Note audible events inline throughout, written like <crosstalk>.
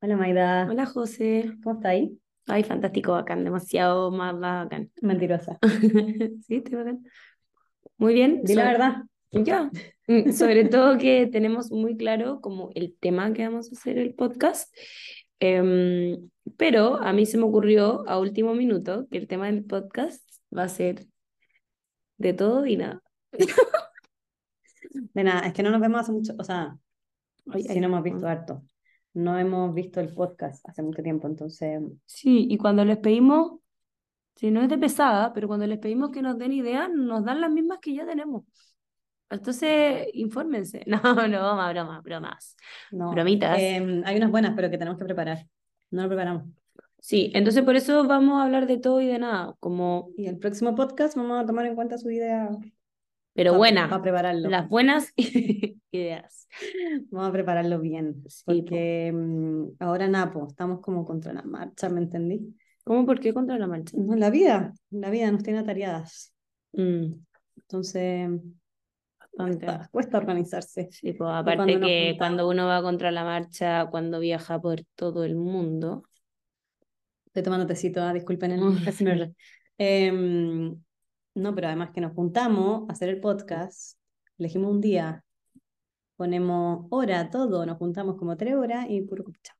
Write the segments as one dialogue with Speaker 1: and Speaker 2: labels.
Speaker 1: Hola Maida,
Speaker 2: Hola José,
Speaker 1: ¿cómo está ahí?
Speaker 2: ay fantástico, bacán, demasiado más bacán. <laughs>
Speaker 1: Mentirosa.
Speaker 2: Sí, estoy bacán. Muy bien,
Speaker 1: Di la
Speaker 2: sobre,
Speaker 1: verdad.
Speaker 2: ya. Mm, Sobre todo que tenemos muy claro como el tema que vamos a hacer el podcast, Em, pero a mí se me ocurrió a último minuto que el tema del podcast va a ser de todo y nada.
Speaker 1: De nada, es que no nos vemos hace mucho, o sea,
Speaker 2: Ay,
Speaker 1: sí
Speaker 2: ay,
Speaker 1: no hemos
Speaker 2: ah.
Speaker 1: visto harto. No hemos visto el podcast hace mucho tiempo, entonces,
Speaker 2: Sí, y cuando les pedimos, si no es de pesada, pero cuando les pedimos que nos den ideas, nos dan las mismas que ya tenemos. Entonces, infórmense. <laughs> No, no, broma, broma, bromas.
Speaker 1: no.
Speaker 2: Bromitas.
Speaker 1: Eh, hay unas buenas, pero que tenemos que preparar. No lo preparamos.
Speaker 2: Sí, entonces por eso vamos a hablar de todo y de nada, como,
Speaker 1: Y el próximo podcast vamos a tomar en cuenta su idea
Speaker 2: pero
Speaker 1: para
Speaker 2: buena,
Speaker 1: prepararlo.
Speaker 2: las buenas <laughs> ideas.
Speaker 1: Vamos a prepararlo bien,
Speaker 2: Sí, po.
Speaker 1: porque mm, ahora Napo, estamos como contra la marcha, ¿me entendí?
Speaker 2: ¿Cómo por qué contra la mancha?
Speaker 1: No, la vida, la vida nos tiene atareadas.
Speaker 2: Mm,
Speaker 1: Entonces,
Speaker 2: bastante.
Speaker 1: cuesta, cuesta organizarse.
Speaker 2: Sí, po,
Speaker 1: Y cuando
Speaker 2: aparte
Speaker 1: nos
Speaker 2: que cuando
Speaker 1: juntamos,
Speaker 2: uno va contra la marcha, cuando viaja por todo el mundo.
Speaker 1: estoy tomando tecito, ah, disculpen el,
Speaker 2: <laughs>
Speaker 1: el slur. Em, no, pero además que nos juntamos a hacer el podcast, elegimos un día, ponemos hora, todo, nos juntamos como tres horas y puro cupicha.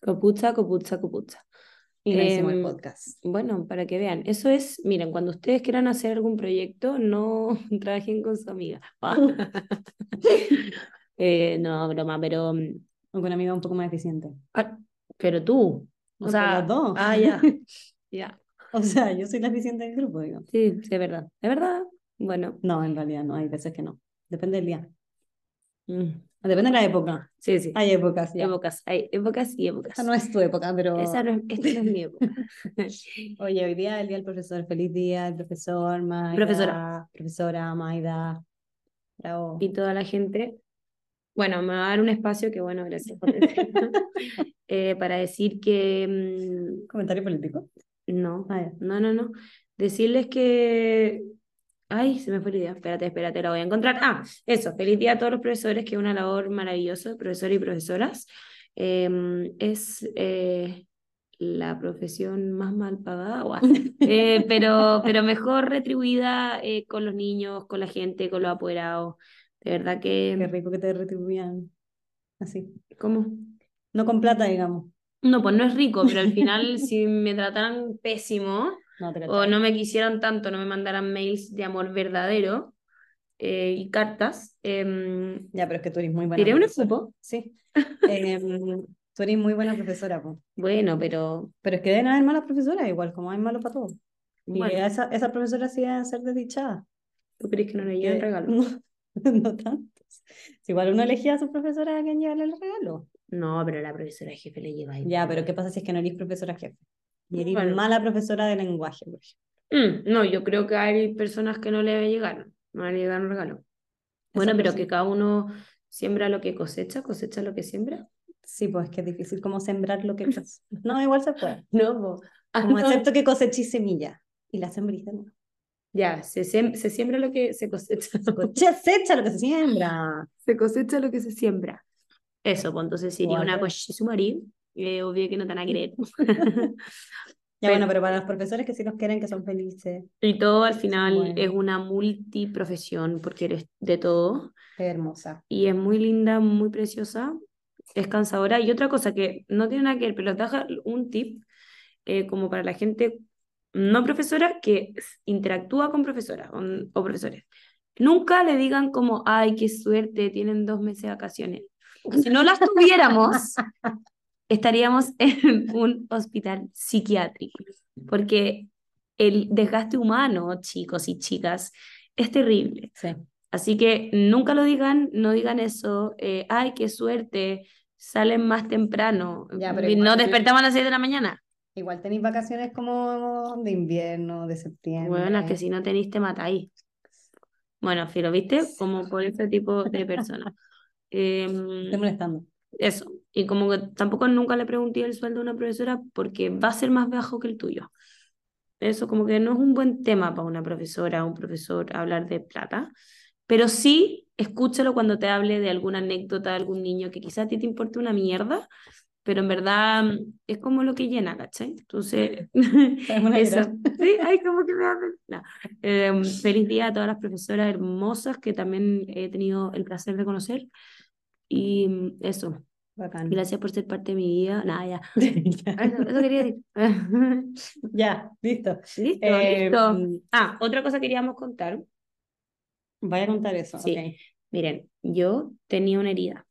Speaker 2: Copucha, copucha, copucha.
Speaker 1: Y no hicimos el
Speaker 2: Em,
Speaker 1: podcast.
Speaker 2: bueno, para que vean, eso es, miren, cuando ustedes quieran hacer algún proyecto, no <laughs> trabajen con
Speaker 1: <laughs>
Speaker 2: su amiga. <laughs> Eh, no, broma, pero, mm,
Speaker 1: Aunque una amiga un poco más eficiente.
Speaker 2: ah, pero tú, o
Speaker 1: No, por las
Speaker 2: sea,
Speaker 1: dos.
Speaker 2: ah, ya, ya,
Speaker 1: <laughs> O sea, yo soy la eficiente del grupo, digo.
Speaker 2: <laughs> sí, sí, es verdad, es verdad, bueno,
Speaker 1: No, en realidad no, hay veces que no. Depende del día.
Speaker 2: mm,
Speaker 1: Depende de la época.
Speaker 2: sí, sí,
Speaker 1: Hay épocas, ya.
Speaker 2: épocas, hay épocas y
Speaker 1: Esta no
Speaker 2: épocas.
Speaker 1: es tu época,
Speaker 2: Esa
Speaker 1: pero...
Speaker 2: no Em, es, esta no es mi época.
Speaker 1: Oye, hoy día el día del profesor. Feliz día, el profesor,
Speaker 2: Profesora,
Speaker 1: Maida, profesora Maida. Bravo.
Speaker 2: y toda la gente, bueno, me va a dar un espacio que, bueno, gracias por
Speaker 1: <laughs>
Speaker 2: decirlo, eh, para decir que, mm,
Speaker 1: ¿Comentario político?
Speaker 2: no,
Speaker 1: Ah, ya.
Speaker 2: no, no, no, decirles que... Ay, se me fue la idea. Espérate, espérate, la voy a encontrar. Ah, eso. Feliz día a todos los profesores, que es una labor maravillosa, de profesores y profesoras. Eh, es eh, la profesión más mal pagada, guau. Eh, pero, pero mejor retribuida eh, con los niños, con la gente, con los apoderados. De verdad
Speaker 1: Qué
Speaker 2: que,
Speaker 1: rico que te retribuyan así.
Speaker 2: ¿cómo?
Speaker 1: No con plata, digamos.
Speaker 2: No, pues no es rico, pero al final si me trataran pésimo
Speaker 1: No te
Speaker 2: o
Speaker 1: cachai.
Speaker 2: no me quisieran tanto, no me mandaran mails de amor verdadero. eh, y cartas. em,
Speaker 1: Ya, pero es que tú eres muy buena
Speaker 2: tiré un
Speaker 1: profesora.
Speaker 2: escupo.
Speaker 1: Sí. Eh, tú eres muy buena profesora, po.
Speaker 2: Bueno, pero
Speaker 1: Pero es que deben haber malas profesoras, igual como hay malos para todos. Y
Speaker 2: bueno,
Speaker 1: a esa, esas profesoras sí deben ser desdichadas.
Speaker 2: ¿tú crees que no le lleven
Speaker 1: Que
Speaker 2: regalo?
Speaker 1: no, <laughs> no tantos. Si igual uno elegía a sus profesoras a quien llevarle el regalo.
Speaker 2: No, pero la profesora jefe le lleva ahí.
Speaker 1: Ya, pero ¿qué pasa si es que no eres profesora jefe? Y eres
Speaker 2: Bueno,
Speaker 1: mala profesora de lenguaje, por ejemplo.
Speaker 2: mm, no, yo creo que hay personas que no le llegaron, no le llegaron regalo. Bueno,
Speaker 1: Esas
Speaker 2: pero que
Speaker 1: personas.
Speaker 2: cada uno siembra lo que cosecha, cosecha lo que siembra.
Speaker 1: Sí, pues es que es difícil como sembrar lo
Speaker 2: <laughs>
Speaker 1: que cosechas. No, igual se puede.
Speaker 2: No, po.
Speaker 1: <laughs>
Speaker 2: Ah,
Speaker 1: Como
Speaker 2: no.
Speaker 1: excepto que cosechís semilla y la sembrís de nuevo.
Speaker 2: Ya, se, siem- se siembra lo que se cosecha.
Speaker 1: Se cosecha lo que se siembra.
Speaker 2: Se cosecha lo que se siembra. Eso, pues entonces
Speaker 1: O
Speaker 2: iría
Speaker 1: al
Speaker 2: una
Speaker 1: revés.
Speaker 2: coche sumarí, eh, obvio que no te van a querer. <laughs>
Speaker 1: Ya
Speaker 2: Pero
Speaker 1: bueno, pero para los profesores que sí los quieren, que son felices,
Speaker 2: Y todo
Speaker 1: que
Speaker 2: al
Speaker 1: son
Speaker 2: final es
Speaker 1: buenos,
Speaker 2: una multiprofesión porque eres de todo
Speaker 1: qué hermosa.
Speaker 2: y es muy linda, muy preciosa, es cansadora. Y otra cosa que no tiene nada que ver, pero les deja un tip eh, como para la gente no profesora que s- interactúa con profesoras o, o profesores. Nunca le digan como, ay, qué suerte, tienen dos meses de vacaciones. Si no las tuviéramos, estaríamos <laughs> en un hospital psiquiátrico, porque el desgaste humano, chicos y chicas, es terrible.
Speaker 1: Sí.
Speaker 2: Así que nunca lo digan, no digan eso, eh, ay, qué suerte, salen más temprano,
Speaker 1: Ya, pero
Speaker 2: vi-
Speaker 1: igual
Speaker 2: nos
Speaker 1: tenéis,
Speaker 2: despertamos a las 6 de la mañana.
Speaker 1: igual tenéis vacaciones como de invierno, de
Speaker 2: Bueno, es que
Speaker 1: septiembre.
Speaker 2: si no tenéis te matáis. Bueno, filo, ¿viste? Como por este tipo
Speaker 1: <laughs>
Speaker 2: de personas.
Speaker 1: Estoy
Speaker 2: Em,
Speaker 1: molestando.
Speaker 2: Eso. Y como que tampoco nunca le pregunté el sueldo a una profesora porque va a ser más bajo que el tuyo. Eso como que no es un buen tema para una profesora o un profesor hablar de plata, pero sí escúchalo cuando te hable de alguna anécdota de algún niño que quizá a ti te importe una mierda, pero en verdad mm, es como lo que llena, ¿cachai? Entonces, <laughs>
Speaker 1: a
Speaker 2: eso.
Speaker 1: llorar.
Speaker 2: Sí, ay, como que me hacen- no. Eh, feliz día a todas las profesoras hermosas que también he tenido el placer de conocer. Y mm, eso,
Speaker 1: Bacán.
Speaker 2: gracias por ser parte de mi vida. Nada, ya.
Speaker 1: Ya,
Speaker 2: Eso, eso quería decir.
Speaker 1: <laughs>
Speaker 2: <laughs>
Speaker 1: ya, listo.
Speaker 2: Listo,
Speaker 1: Eh,
Speaker 2: listo. Ah, Em, otra cosa queríamos contar.
Speaker 1: Vaya a contar eso.
Speaker 2: Sí.
Speaker 1: ok.
Speaker 2: Miren, yo tenía una herida.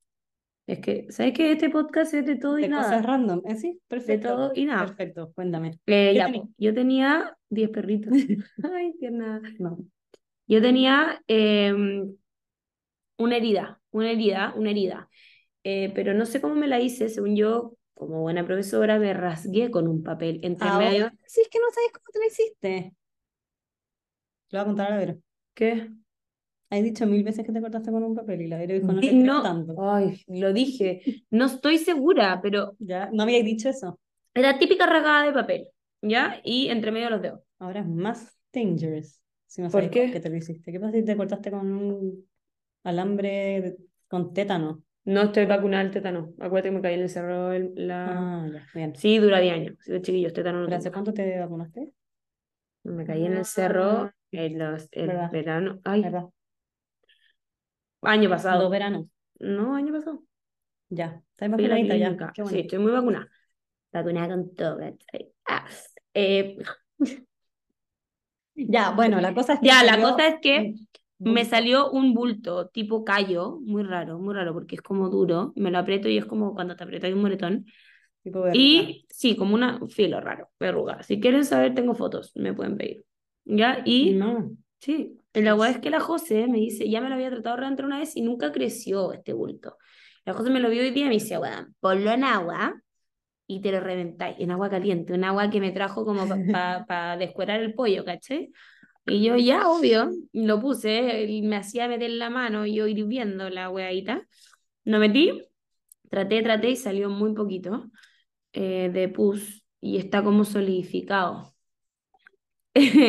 Speaker 2: Es que, ¿sabes qué? Este podcast es de todo y
Speaker 1: De
Speaker 2: nada.
Speaker 1: cosas random. ¿eh? Sí,
Speaker 2: De
Speaker 1: perfecto.
Speaker 2: todo y nada.
Speaker 1: Perfecto, cuéntame.
Speaker 2: Eh,
Speaker 1: ¿Qué
Speaker 2: ya,
Speaker 1: tenés?
Speaker 2: po, yo tenía 10 perritos. <laughs> Ay, tierna.
Speaker 1: No.
Speaker 2: Yo tenía eh, una herida, una herida, una herida. Eh, pero no sé cómo me la hice, según yo, como buena profesora, me rasgué con un papel entre
Speaker 1: Ahora
Speaker 2: medio.
Speaker 1: sí es que no sabes cómo te la hiciste. Este, Lo voy a contar a la Vero.
Speaker 2: ¿Qué?
Speaker 1: Has dicho mil veces que te cortaste con un papel y la Vero dijo, no
Speaker 2: Di-
Speaker 1: te creo
Speaker 2: no,
Speaker 1: tanto.
Speaker 2: ay, lo dije. No estoy segura, pero
Speaker 1: Ya, no habías dicho eso.
Speaker 2: era típica rasgada de papel, ¿ya? Y entre medio los dedos.
Speaker 1: Ahora es más dangerous. Si no
Speaker 2: ¿Por
Speaker 1: sabes
Speaker 2: qué?
Speaker 1: que te lo hiciste. ¿Qué pasa si te cortaste con un alambre de- con tétano?
Speaker 2: No estoy vacunada al tétano. Acuérdate que me caí en el cerro. el- la...
Speaker 1: Ah, ya, bien.
Speaker 2: Sí, dura 10 años. Sí, chiquillos, tétano no
Speaker 1: ¿Pero hace
Speaker 2: tengo.
Speaker 1: cuánto te vacunaste?
Speaker 2: Me caí en el cerro en los, el
Speaker 1: Verdad.
Speaker 2: verano. Ay,
Speaker 1: ¿Verdad?
Speaker 2: año
Speaker 1: Dos
Speaker 2: pasado.
Speaker 1: veranos.
Speaker 2: No, año pasado.
Speaker 1: Ya. Estás
Speaker 2: Fui a la
Speaker 1: vacunadita ya.
Speaker 2: clínica.
Speaker 1: Qué bueno.
Speaker 2: Sí, estoy muy vacunada. Vacunada con todo. ¿cachai? Ah, eh,
Speaker 1: Ya, bueno, la cosa es que
Speaker 2: ya, la
Speaker 1: salió
Speaker 2: cosa es que
Speaker 1: un
Speaker 2: me
Speaker 1: bulto.
Speaker 2: salió un bulto tipo callo, muy raro, muy raro, porque es como duro. Me lo aprieto y es como cuando te aprietas un moretón.
Speaker 1: Tipo verruga.
Speaker 2: Y sí, como una un filo raro, verruga. Si quieren saber, tengo fotos, me pueden pedir. ¿Ya? Y.
Speaker 1: No.
Speaker 2: Sí, la weá es que la José me dice, ya me la había tratado de reentrar una vez y nunca creció este bulto. La José me lo vio hoy día y me dice, weón, ponlo en agua y te lo reventáis, en agua caliente, un agua que me trajo como
Speaker 1: <laughs>
Speaker 2: para descuerar el pollo, ¿caché? Y yo ya, obvio, lo puse, y me hacía meter la mano, y yo hirviendo la weadita. Lo metí, traté, traté y salió muy poquito eh, de pus y está como solidificado. <laughs>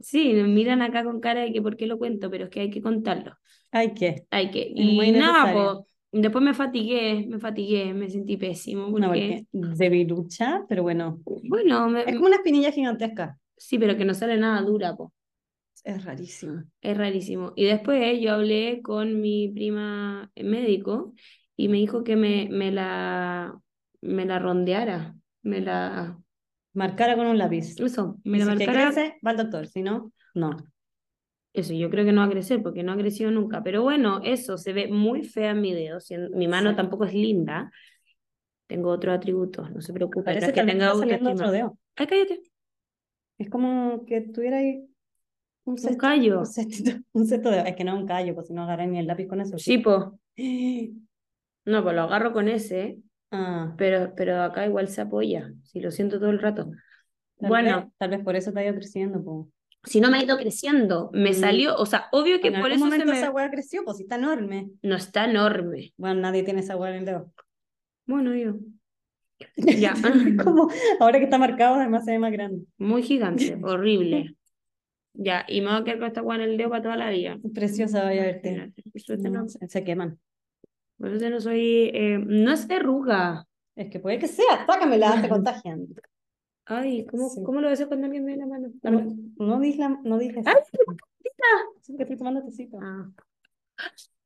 Speaker 2: Sí, me miran acá con cara de que por qué lo cuento, pero es que hay que contarlo.
Speaker 1: Ay, ¿qué?
Speaker 2: Hay que.
Speaker 1: Es muy
Speaker 2: Y nada,
Speaker 1: necesario.
Speaker 2: po, después me fatigué, me fatigué, me sentí pésimo
Speaker 1: No,
Speaker 2: porque,
Speaker 1: porque debilucha, pero bueno.
Speaker 2: bueno, me-
Speaker 1: Es como una espinilla gigantesca.
Speaker 2: sí, pero que no sale nada dura, po.
Speaker 1: Es rarísimo.
Speaker 2: Es rarísimo. Y después yo hablé con mi prima médico y me dijo que me, me la me la rondeara, me la
Speaker 1: Marcara con un lápiz.
Speaker 2: eso, me
Speaker 1: Y
Speaker 2: la
Speaker 1: si es que
Speaker 2: marcara.
Speaker 1: crece, va al doctor. Si no, no.
Speaker 2: Eso, yo creo que no va a crecer porque no ha crecido nunca. Pero bueno, eso se ve muy fea en mi dedo. si en- mi mano
Speaker 1: Sí.
Speaker 2: tampoco es linda. Tengo otro atributo, no se preocupe. no
Speaker 1: Parece
Speaker 2: es que
Speaker 1: también
Speaker 2: tenga
Speaker 1: está saliendo otro
Speaker 2: autoestima.
Speaker 1: dedo.
Speaker 2: Ay, cállate.
Speaker 1: Es como que tuviera ahí un
Speaker 2: Un
Speaker 1: cesto.
Speaker 2: callo.
Speaker 1: Un cestito, un cesto de... Es que no es un callo, pues si no agarré ni el lápiz con eso. <gasps>
Speaker 2: Sí, po.
Speaker 1: Ah,
Speaker 2: No, pues lo agarro con ese, pero, pero acá igual se apoya. Si lo siento todo el rato.
Speaker 1: tal
Speaker 2: Bueno,
Speaker 1: vez- tal vez por eso te ha ido creciendo, po.
Speaker 2: si no me ha ido creciendo, me
Speaker 1: Mm.
Speaker 2: salió. O sea, obvio que
Speaker 1: en
Speaker 2: por
Speaker 1: algún
Speaker 2: eso se
Speaker 1: momento
Speaker 2: me.
Speaker 1: esa hueá creció, pues si está enorme.
Speaker 2: No está enorme.
Speaker 1: Bueno, nadie tiene esa hueá en el dedo.
Speaker 2: Bueno, yo. Ya.
Speaker 1: <laughs> Como ahora que está marcado, además se ve más grande.
Speaker 2: Muy gigante, horrible. Ya, y me voy a quedar con esta guana en el dedo para toda la vida.
Speaker 1: Preciosa, vaya a verte.
Speaker 2: Imagínate, por suerte no,
Speaker 1: No, se se queman.
Speaker 2: por suerte no soy, eh, no es verruga.
Speaker 1: Es que puede que
Speaker 2: <laughs>
Speaker 1: sea, sácamela, te contagian.
Speaker 2: Ay, ¿cómo,
Speaker 1: Sí.
Speaker 2: cómo lo haces cuando alguien me da la mano?
Speaker 1: No, no dis la- no dis la-
Speaker 2: Ay,
Speaker 1: Sí, que estoy tomando tecito.
Speaker 2: Ah.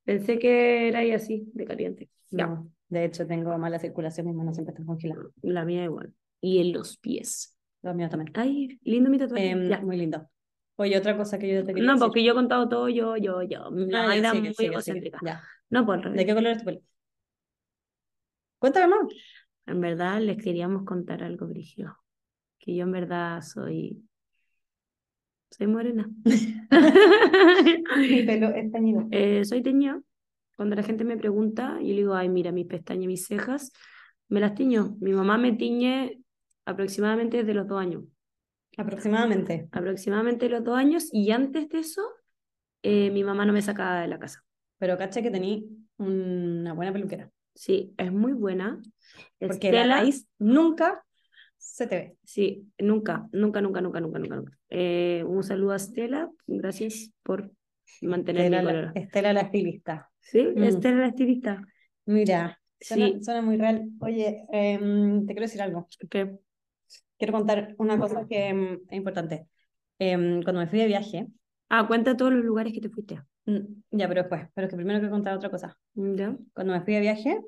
Speaker 2: Pensé que era ahí así, de caliente. Ya,
Speaker 1: No, de hecho tengo mala circulación, mis manos siempre están congeladas.
Speaker 2: la mía igual. Y en los pies.
Speaker 1: Los míos también.
Speaker 2: Ay, lindo mi tatuaje.
Speaker 1: Em,
Speaker 2: Ya.
Speaker 1: muy lindo. Oye, otra cosa que yo te quería
Speaker 2: No,
Speaker 1: decir.
Speaker 2: porque yo he contado todo yo, yo, yo. La
Speaker 1: Ah, ya,
Speaker 2: Mayra
Speaker 1: sigue,
Speaker 2: muy
Speaker 1: sigue, sigue.
Speaker 2: egocéntrica.
Speaker 1: Ya.
Speaker 2: No, pues por
Speaker 1: ¿De qué color es tu pelo? Cuéntame más.
Speaker 2: En verdad les queríamos contar algo, Brigio. Que yo en verdad soy.
Speaker 1: <laughs>
Speaker 2: Soy morena. <laughs>
Speaker 1: Mi pelo es teñido.
Speaker 2: Eh, soy teñida. Cuando la gente me pregunta, yo le digo, ay, mira, mis pestañas, mis cejas, me las tiño. Mi mamá me tiñe aproximadamente desde los dos años.
Speaker 1: Aproximadamente.
Speaker 2: Aproximadamente los dos años y antes de eso, eh, mi mamá no me sacaba de la casa.
Speaker 1: Pero caché que tení una buena peluquera.
Speaker 2: Sí, es muy buena.
Speaker 1: Porque la
Speaker 2: Estela-
Speaker 1: raíz nunca se te ve.
Speaker 2: Sí, nunca, nunca, nunca, nunca, nunca, nunca, nunca. Eh, un saludo a Estela, gracias por mantener mi
Speaker 1: Estela la,
Speaker 2: color.
Speaker 1: Estela la estilista.
Speaker 2: Sí,
Speaker 1: Mm.
Speaker 2: Estela la estilista.
Speaker 1: Mira, Suena,
Speaker 2: Sí,
Speaker 1: suena muy real. Oye, em, te quiero decir algo.
Speaker 2: que-
Speaker 1: Quiero contar una cosa que em, es importante. Em, cuando me fui de viaje,
Speaker 2: Ah, cuenta todos los lugares que te fuiste.
Speaker 1: mm, ya, pero después, pero es que primero quiero contar otra cosa.
Speaker 2: ¿Ya?
Speaker 1: Cuando me fui de viaje,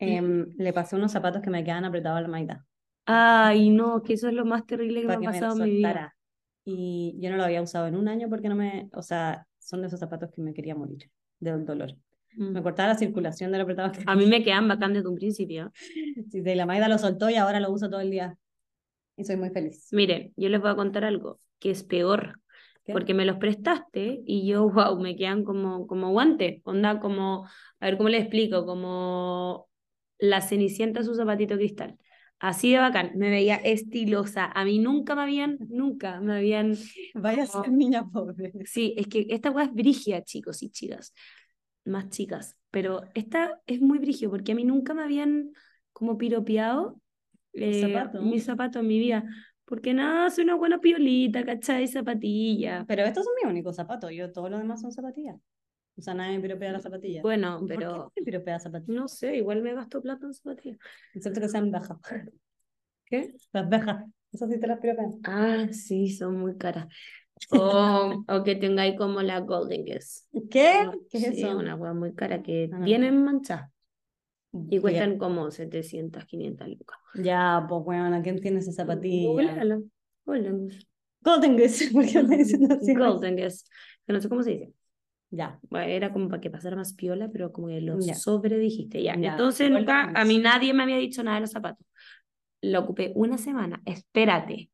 Speaker 2: Mm.
Speaker 1: em, le pasé unos zapatos que me quedaban apretados a la manita
Speaker 2: Ay, no, que eso es lo más terrible que me
Speaker 1: para
Speaker 2: ha
Speaker 1: que me
Speaker 2: pasado en mi vida.
Speaker 1: soltara. Y yo no lo había usado en un año porque no me, o sea, son de esos zapatos que me quería morir del dolor.
Speaker 2: Mm.
Speaker 1: Me cortaba la circulación de lo apretado que
Speaker 2: A mí me quedan bacán desde un principio.
Speaker 1: <laughs> Sí, de la Maida lo soltó y ahora lo uso todo el día. Y soy muy feliz.
Speaker 2: Miren, yo les voy a contar algo que es peor,
Speaker 1: ¿Qué?
Speaker 2: porque me los prestaste y yo, <laughs> wow, me quedan como, como guante. Onda, como, a ver cómo les explico, como la cenicienta su zapatito cristal. Así de bacán, me veía estilosa. A mí nunca me habían, nunca me habían
Speaker 1: Vaya a
Speaker 2: como-
Speaker 1: ser niña pobre.
Speaker 2: Sí, es que esta weá es brigia, chicos y chicas, más chicas, pero esta es muy brigio porque a mí nunca me habían como piropeado eh,
Speaker 1: zapato?
Speaker 2: mi zapato en mi vida, porque nada, soy una buena piolita, ¿cachai? Zapatilla.
Speaker 1: Pero estos son mis únicos zapatos. Yo, todo lo demás son zapatillas. O sea, nadie me piropea las zapatillas.
Speaker 2: Bueno,
Speaker 1: ¿Por qué
Speaker 2: pero
Speaker 1: me piropea zapatillas?
Speaker 2: no sé, igual me gasto plata en zapatillas.
Speaker 1: Excepto que sean bajas.
Speaker 2: <laughs> ¿Qué?
Speaker 1: Las bajas. Esas sí te las piropean.
Speaker 2: Ah, sí, son muy <laughs> caras. O, o que tengáis como la Golden Guess.
Speaker 1: ¿Qué? ¿Qué es
Speaker 2: Sí,
Speaker 1: eso?
Speaker 2: una weá muy cara que
Speaker 1: Ah, no.
Speaker 2: vienen manchadas y
Speaker 1: ¿Qué?
Speaker 2: cuestan como 700, 500 lucas.
Speaker 1: Ya, pues, weón, ¿quién tiene esa zapatilla?
Speaker 2: Googlealo. Golden Goose.
Speaker 1: Golden Goose. <laughs> ¿Por
Speaker 2: <laughs>
Speaker 1: qué me dicen así?
Speaker 2: Golden Goose. Que no sé cómo se dice.
Speaker 1: Ya.
Speaker 2: Bueno, era como para que pasara más piola, pero como que lo
Speaker 1: Ya.
Speaker 2: sobredijiste ya.
Speaker 1: Ya.
Speaker 2: Entonces
Speaker 1: Golden
Speaker 2: nunca, a
Speaker 1: Goose.
Speaker 2: mí nadie me había dicho nada de los zapatos. Lo ocupé una semana. Espérate.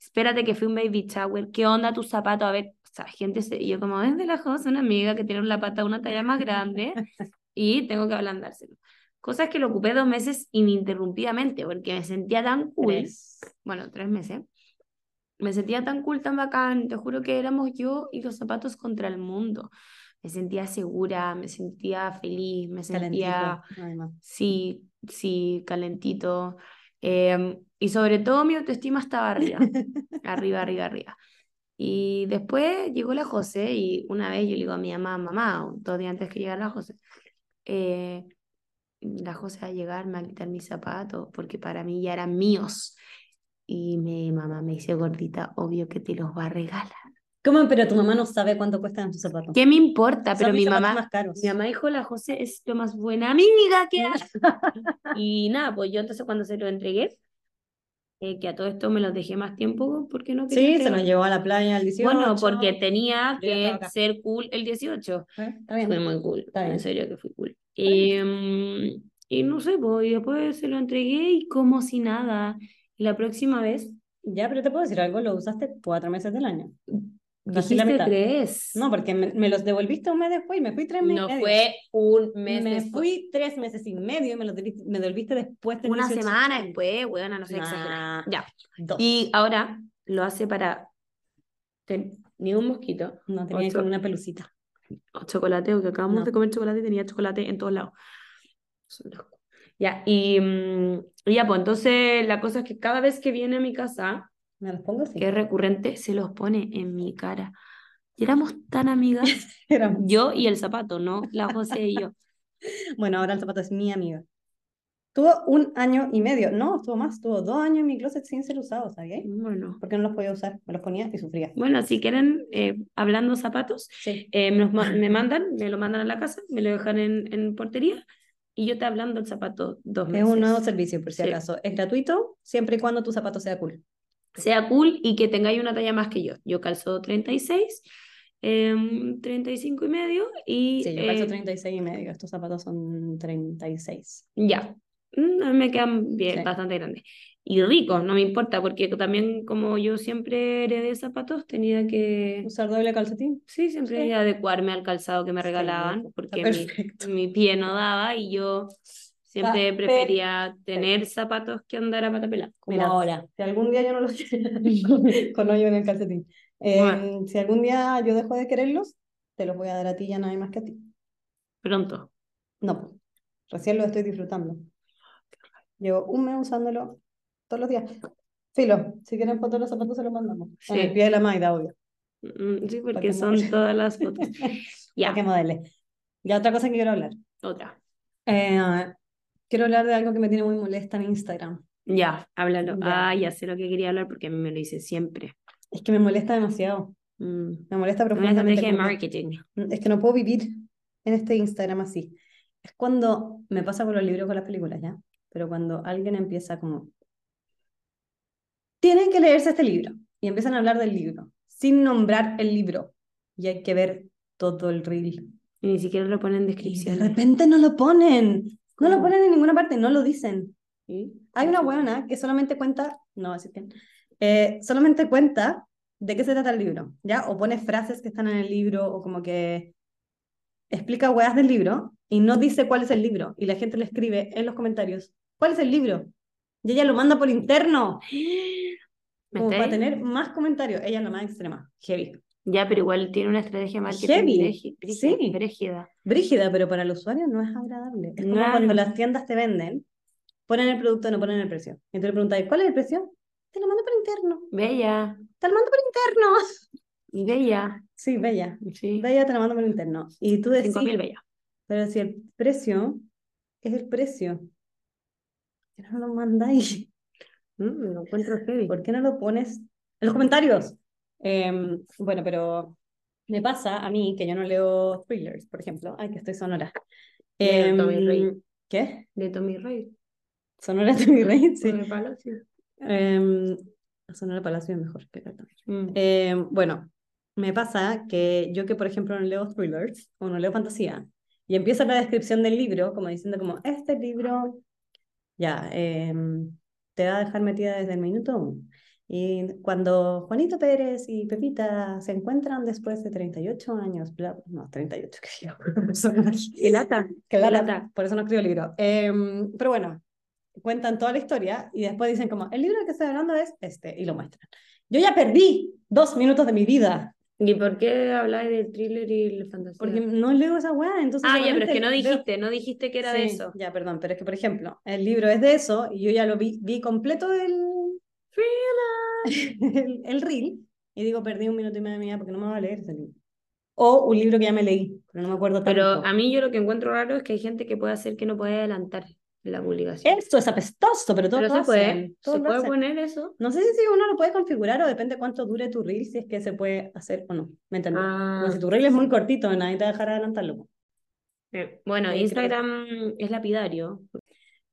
Speaker 2: Espérate que fui un baby shower. ¿Qué onda tus zapatos? A ver, o sea, gente, se... y yo como es de la Jose, una amiga que tiene la pata una talla más
Speaker 1: <laughs>
Speaker 2: grande y tengo que ablandárselo. Cosas que lo ocupé dos meses ininterrumpidamente porque me sentía tan cool
Speaker 1: Tres.
Speaker 2: bueno, tres meses, me sentía tan cool, tan bacán, te juro que éramos yo y los zapatos contra el mundo. Me sentía segura, me sentía feliz, me
Speaker 1: Calentito.
Speaker 2: sentía,
Speaker 1: además.
Speaker 2: sí, sí, calentito. Em, y sobre todo mi autoestima estaba
Speaker 1: <laughs>
Speaker 2: arriba, arriba, arriba, arriba. Y después llegó la José y una vez yo le digo a mi mamá, mamá, dos días antes que llegara la José, eh, la José va a llegar, me va a quitar mis zapatos, porque para mí ya eran míos. Y mi mamá me dice, gordita, obvio que te los va a regalar.
Speaker 1: ¿Cómo? Pero tu mamá no sabe cuánto cuestan tus zapatos.
Speaker 2: ¿Qué me importa?
Speaker 1: Son
Speaker 2: Pero
Speaker 1: mis
Speaker 2: mi
Speaker 1: zapatos
Speaker 2: mamá,
Speaker 1: más caros.
Speaker 2: mi mamá dijo, la José es lo más buena amiga que hay. <laughs> Y nada, pues yo entonces cuando se lo entregué, eh, que a todo esto me los dejé más tiempo porque no quería
Speaker 1: Sí, se nos
Speaker 2: entregar.
Speaker 1: llevó a la playa el 18.
Speaker 2: Bueno, porque tenía
Speaker 1: Yo ya
Speaker 2: que
Speaker 1: estaba acá.
Speaker 2: ser cool el 18.
Speaker 1: ¿Eh? Está bien.
Speaker 2: Fue muy cool,
Speaker 1: Está bien.
Speaker 2: en serio que fui cool.
Speaker 1: bien.
Speaker 2: Em, y no sé, pues, y después se lo entregué y como si nada. Y la próxima vez,
Speaker 1: Ya, pero te puedo decir algo, lo usaste cuatro meses del año. Casi la
Speaker 2: dijiste
Speaker 1: mitad.
Speaker 2: tres.
Speaker 1: No, porque me, me los devolviste un mes después y me fui tres meses. y
Speaker 2: No
Speaker 1: medio.
Speaker 2: fue un mes
Speaker 1: Me
Speaker 2: después.
Speaker 1: fui tres meses y medio y me los devolviste, me devolviste después del
Speaker 2: Una
Speaker 1: 18.
Speaker 2: semana después, weona, no sé
Speaker 1: Nah,
Speaker 2: exagerar. Ya.
Speaker 1: Dos.
Speaker 2: Y ahora lo hace para. ten- Ni un mosquito.
Speaker 1: No tenía
Speaker 2: Ocho.
Speaker 1: como una pelucita.
Speaker 2: O chocolate, o que acabamos
Speaker 1: No.
Speaker 2: de comer chocolate y tenía chocolate en todos lados. Son los cu- Ya, y, mm, y ya, pues entonces la cosa es que cada vez que viene a mi casa,
Speaker 1: Me los pongo así. <laughs>
Speaker 2: que es recurrente, se los pone en mi cara. Y éramos tan amigas,
Speaker 1: Éramos.
Speaker 2: yo y el zapato, ¿no? La José y yo.
Speaker 1: Bueno, ahora el zapato es mi amiga. Tuvo un año y medio. No, estuvo más. Tuvo dos años en mi closet sin ser usado, ¿sabías?
Speaker 2: Bueno,
Speaker 1: Porque no los podía usar. Me los ponía y sufría.
Speaker 2: bueno si quieren, eh, hablando zapatos,
Speaker 1: Sí.
Speaker 2: eh, me, los ma- me mandan, me lo mandan a la casa, me lo dejan en, en portería y yo te hablando el zapato dos
Speaker 1: Es
Speaker 2: meses.
Speaker 1: un nuevo servicio, por si
Speaker 2: Sí.
Speaker 1: acaso. Es gratuito, siempre y cuando tu zapato sea cool.
Speaker 2: sea cool y que tengáis una talla más que yo. Yo calzo 36, em, 35 y medio y
Speaker 1: Sí, yo calzo
Speaker 2: eh,
Speaker 1: 36 y medio. Estos zapatos son 36.
Speaker 2: ya. Mm, a mí me quedan bien,
Speaker 1: Sí.
Speaker 2: bastante grandes. Y ricos, no me importa, porque también como yo siempre heredé zapatos, tenía que,
Speaker 1: ¿Usar doble calcetín?
Speaker 2: sí, siempre
Speaker 1: Sí.
Speaker 2: que adecuarme al calzado que me
Speaker 1: Sí,
Speaker 2: regalaban,
Speaker 1: está
Speaker 2: porque mi, <laughs>
Speaker 1: perfecto.
Speaker 2: mi pie no daba y yo siempre
Speaker 1: Está
Speaker 2: prefería
Speaker 1: eh,
Speaker 2: tener zapatos que andar a pata pelada, como
Speaker 1: Mira,
Speaker 2: ahora.
Speaker 1: si algún día yo no los <laughs> quiero,
Speaker 2: <laughs>
Speaker 1: con hoyo en el calcetín. Eh,
Speaker 2: Bueno.
Speaker 1: Si algún día yo dejo de quererlos, te los voy a dar a ti y a nadie más que a ti.
Speaker 2: Pronto.
Speaker 1: No, po. recién los estoy disfrutando. Llevo un mes usándolo todos los días. Filo, si quieren fotos de los zapatos se los mandamos. En el
Speaker 2: Sí.
Speaker 1: pie de la Maida, obvio.
Speaker 2: Mm, Sí,
Speaker 1: Pa'
Speaker 2: porque
Speaker 1: que <laughs>
Speaker 2: son
Speaker 1: modele.
Speaker 2: todas las fotos.
Speaker 1: Pa'
Speaker 2: Ya,
Speaker 1: que modele. Y otra cosa que quiero hablar.
Speaker 2: otra.
Speaker 1: Eh, Quiero hablar de algo que me tiene muy molesta en Instagram.
Speaker 2: Ya, háblalo.
Speaker 1: Ya.
Speaker 2: Ah, ya sé lo que quería hablar porque a mí me lo hice siempre.
Speaker 1: Es que me molesta demasiado.
Speaker 2: Mm.
Speaker 1: Me molesta
Speaker 2: Una
Speaker 1: profundamente.
Speaker 2: estrategia de
Speaker 1: como que-
Speaker 2: marketing.
Speaker 1: Es que no puedo vivir en este Instagram así. Es cuando me pasa con los libros, con las películas, ¿ya? Pero cuando alguien empieza como, tienes que leerse este libro. Y empiezan a hablar del libro, sin nombrar el libro. Y hay que ver todo el reel.
Speaker 2: Y ni siquiera lo ponen en
Speaker 1: Y de
Speaker 2: descripción.
Speaker 1: repente no lo ponen. No lo
Speaker 2: ¿Cómo?
Speaker 1: ponen en ninguna parte, no lo dicen.
Speaker 2: ¿Sí?
Speaker 1: Hay una huevona que solamente cuenta, no, así que, eh, solamente cuenta de qué se trata el libro, ¿ya? O pone frases que están en el libro o como que explica huevas del libro y no dice cuál es el libro. Y la gente le escribe en los comentarios, ¿cuál es el libro? Y ella lo manda por interno,
Speaker 2: ¿Me
Speaker 1: como
Speaker 2: estáis?
Speaker 1: para tener más comentarios. Ella es la más extrema, heavy.
Speaker 2: <gasps> Ya, pero igual tiene una estrategia de marketing
Speaker 1: Heavy,
Speaker 2: bregi- brigi-
Speaker 1: sí.
Speaker 2: brígida.
Speaker 1: Brígida, pero para el usuario no es agradable. Es como
Speaker 2: No.
Speaker 1: cuando las tiendas te venden, ponen el producto, no ponen el precio. Y tú le preguntas, ¿cuál es el precio? Te lo mando por interno.
Speaker 2: Bella,
Speaker 1: Te lo mando por interno.
Speaker 2: bella,
Speaker 1: Sí, bella.
Speaker 2: sí.
Speaker 1: Bella te la mando por interno. Y tú decís,
Speaker 2: 5.000 bella.
Speaker 1: pero si el precio es el precio, ¿por qué no lo mandáis?
Speaker 2: Mm, lo encuentro heavy.
Speaker 1: ¿Por qué no lo pones en los comentarios? Em, bueno, pero me pasa a mí que yo no leo thrillers, por ejemplo. Ay, que estoy sonora.
Speaker 2: Leo
Speaker 1: Em,
Speaker 2: Tommy Rey.
Speaker 1: ¿Qué?
Speaker 2: De Tommy Rey.
Speaker 1: Sonora Tommy Rey, sí.
Speaker 2: Tommy Palacio.
Speaker 1: Em, sonora Palacio es mejor que la Tommy.
Speaker 2: Mm.
Speaker 1: Eh, bueno, me pasa que yo que, por ejemplo, no leo thrillers o no leo fantasía, y empieza la descripción del libro como diciendo como, este libro ya eh, te va a dejar metida desde el minuto uno. Y cuando Juanito Pérez y Pepita se encuentran después de 38 años, bla, no, <laughs> 38, que digo, personaje.
Speaker 2: Y lata.
Speaker 1: Que lata,
Speaker 2: lata.
Speaker 1: por eso no escribo libro. Em, pero bueno, cuentan toda la historia y después dicen como, el libro del que estoy hablando es este, y lo muestran. Yo ya perdí dos minutos de mi vida
Speaker 2: ¿Y por qué habláis del thriller y el fantasía?
Speaker 1: porque no leo esa weá, entonces...
Speaker 2: Ah, ya, pero es
Speaker 1: solamente
Speaker 2: que no
Speaker 1: veo-
Speaker 2: dijiste, no dijiste que era de
Speaker 1: Sí,
Speaker 2: eso.
Speaker 1: Ya, perdón, pero es que, por ejemplo, el libro es de eso y yo ya lo vi, vi completo el, <laughs> el, el reel y digo, perdí un minuto y medio de mi vida porque no me va a leer ese libro. O un libro que ya me leí, pero no me acuerdo tanto.
Speaker 2: Pero a mí yo lo que encuentro raro es que hay gente que puede hacer que no puede adelantar la publicación.
Speaker 1: Esto es apestoso, pero todo
Speaker 2: Pero
Speaker 1: lo
Speaker 2: se puede,
Speaker 1: hacen, todos
Speaker 2: se
Speaker 1: lo
Speaker 2: puede
Speaker 1: hacen.
Speaker 2: poner eso.
Speaker 1: No sé si si uno lo puede configurar o depende cuánto dure tu reel, si es que se puede hacer o no. ¿Me entendí?
Speaker 2: Ah.
Speaker 1: Como si tu reel es muy cortito, nadie te va a dejar adelantarlo. po.
Speaker 2: Eh, Bueno,
Speaker 1: Sí, creo-
Speaker 2: Instagram es lapidario.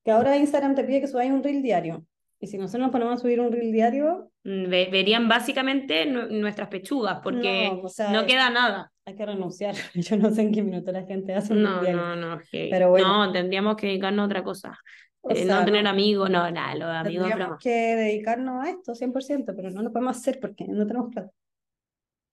Speaker 1: Que ahora Instagram te pide que subáis un reel diario. Y si nosotros nos ponemos a subir un reel diario,
Speaker 2: Mm, ve- verían básicamente nu- nuestras pechugas, porque
Speaker 1: no, o sea,
Speaker 2: no queda nada.
Speaker 1: hay que renunciar. <laughs> Yo no sé en qué minuto la gente hace un
Speaker 2: No,
Speaker 1: reel diario.
Speaker 2: no, no. heavy.
Speaker 1: Pero bueno.
Speaker 2: No, tendríamos que dedicarnos a otra cosa.
Speaker 1: O
Speaker 2: Eh,
Speaker 1: sea,
Speaker 2: no tener amigos, no, nada, los amigos
Speaker 1: tendríamos
Speaker 2: broma.
Speaker 1: que dedicarnos a esto 100%, pero no lo podemos hacer porque no tenemos plata.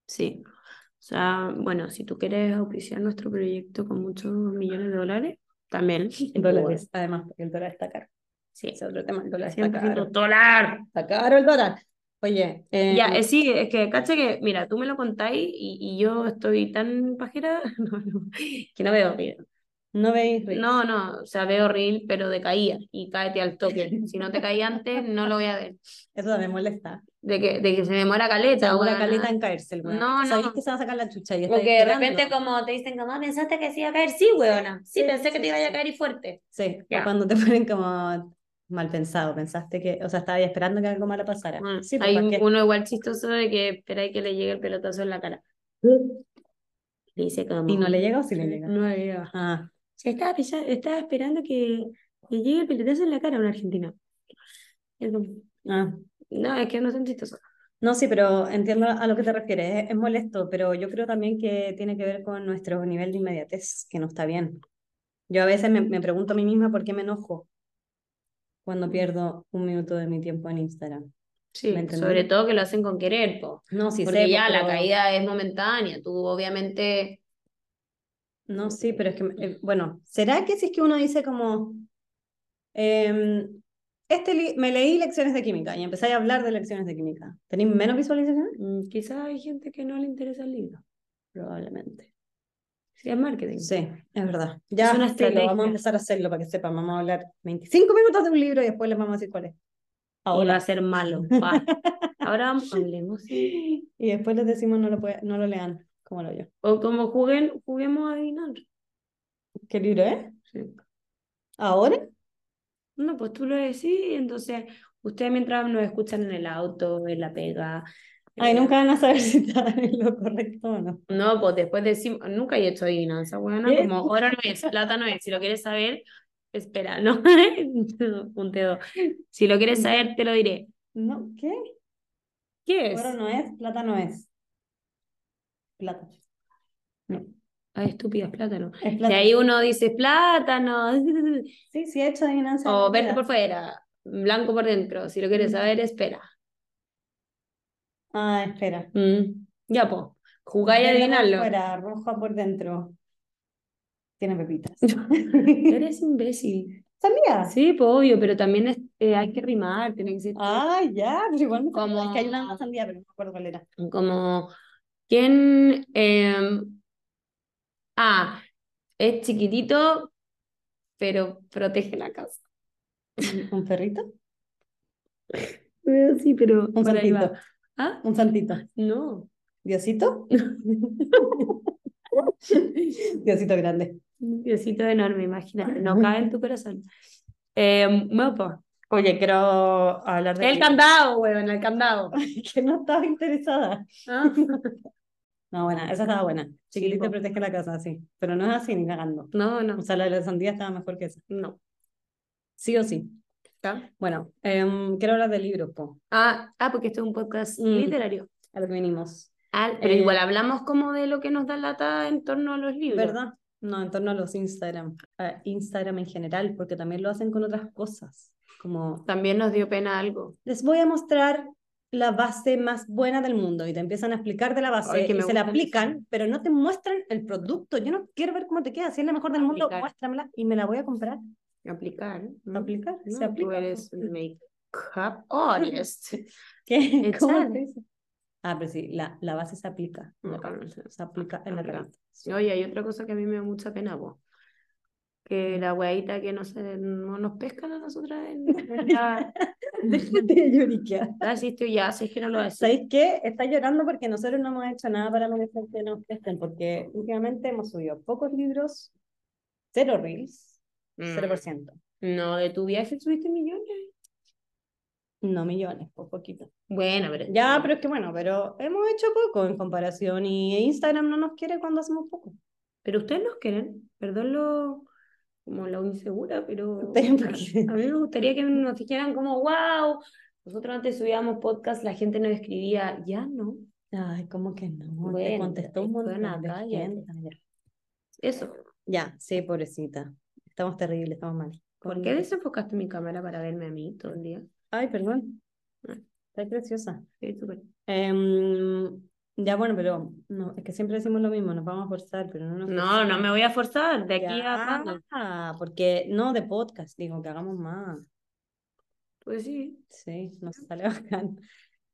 Speaker 2: Sí. O sea, bueno, si tú quieres auspiciar nuestro proyecto con muchos millones de dólares,
Speaker 1: <laughs>
Speaker 2: también.
Speaker 1: Dólares, además, porque el dólar está caro.
Speaker 2: Sí.
Speaker 1: Ese es otro tema, el dólar está
Speaker 2: 100%
Speaker 1: caro.
Speaker 2: dólar.
Speaker 1: Está caro el dólar. Oye, eh,
Speaker 2: Ya, eh, sí, es que, cacha que, mira, tú me lo contáis y, y yo estoy tan pajera <laughs> no, no, que no veo reel.
Speaker 1: no veis reel.
Speaker 2: No, no, o sea, veo reel, pero de caída y cáete al toque.
Speaker 1: <laughs>
Speaker 2: Si no te caí antes, no lo voy a ver.
Speaker 1: Eso me molesta.
Speaker 2: De que, de que se demora
Speaker 1: Se
Speaker 2: caleta,
Speaker 1: demora
Speaker 2: weona.
Speaker 1: caleta en caerse el weón.
Speaker 2: No, no.
Speaker 1: Sabéis que se va a sacar la chucha y
Speaker 2: O
Speaker 1: estáis
Speaker 2: que de
Speaker 1: esperando.
Speaker 2: repente como te dicen como, "Ah, pensaste que se iba a caer, sí, weona. Sí,
Speaker 1: sí,
Speaker 2: pensé que
Speaker 1: sí,
Speaker 2: te iba
Speaker 1: sí.
Speaker 2: a caer y fuerte.
Speaker 1: Sí, o
Speaker 2: Ya.
Speaker 1: cuando te <laughs> ponen como mal pensado, pensaste que, o sea, estabas esperando que algo malo pasara.
Speaker 2: Bueno,
Speaker 1: Sí, pues,
Speaker 2: Mm, hay
Speaker 1: ¿para qué?
Speaker 2: uno igual chistoso de que esperáis que le llegue el pelotazo en la cara. Le dice como,
Speaker 1: ¿Y no le llega o sí le llega?
Speaker 2: no le llega.
Speaker 1: Ah,
Speaker 2: Se estaba, pesa- estaba esperando que le llegue el pelotazo en la cara a un argentino. Y él como,
Speaker 1: ah.
Speaker 2: No, es que no son chistosos.
Speaker 1: No, sí, pero entiendo a lo que te refieres. Es, es molesto, pero yo creo también que tiene que ver con nuestro nivel de inmediatez, que no está bien. Yo a veces me, me pregunto a mí misma por qué me enojo cuando pierdo un minuto de mi tiempo en Instagram.
Speaker 2: Sí,
Speaker 1: ¿Me entendí?
Speaker 2: sobre todo que lo hacen con querer, po.
Speaker 1: No, sí,
Speaker 2: Porque
Speaker 1: sé, pues,
Speaker 2: ya la
Speaker 1: pero-
Speaker 2: caída es momentánea. Tú obviamente,
Speaker 1: No, sí, pero es que, eh, bueno, ¿será que si es que uno dice como, em, este li- me leí lecciones de química y empecé a hablar de lecciones de química? ¿Tenéis menos visualizaciones?
Speaker 2: mm, quizás hay gente que no le interesa el libro.
Speaker 1: Probablemente.
Speaker 2: Sí, es marketing.
Speaker 1: Sí, es verdad. Ya,
Speaker 2: Es una
Speaker 1: filo, vamos
Speaker 2: estrategia.
Speaker 1: a empezar a hacerlo para que sepan. Vamos a hablar 25 minutos de un libro y después les vamos a decir cuál es.
Speaker 2: Ahora va a
Speaker 1: Ahora.
Speaker 2: ser malo. <laughs> pa. Ahora hablemos.
Speaker 1: Y después les decimos no lo, puede- no lo lean, como lo yo.
Speaker 2: O como juguen, juguemos a adivinar.
Speaker 1: ¿Qué libro es?
Speaker 2: Sí. Eh,
Speaker 1: ¿Ahora?
Speaker 2: No, pues tú lo decís, entonces ustedes mientras nos escuchan en el auto, en la pega.
Speaker 1: Ay,
Speaker 2: eh,
Speaker 1: nunca van a saber <laughs> si está en lo correcto o no.
Speaker 2: No, pues después decimos, nunca he hecho adivinanza, weona,
Speaker 1: ¿Eh?
Speaker 2: como oro no es, plata no es, si lo quieres saber, espera, ¿no? <laughs> Punteo. Si lo quieres saber, te lo diré.
Speaker 1: No, ¿qué?
Speaker 2: ¿Qué es?
Speaker 1: Oro no es, plata no es. Plata.
Speaker 2: Ay, estúpida, es plátano.
Speaker 1: Es
Speaker 2: Si
Speaker 1: plata.
Speaker 2: ahí uno dice plátano, <laughs>
Speaker 1: Sí, sí, he hecho adivinanza.
Speaker 2: o
Speaker 1: de
Speaker 2: verde
Speaker 1: vida.
Speaker 2: por fuera, blanco por dentro, si lo
Speaker 1: Mm.
Speaker 2: quieres saber, espera.
Speaker 1: Ah, espera.
Speaker 2: Mm, Ya, pues, jugáis a
Speaker 1: Verde por
Speaker 2: adivinarlo.
Speaker 1: fuera, roja por dentro. Tiene
Speaker 2: <laughs>
Speaker 1: pepitas.
Speaker 2: Eres imbécil.
Speaker 1: ¿Sabías?
Speaker 2: Sí, pues obvio, pero también es- eh, hay que rimar, tiene que ser
Speaker 1: Ah, ya, pero igual me acuerdo,
Speaker 2: Como-
Speaker 1: es que hay una sandía, pero no me acuerdo cuál era.
Speaker 2: como quién eh, ah es chiquitito pero protege la casa
Speaker 1: ¿Un, un perrito?
Speaker 2: <laughs> Eh, sí pero
Speaker 1: Un
Speaker 2: por ahí va.
Speaker 1: santito,
Speaker 2: ah
Speaker 1: un santito.
Speaker 2: no <laughs>
Speaker 1: ¿Diosito? Diosito grande.
Speaker 2: un diosito enorme imagínate no cae en tu corazón eh, bueno, pues,
Speaker 1: Oye, quiero hablar de
Speaker 2: el candado weón el candado
Speaker 1: <laughs> que no estaba interesada.
Speaker 2: Ah,
Speaker 1: No, buena, esa estaba buena. Chiquitito
Speaker 2: po.
Speaker 1: protege la casa, sí. Pero no es así ni cagando.
Speaker 2: no no
Speaker 1: O sea, la de la sandía estaba mejor que esa.
Speaker 2: no
Speaker 1: Sí o sí.
Speaker 2: ¿Ya?
Speaker 1: Bueno, em, quiero hablar de libros, po,
Speaker 2: ah ah porque esto es un podcast
Speaker 1: Mm.
Speaker 2: literario
Speaker 1: a lo que venimos.
Speaker 2: Ah, pero
Speaker 1: Eh.
Speaker 2: igual hablamos como de lo que nos da lata en torno a los libros
Speaker 1: ¿Verdad? No, en torno a los Instagram, a Instagram en general, porque también lo hacen con otras cosas. Como,
Speaker 2: también nos dio pena algo
Speaker 1: les voy a mostrar la base más buena del mundo y te empiezan a explicar de la base
Speaker 2: Ay, que
Speaker 1: y
Speaker 2: me
Speaker 1: se la
Speaker 2: gustan
Speaker 1: aplican, pero no te muestran el producto. Yo no quiero ver cómo te queda. Si es la mejor del mundo,
Speaker 2: Ah, Aplicar.
Speaker 1: muéstramela y me la voy a comprar.
Speaker 2: Aplicar. ¿no?
Speaker 1: ¿Aplicar?
Speaker 2: No,
Speaker 1: ¿Se
Speaker 2: Tú
Speaker 1: aplica?
Speaker 2: eres make-up artist.
Speaker 1: ¿Qué? <laughs> ¿Cómo
Speaker 2: Echar.
Speaker 1: se dice? Ah, pero sí, la, la base se aplica. en la cara, Se aplica en la
Speaker 2: Aplicar.
Speaker 1: carita. <laughs>
Speaker 2: <laughs> Oye, hay otra cosa que a mí me da mucha pena, po. Que
Speaker 1: Mm.
Speaker 2: la weadita que no, se, no nos pescan a nosotras
Speaker 1: <laughs>
Speaker 2: en nuestra-
Speaker 1: Déjate de lloriquear.
Speaker 2: Ah, sí, estoy ya, si es que no lo decís.
Speaker 1: ¿Sabéis qué? Está llorando porque nosotros no hemos hecho nada para merecer que nos presten, porque últimamente hemos subido pocos libros, cero reels,
Speaker 2: Mm.
Speaker 1: 0%.
Speaker 2: No, de tu viaje subiste millones.
Speaker 1: No millones, por poquito.
Speaker 2: Bueno, pero.
Speaker 1: Ya, pero es que bueno, pero hemos hecho poco en comparación y Instagram no nos quiere cuando hacemos poco.
Speaker 2: Pero ustedes nos quieren. Perdón lo. Como lo insegura, pero.
Speaker 1: Ustedes, ¿por qué?
Speaker 2: A mí me gustaría que nos dijeran, como, wow. Nosotros antes subíamos podcast, la gente nos escribía, ya no.
Speaker 1: Ay, ¿cómo que no? Te
Speaker 2: Bueno,
Speaker 1: contestó un montón
Speaker 2: buena,
Speaker 1: de
Speaker 2: cállate.
Speaker 1: gente. Ya.
Speaker 2: Eso.
Speaker 1: Ya, sí, pobrecita. Estamos terribles, estamos mal.
Speaker 2: ¿Por qué desenfocaste mi cámara para verme a mí todo el día?
Speaker 1: Ay, perdón.
Speaker 2: Ah.
Speaker 1: Está preciosa.
Speaker 2: Soy súper-
Speaker 1: Em, ya, bueno, pero no, es que siempre decimos lo mismo, nos vamos a forzar, pero no nos
Speaker 2: No, no me voy a forzar. De aquí a
Speaker 1: forzamos.
Speaker 2: acá.
Speaker 1: Ya, porque no de podcast, digo, que hagamos más.
Speaker 2: Pues sí.
Speaker 1: Sí, nos sale bacán.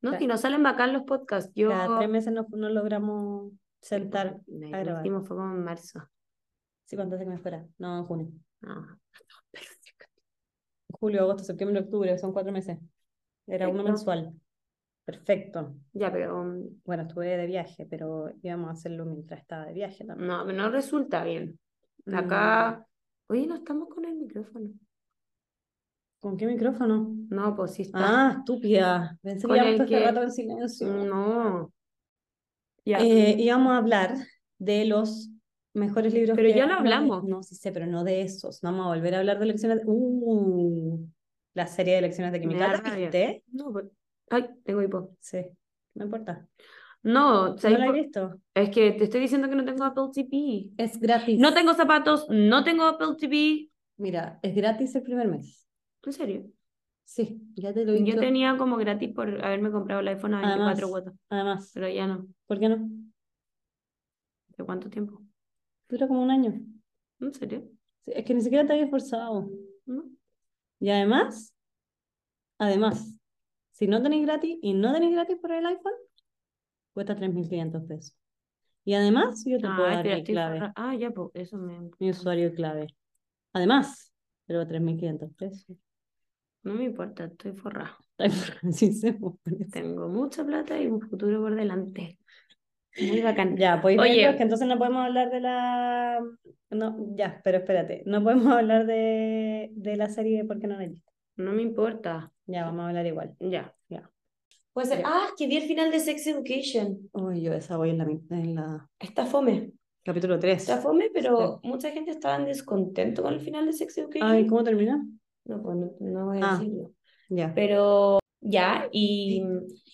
Speaker 2: No,
Speaker 1: Ya.
Speaker 2: si no salen bacán los podcasts. Yo.
Speaker 1: Cada tres meses no, no logramos sentar.
Speaker 2: Me-
Speaker 1: a
Speaker 2: lo
Speaker 1: grabar.
Speaker 2: hicimos fue como en marzo.
Speaker 1: Sí, cuánto hace que me fuera. No, en junio.
Speaker 2: No.
Speaker 1: Julio, agosto, septiembre, octubre, son cuatro meses. Era uno
Speaker 2: Perfecto.
Speaker 1: mensual. Perfecto.
Speaker 2: Ya, pero um,
Speaker 1: Bueno, estuve de viaje, pero íbamos a hacerlo mientras estaba de viaje también.
Speaker 2: no, no resulta bien. Acá.
Speaker 1: Mm.
Speaker 2: Oye, no estamos con el micrófono.
Speaker 1: ¿Con qué micrófono?
Speaker 2: No, pues sí está.
Speaker 1: Ah, estúpida. Pensé que
Speaker 2: Con
Speaker 1: íbamos
Speaker 2: el
Speaker 1: todo este
Speaker 2: que-
Speaker 1: rato en silencio.
Speaker 2: No. Ya.
Speaker 1: Eh, íbamos a hablar de los mejores libros
Speaker 2: Pero
Speaker 1: que
Speaker 2: ya lo
Speaker 1: hemos le-
Speaker 2: hablamos.
Speaker 1: No, sí sé, pero no de esos. No Vamos a volver a hablar de lecciones. Uh, la serie de lecciones de
Speaker 2: Me
Speaker 1: química.
Speaker 2: da
Speaker 1: ¿La
Speaker 2: rabia.
Speaker 1: viste?
Speaker 2: No, pues- Ay, tengo hipo.
Speaker 1: Sí, no importa.
Speaker 2: No,
Speaker 1: ¿No
Speaker 2: ¿sabes
Speaker 1: la he
Speaker 2: por-
Speaker 1: visto?
Speaker 2: es que te estoy diciendo que no tengo Apple TV.
Speaker 1: Es gratis.
Speaker 2: No tengo zapatos, no tengo Apple TV.
Speaker 1: Mira, es gratis el primer mes.
Speaker 2: En serio.
Speaker 1: Sí, ya te lo he
Speaker 2: Yo
Speaker 1: dicho.
Speaker 2: tenía como gratis por haberme comprado el iPhone a
Speaker 1: Además.
Speaker 2: 24 cuotas,
Speaker 1: Además,
Speaker 2: pero ya no.
Speaker 1: ¿por qué no?
Speaker 2: ¿De cuánto tiempo?
Speaker 1: Dura como un año.
Speaker 2: ¿En serio?
Speaker 1: Sí, Es que ni siquiera te había esforzado.
Speaker 2: No.
Speaker 1: Y además, además, si no tenéis gratis y no tenéis gratis por el iPhone, cuesta 3.500 pesos. Y además, yo te
Speaker 2: Ah,
Speaker 1: puedo
Speaker 2: espera,
Speaker 1: dar mi
Speaker 2: estoy
Speaker 1: clave,
Speaker 2: forra- Ah, ya, pues eso me...
Speaker 1: mi usuario y clave. Además, pero 3.500 pesos. <laughs>
Speaker 2: no me importa, estoy forrado.
Speaker 1: Ay, Francis, se me pone-
Speaker 2: Tengo mucha plata y un futuro por delante. <laughs> Muy bacán.
Speaker 1: Ya, pues
Speaker 2: Oye.
Speaker 1: verlos, que entonces no podemos hablar de la... No, ya, pero espérate. No podemos <laughs> hablar de, de la serie porque no la he visto.
Speaker 2: No me importa.
Speaker 1: Ya, vamos a hablar igual.
Speaker 2: Ya.
Speaker 1: Ya.
Speaker 2: Puede ser.
Speaker 1: Ya.
Speaker 2: Ah, que vi el final de Sex Education.
Speaker 1: Uy, yo esa voy en la, en la
Speaker 2: Está fome.
Speaker 1: capítulo 3.
Speaker 2: Está fome, pero mucha gente estaba en descontento con el final de Sex Education.
Speaker 1: Ay, ¿cómo termina?
Speaker 2: No, pues no, no voy a
Speaker 1: Ah.
Speaker 2: decirlo.
Speaker 1: Ya,
Speaker 2: Pero ya, y,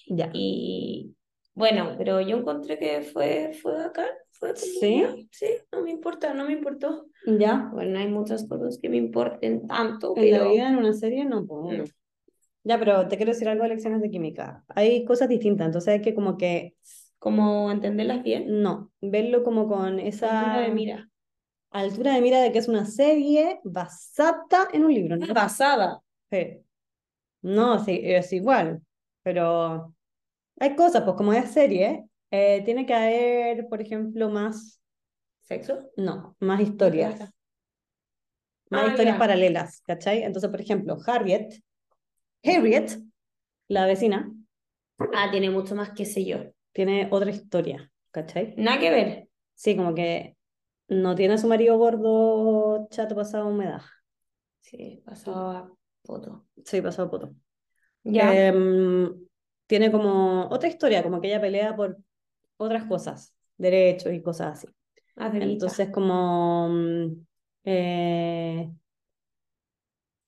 Speaker 1: ya.
Speaker 2: y bueno, pero yo encontré que fue, fue bacán. Fue como,
Speaker 1: ¿Sí?
Speaker 2: ya, Sí, no me importa, no me importó.
Speaker 1: Ya.
Speaker 2: Bueno, hay muchas cosas que me importen tanto,
Speaker 1: En la
Speaker 2: pero
Speaker 1: vida, en una serie, no puedo.
Speaker 2: No.
Speaker 1: Ya, pero te quiero decir algo de lecciones de química. Hay cosas distintas, entonces hay que como que,
Speaker 2: como entenderlas bien,
Speaker 1: no, verlo como con esa
Speaker 2: altura de mira.
Speaker 1: altura de mira de que es una serie basada en un libro, ¿no?
Speaker 2: Ah, Basada.
Speaker 1: Sí. No, sí, es igual, pero hay cosas, pues como es serie, eh, tiene que haber, por ejemplo, más,
Speaker 2: ¿Sexo?
Speaker 1: no, más historias, más
Speaker 2: Ah,
Speaker 1: historias
Speaker 2: ya.
Speaker 1: paralelas, ¿cachai? Entonces, por ejemplo, Harriet, Harriet, la vecina,
Speaker 2: Ah, tiene mucho más que sé yo.
Speaker 1: tiene otra historia, ¿cachai?
Speaker 2: Nada que ver.
Speaker 1: Sí, como que no tiene a su marido gordo, chato, pasado humedad.
Speaker 2: Sí, pasaba foto.
Speaker 1: Sí, pasado poto.
Speaker 2: Ya.
Speaker 1: Em, tiene como otra historia, como que ella pelea por otras cosas, derechos y cosas así.
Speaker 2: ah, feminista.
Speaker 1: Entonces, como... mm, eh,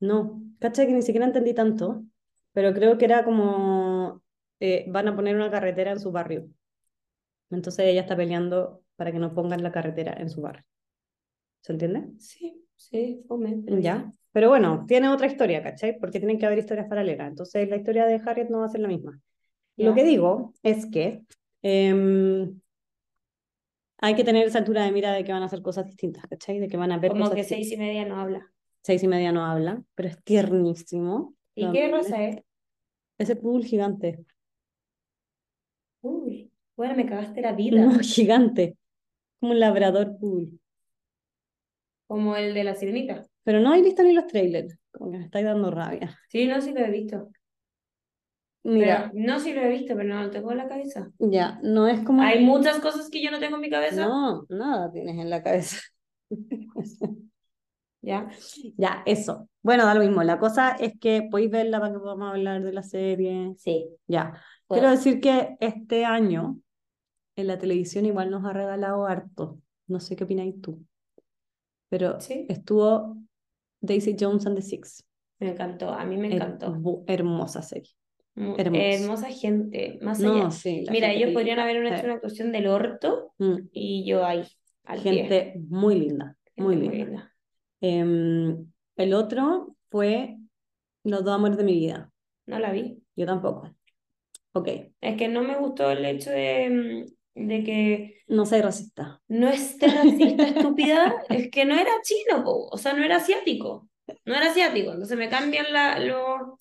Speaker 1: no, caché que ni siquiera entendí tanto, pero creo que era como... eh, van a poner una carretera en su barrio. Entonces ella está peleando para que no pongan la carretera en su barrio. ¿Se entiende?
Speaker 2: Sí, sí, fome. pero
Speaker 1: Ya. Pero bueno, tiene otra historia, ¿cachai? Porque tienen que haber historias paralelas. Entonces la historia de Harriet no va a ser la misma. Lo
Speaker 2: Ya.
Speaker 1: que digo es que em, hay que tener esa altura de mira de que van a hacer cosas distintas, ¿cachai? De que van a ver
Speaker 2: Como
Speaker 1: cosas
Speaker 2: que
Speaker 1: distintas.
Speaker 2: seis y media no habla.
Speaker 1: Seis y media no habla, pero es tiernísimo.
Speaker 2: ¿Y
Speaker 1: Lo
Speaker 2: qué eh?
Speaker 1: amé.
Speaker 2: rosa es?
Speaker 1: Ese poodle gigante.
Speaker 2: Uy, bueno, me cagaste la vida.
Speaker 1: No, <laughs> gigante. Como un labrador poodle.
Speaker 2: Como el de la sirenita.
Speaker 1: Pero no he visto ni los trailers. Como que me estáis dando rabia.
Speaker 2: Sí, no, sí lo he visto.
Speaker 1: Mira,
Speaker 2: Pero- no, sí lo he visto, pero no lo tengo en la cabeza.
Speaker 1: ya, no es como...
Speaker 2: Hay muchas cosas que yo no tengo en mi cabeza.
Speaker 1: No, nada tienes en la
Speaker 2: <laughs>
Speaker 1: cabeza.
Speaker 2: Ya.
Speaker 1: Ya, eso. Bueno, da lo mismo. La cosa es que podéis verla para que podamos hablar de la serie.
Speaker 2: Sí.
Speaker 1: Ya.
Speaker 2: puedo.
Speaker 1: Quiero decir que este año en la televisión igual nos ha regalado harto. No sé qué opináis tú. Pero
Speaker 2: Sí.
Speaker 1: estuvo Daisy Jones and the Six.
Speaker 2: Me encantó, a mí me
Speaker 1: Her-
Speaker 2: encantó.
Speaker 1: bu- hermosa serie.
Speaker 2: Mm,
Speaker 1: Eh, hermoso.
Speaker 2: Hermosa gente. Más
Speaker 1: No,
Speaker 2: allá.
Speaker 1: sí, la
Speaker 2: Mira,
Speaker 1: gente
Speaker 2: ellos
Speaker 1: que-
Speaker 2: podrían haber hecho
Speaker 1: sí.
Speaker 2: una actuación del orto
Speaker 1: Mm,
Speaker 2: y yo ahí, al pie.
Speaker 1: gente muy linda,
Speaker 2: Gente
Speaker 1: muy linda. Em, el otro fue Los dos amores de mi vida.
Speaker 2: No la vi.
Speaker 1: Yo tampoco. Ok,
Speaker 2: Es que no me gustó el hecho de, mm, de que
Speaker 1: no soy racista.
Speaker 2: no es
Speaker 1: <laughs>
Speaker 2: racista, estúpida. Es que no era chino, po. o sea, no era asiático. No era asiático. Entonces me cambian la, lo-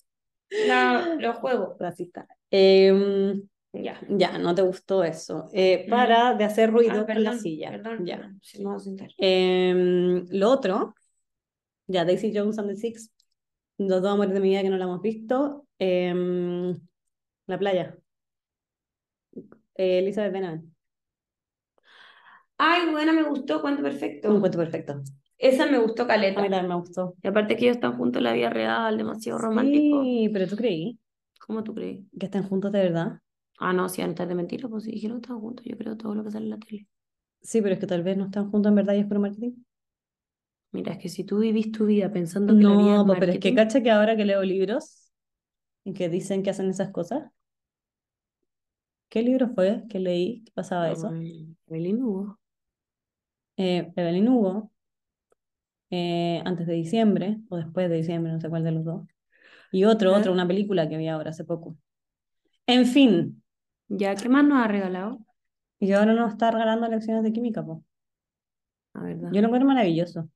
Speaker 2: la- los juegos.
Speaker 1: Racista. Em,
Speaker 2: Ya.
Speaker 1: Ya, no te gustó eso. Eh, para de hacer ruido
Speaker 2: Mm. Ah,
Speaker 1: con la
Speaker 2: perdón,
Speaker 1: silla.
Speaker 2: Perdón,
Speaker 1: Ya.
Speaker 2: perdón, sí, me voy a sentar.
Speaker 1: Em, lo otro, ya, Daisy Jones and the Six, Los dos amores de mi vida que no la hemos visto. Em, la playa. Eh, Elizabeth Benavent.
Speaker 2: Ay, buena, me gustó, cuento perfecto.
Speaker 1: Un cuento perfecto.
Speaker 2: Esa me gustó
Speaker 1: A mí
Speaker 2: caleta.
Speaker 1: también me gustó.
Speaker 2: Y aparte que ellos están juntos en la vida real, demasiado romántico.
Speaker 1: Sí, pero tú creí
Speaker 2: ¿Cómo tú crees?
Speaker 1: que están juntos de verdad.
Speaker 2: Ah, no, si antes de mentira, pues si dijeron que estaban juntos, yo creo todo lo que sale en la tele.
Speaker 1: Sí, pero es que tal vez no están juntos en verdad y es por marketing.
Speaker 2: Mira, es que si tú vivís tu vida pensando que la vida es
Speaker 1: No, pues, pero es que
Speaker 2: marketing,
Speaker 1: cacha que ahora que leo libros y que dicen que hacen esas cosas. ¿Qué libro fue que leí que pasaba eso?
Speaker 2: Evelyn- Evelyn Hugo.
Speaker 1: eh, Evelyn Hugo, eh, antes de diciembre, o después de diciembre, no sé cuál de los dos. Y otro,
Speaker 2: Ah.
Speaker 1: otro, una película que vi ahora hace poco. En fin,
Speaker 2: Ya, ¿qué más nos ha regalado?
Speaker 1: y ahora nos está regalando lecciones de química, po.
Speaker 2: La verdad.
Speaker 1: Yo lo encuentro maravilloso.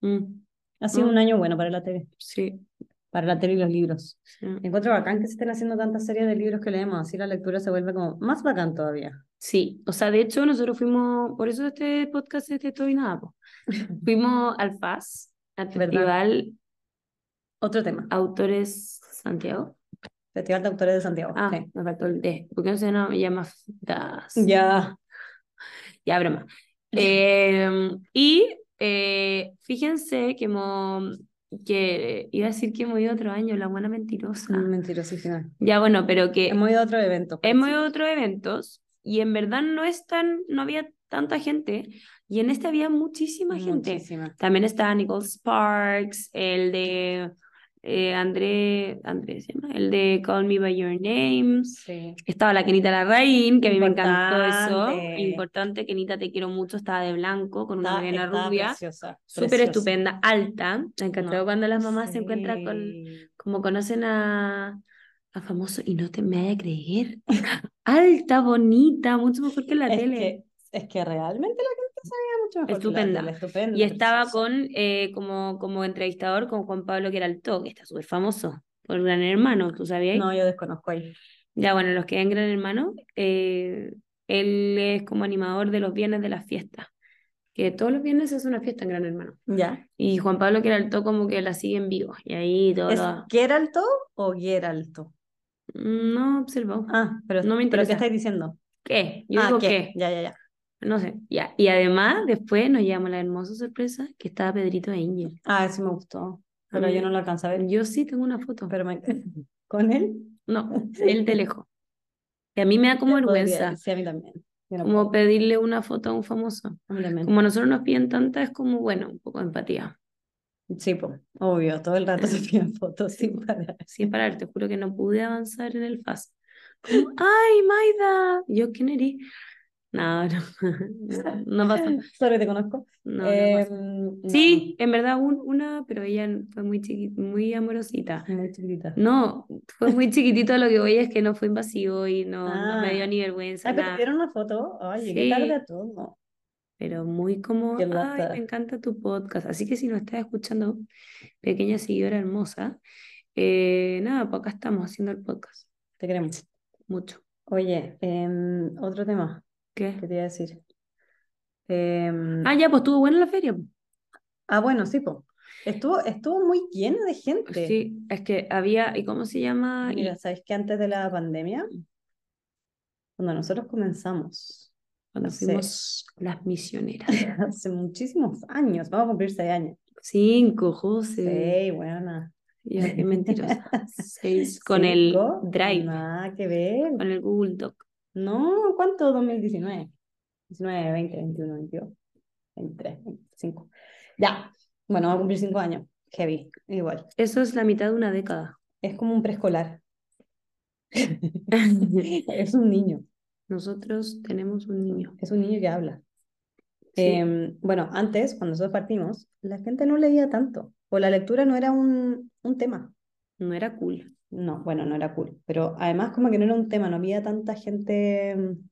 Speaker 2: Mm,
Speaker 1: Ha sido
Speaker 2: Mm.
Speaker 1: un año bueno para la tele,
Speaker 2: sí,
Speaker 1: para la tele y los libros.
Speaker 2: sí.
Speaker 1: Encuentro bacán que se estén haciendo tantas series de libros que leemos, así la lectura se vuelve como más bacán todavía.
Speaker 2: Sí, o sea, de hecho nosotros fuimos, por eso este podcast es de todo y nada, <laughs> po. Fuimos al FAS, al
Speaker 1: ¿Verdad?
Speaker 2: Festival
Speaker 1: Otro tema,
Speaker 2: Autores Santiago.
Speaker 1: Festival de Autores de Santiago.
Speaker 2: Ah,
Speaker 1: sí.
Speaker 2: me faltó el D, porque no se llama- llama FAS.
Speaker 1: Ya,
Speaker 2: Ya, broma. Eh, y eh, fíjense que, mo- que iba a decir que hemos ido otro año, la buena mentirosa.
Speaker 1: Mentirosísima.
Speaker 2: Ya, bueno, pero que
Speaker 1: Hemos ido a otro evento.
Speaker 2: hemos ido a otros eventos y en verdad no es tan, no había tanta gente y en este había muchísima gente.
Speaker 1: Muchísima.
Speaker 2: También está Nicole Sparks, el de eh, André, André se llama, el de Call Me By Your Name.
Speaker 1: Sí.
Speaker 2: Estaba la Kenita Larraín, que a mí me encantó eso.
Speaker 1: Importante.
Speaker 2: Importante, Kenita, te quiero mucho. Estaba de blanco, con una
Speaker 1: Está-
Speaker 2: melena
Speaker 1: está
Speaker 2: rubia.
Speaker 1: Preciosa.
Speaker 2: Súper
Speaker 1: preciosa.
Speaker 2: estupenda, alta. Me encantó
Speaker 1: No,
Speaker 2: cuando las mamás se
Speaker 1: Sí.
Speaker 2: encuentran con, como conocen a, a famoso y no te me vaya a creer. <laughs> Alta, bonita, mucho mejor que en la
Speaker 1: Es
Speaker 2: tele.
Speaker 1: que, es que realmente la gente se veía mucho mejor. que la
Speaker 2: Estupenda.
Speaker 1: tele, estupenda,
Speaker 2: Y estaba
Speaker 1: preciosa.
Speaker 2: con, eh, como, como entrevistador con Juan Pablo Queraltó, que está súper famoso por Gran Hermano, ¿tú sabías?
Speaker 1: No, yo desconozco ahí.
Speaker 2: Ya, bueno, los que en Gran Hermano, eh, él es como animador de los viernes de las fiestas, que todos los viernes es una fiesta en Gran Hermano.
Speaker 1: Ya.
Speaker 2: Y Juan Pablo Queraltó como que la sigue en vivo, y ahí todo
Speaker 1: ¿Es
Speaker 2: lo-
Speaker 1: Geralto o Geralto?
Speaker 2: mm, No observó.
Speaker 1: Ah, pero,
Speaker 2: No me
Speaker 1: pero
Speaker 2: interesa.
Speaker 1: ¿qué estáis diciendo?
Speaker 2: ¿Qué? Yo
Speaker 1: ah,
Speaker 2: digo
Speaker 1: ¿qué?
Speaker 2: qué.
Speaker 1: Ya, ya, ya.
Speaker 2: No sé. Ya. Y además, después nos llevamos la hermosa sorpresa que estaba Pedrito e Angel.
Speaker 1: Ah, eso me gustó. Pero
Speaker 2: mí-
Speaker 1: yo no lo alcancé a ver.
Speaker 2: Yo sí tengo una foto.
Speaker 1: Pero me- <laughs> ¿Con él? <laughs>
Speaker 2: No, él de lejos. Que a mí me da como
Speaker 1: Podría-
Speaker 2: vergüenza,
Speaker 1: Sí, a mí también. Yo no
Speaker 2: como pedirle una foto a un famoso.
Speaker 1: puedo, a mí también.
Speaker 2: Como a nosotros nos piden tanta, es como, bueno, un poco de empatía.
Speaker 1: Sí, po, obvio, todo el rato <laughs> se piden fotos sin
Speaker 2: <laughs>
Speaker 1: parar.
Speaker 2: Sin parar, te juro que no pude avanzar en el fast. Como, ¡ay, Maida! Yo, ¿quién eres? No, <laughs> no, no pasó. No,
Speaker 1: Solo que te conozco.
Speaker 2: no
Speaker 1: Eh,
Speaker 2: pasó.
Speaker 1: no,
Speaker 2: Sí, en verdad un- una, pero ella fue muy chiqui- muy amorosita.
Speaker 1: no, muy chiquitita.
Speaker 2: No, fue muy chiquitito lo que voy es que no fue invasivo y no, no me dio
Speaker 1: Ah.
Speaker 2: ni vergüenza.
Speaker 1: Ay, pero te
Speaker 2: nada.
Speaker 1: dieron una foto. Oye, qué tarde
Speaker 2: Sí.
Speaker 1: a todo.
Speaker 2: pero muy como,
Speaker 1: Qué
Speaker 2: ay,
Speaker 1: lata.
Speaker 2: me encanta tu podcast. Así que si nos estás escuchando, pequeña seguidora hermosa, eh, nada, pues acá estamos haciendo el podcast.
Speaker 1: Te queremos.
Speaker 2: Mucho.
Speaker 1: Oye, em, otro tema
Speaker 2: ¿Qué?
Speaker 1: que te iba a decir. Em,
Speaker 2: Ah, ya, pues estuvo buena la feria. po.
Speaker 1: ah, bueno, sí, po. Estuvo, estuvo muy lleno de gente.
Speaker 2: Sí, es que había, ¿y cómo se llama? Y-
Speaker 1: Mira, ¿sabes que antes de la pandemia, cuando nosotros comenzamos,
Speaker 2: cuando
Speaker 1: sí.
Speaker 2: fuimos las
Speaker 1: <laughs>
Speaker 2: misioneras. <laughs>
Speaker 1: hace muchísimos años, vamos a cumplir seis años.
Speaker 2: Cinco, José.
Speaker 1: Sí, buena.
Speaker 2: Ya,
Speaker 1: <laughs>
Speaker 2: qué mentirosa. Seis. Con el
Speaker 1: Cinco,
Speaker 2: Drive,
Speaker 1: Nada que ver.
Speaker 2: con el Google Doc.
Speaker 1: No, ¿cuánto? 2019. 19, 20, 21, 22, 23, 25. Ya. Bueno, va a cumplir cinco años. Heavy, igual.
Speaker 2: Eso es la mitad de una década. <laughs>
Speaker 1: Es como un preescolar. Es un niño.
Speaker 2: Nosotros tenemos un niño.
Speaker 1: Es un niño que habla.
Speaker 2: Sí.
Speaker 1: Em, bueno, antes, cuando nosotros partimos, la gente no leía tanto. O la lectura no era un, un tema.
Speaker 2: No era cool.
Speaker 1: No, bueno, no era cool. Pero además, como que no era un tema, no había tanta gente mm,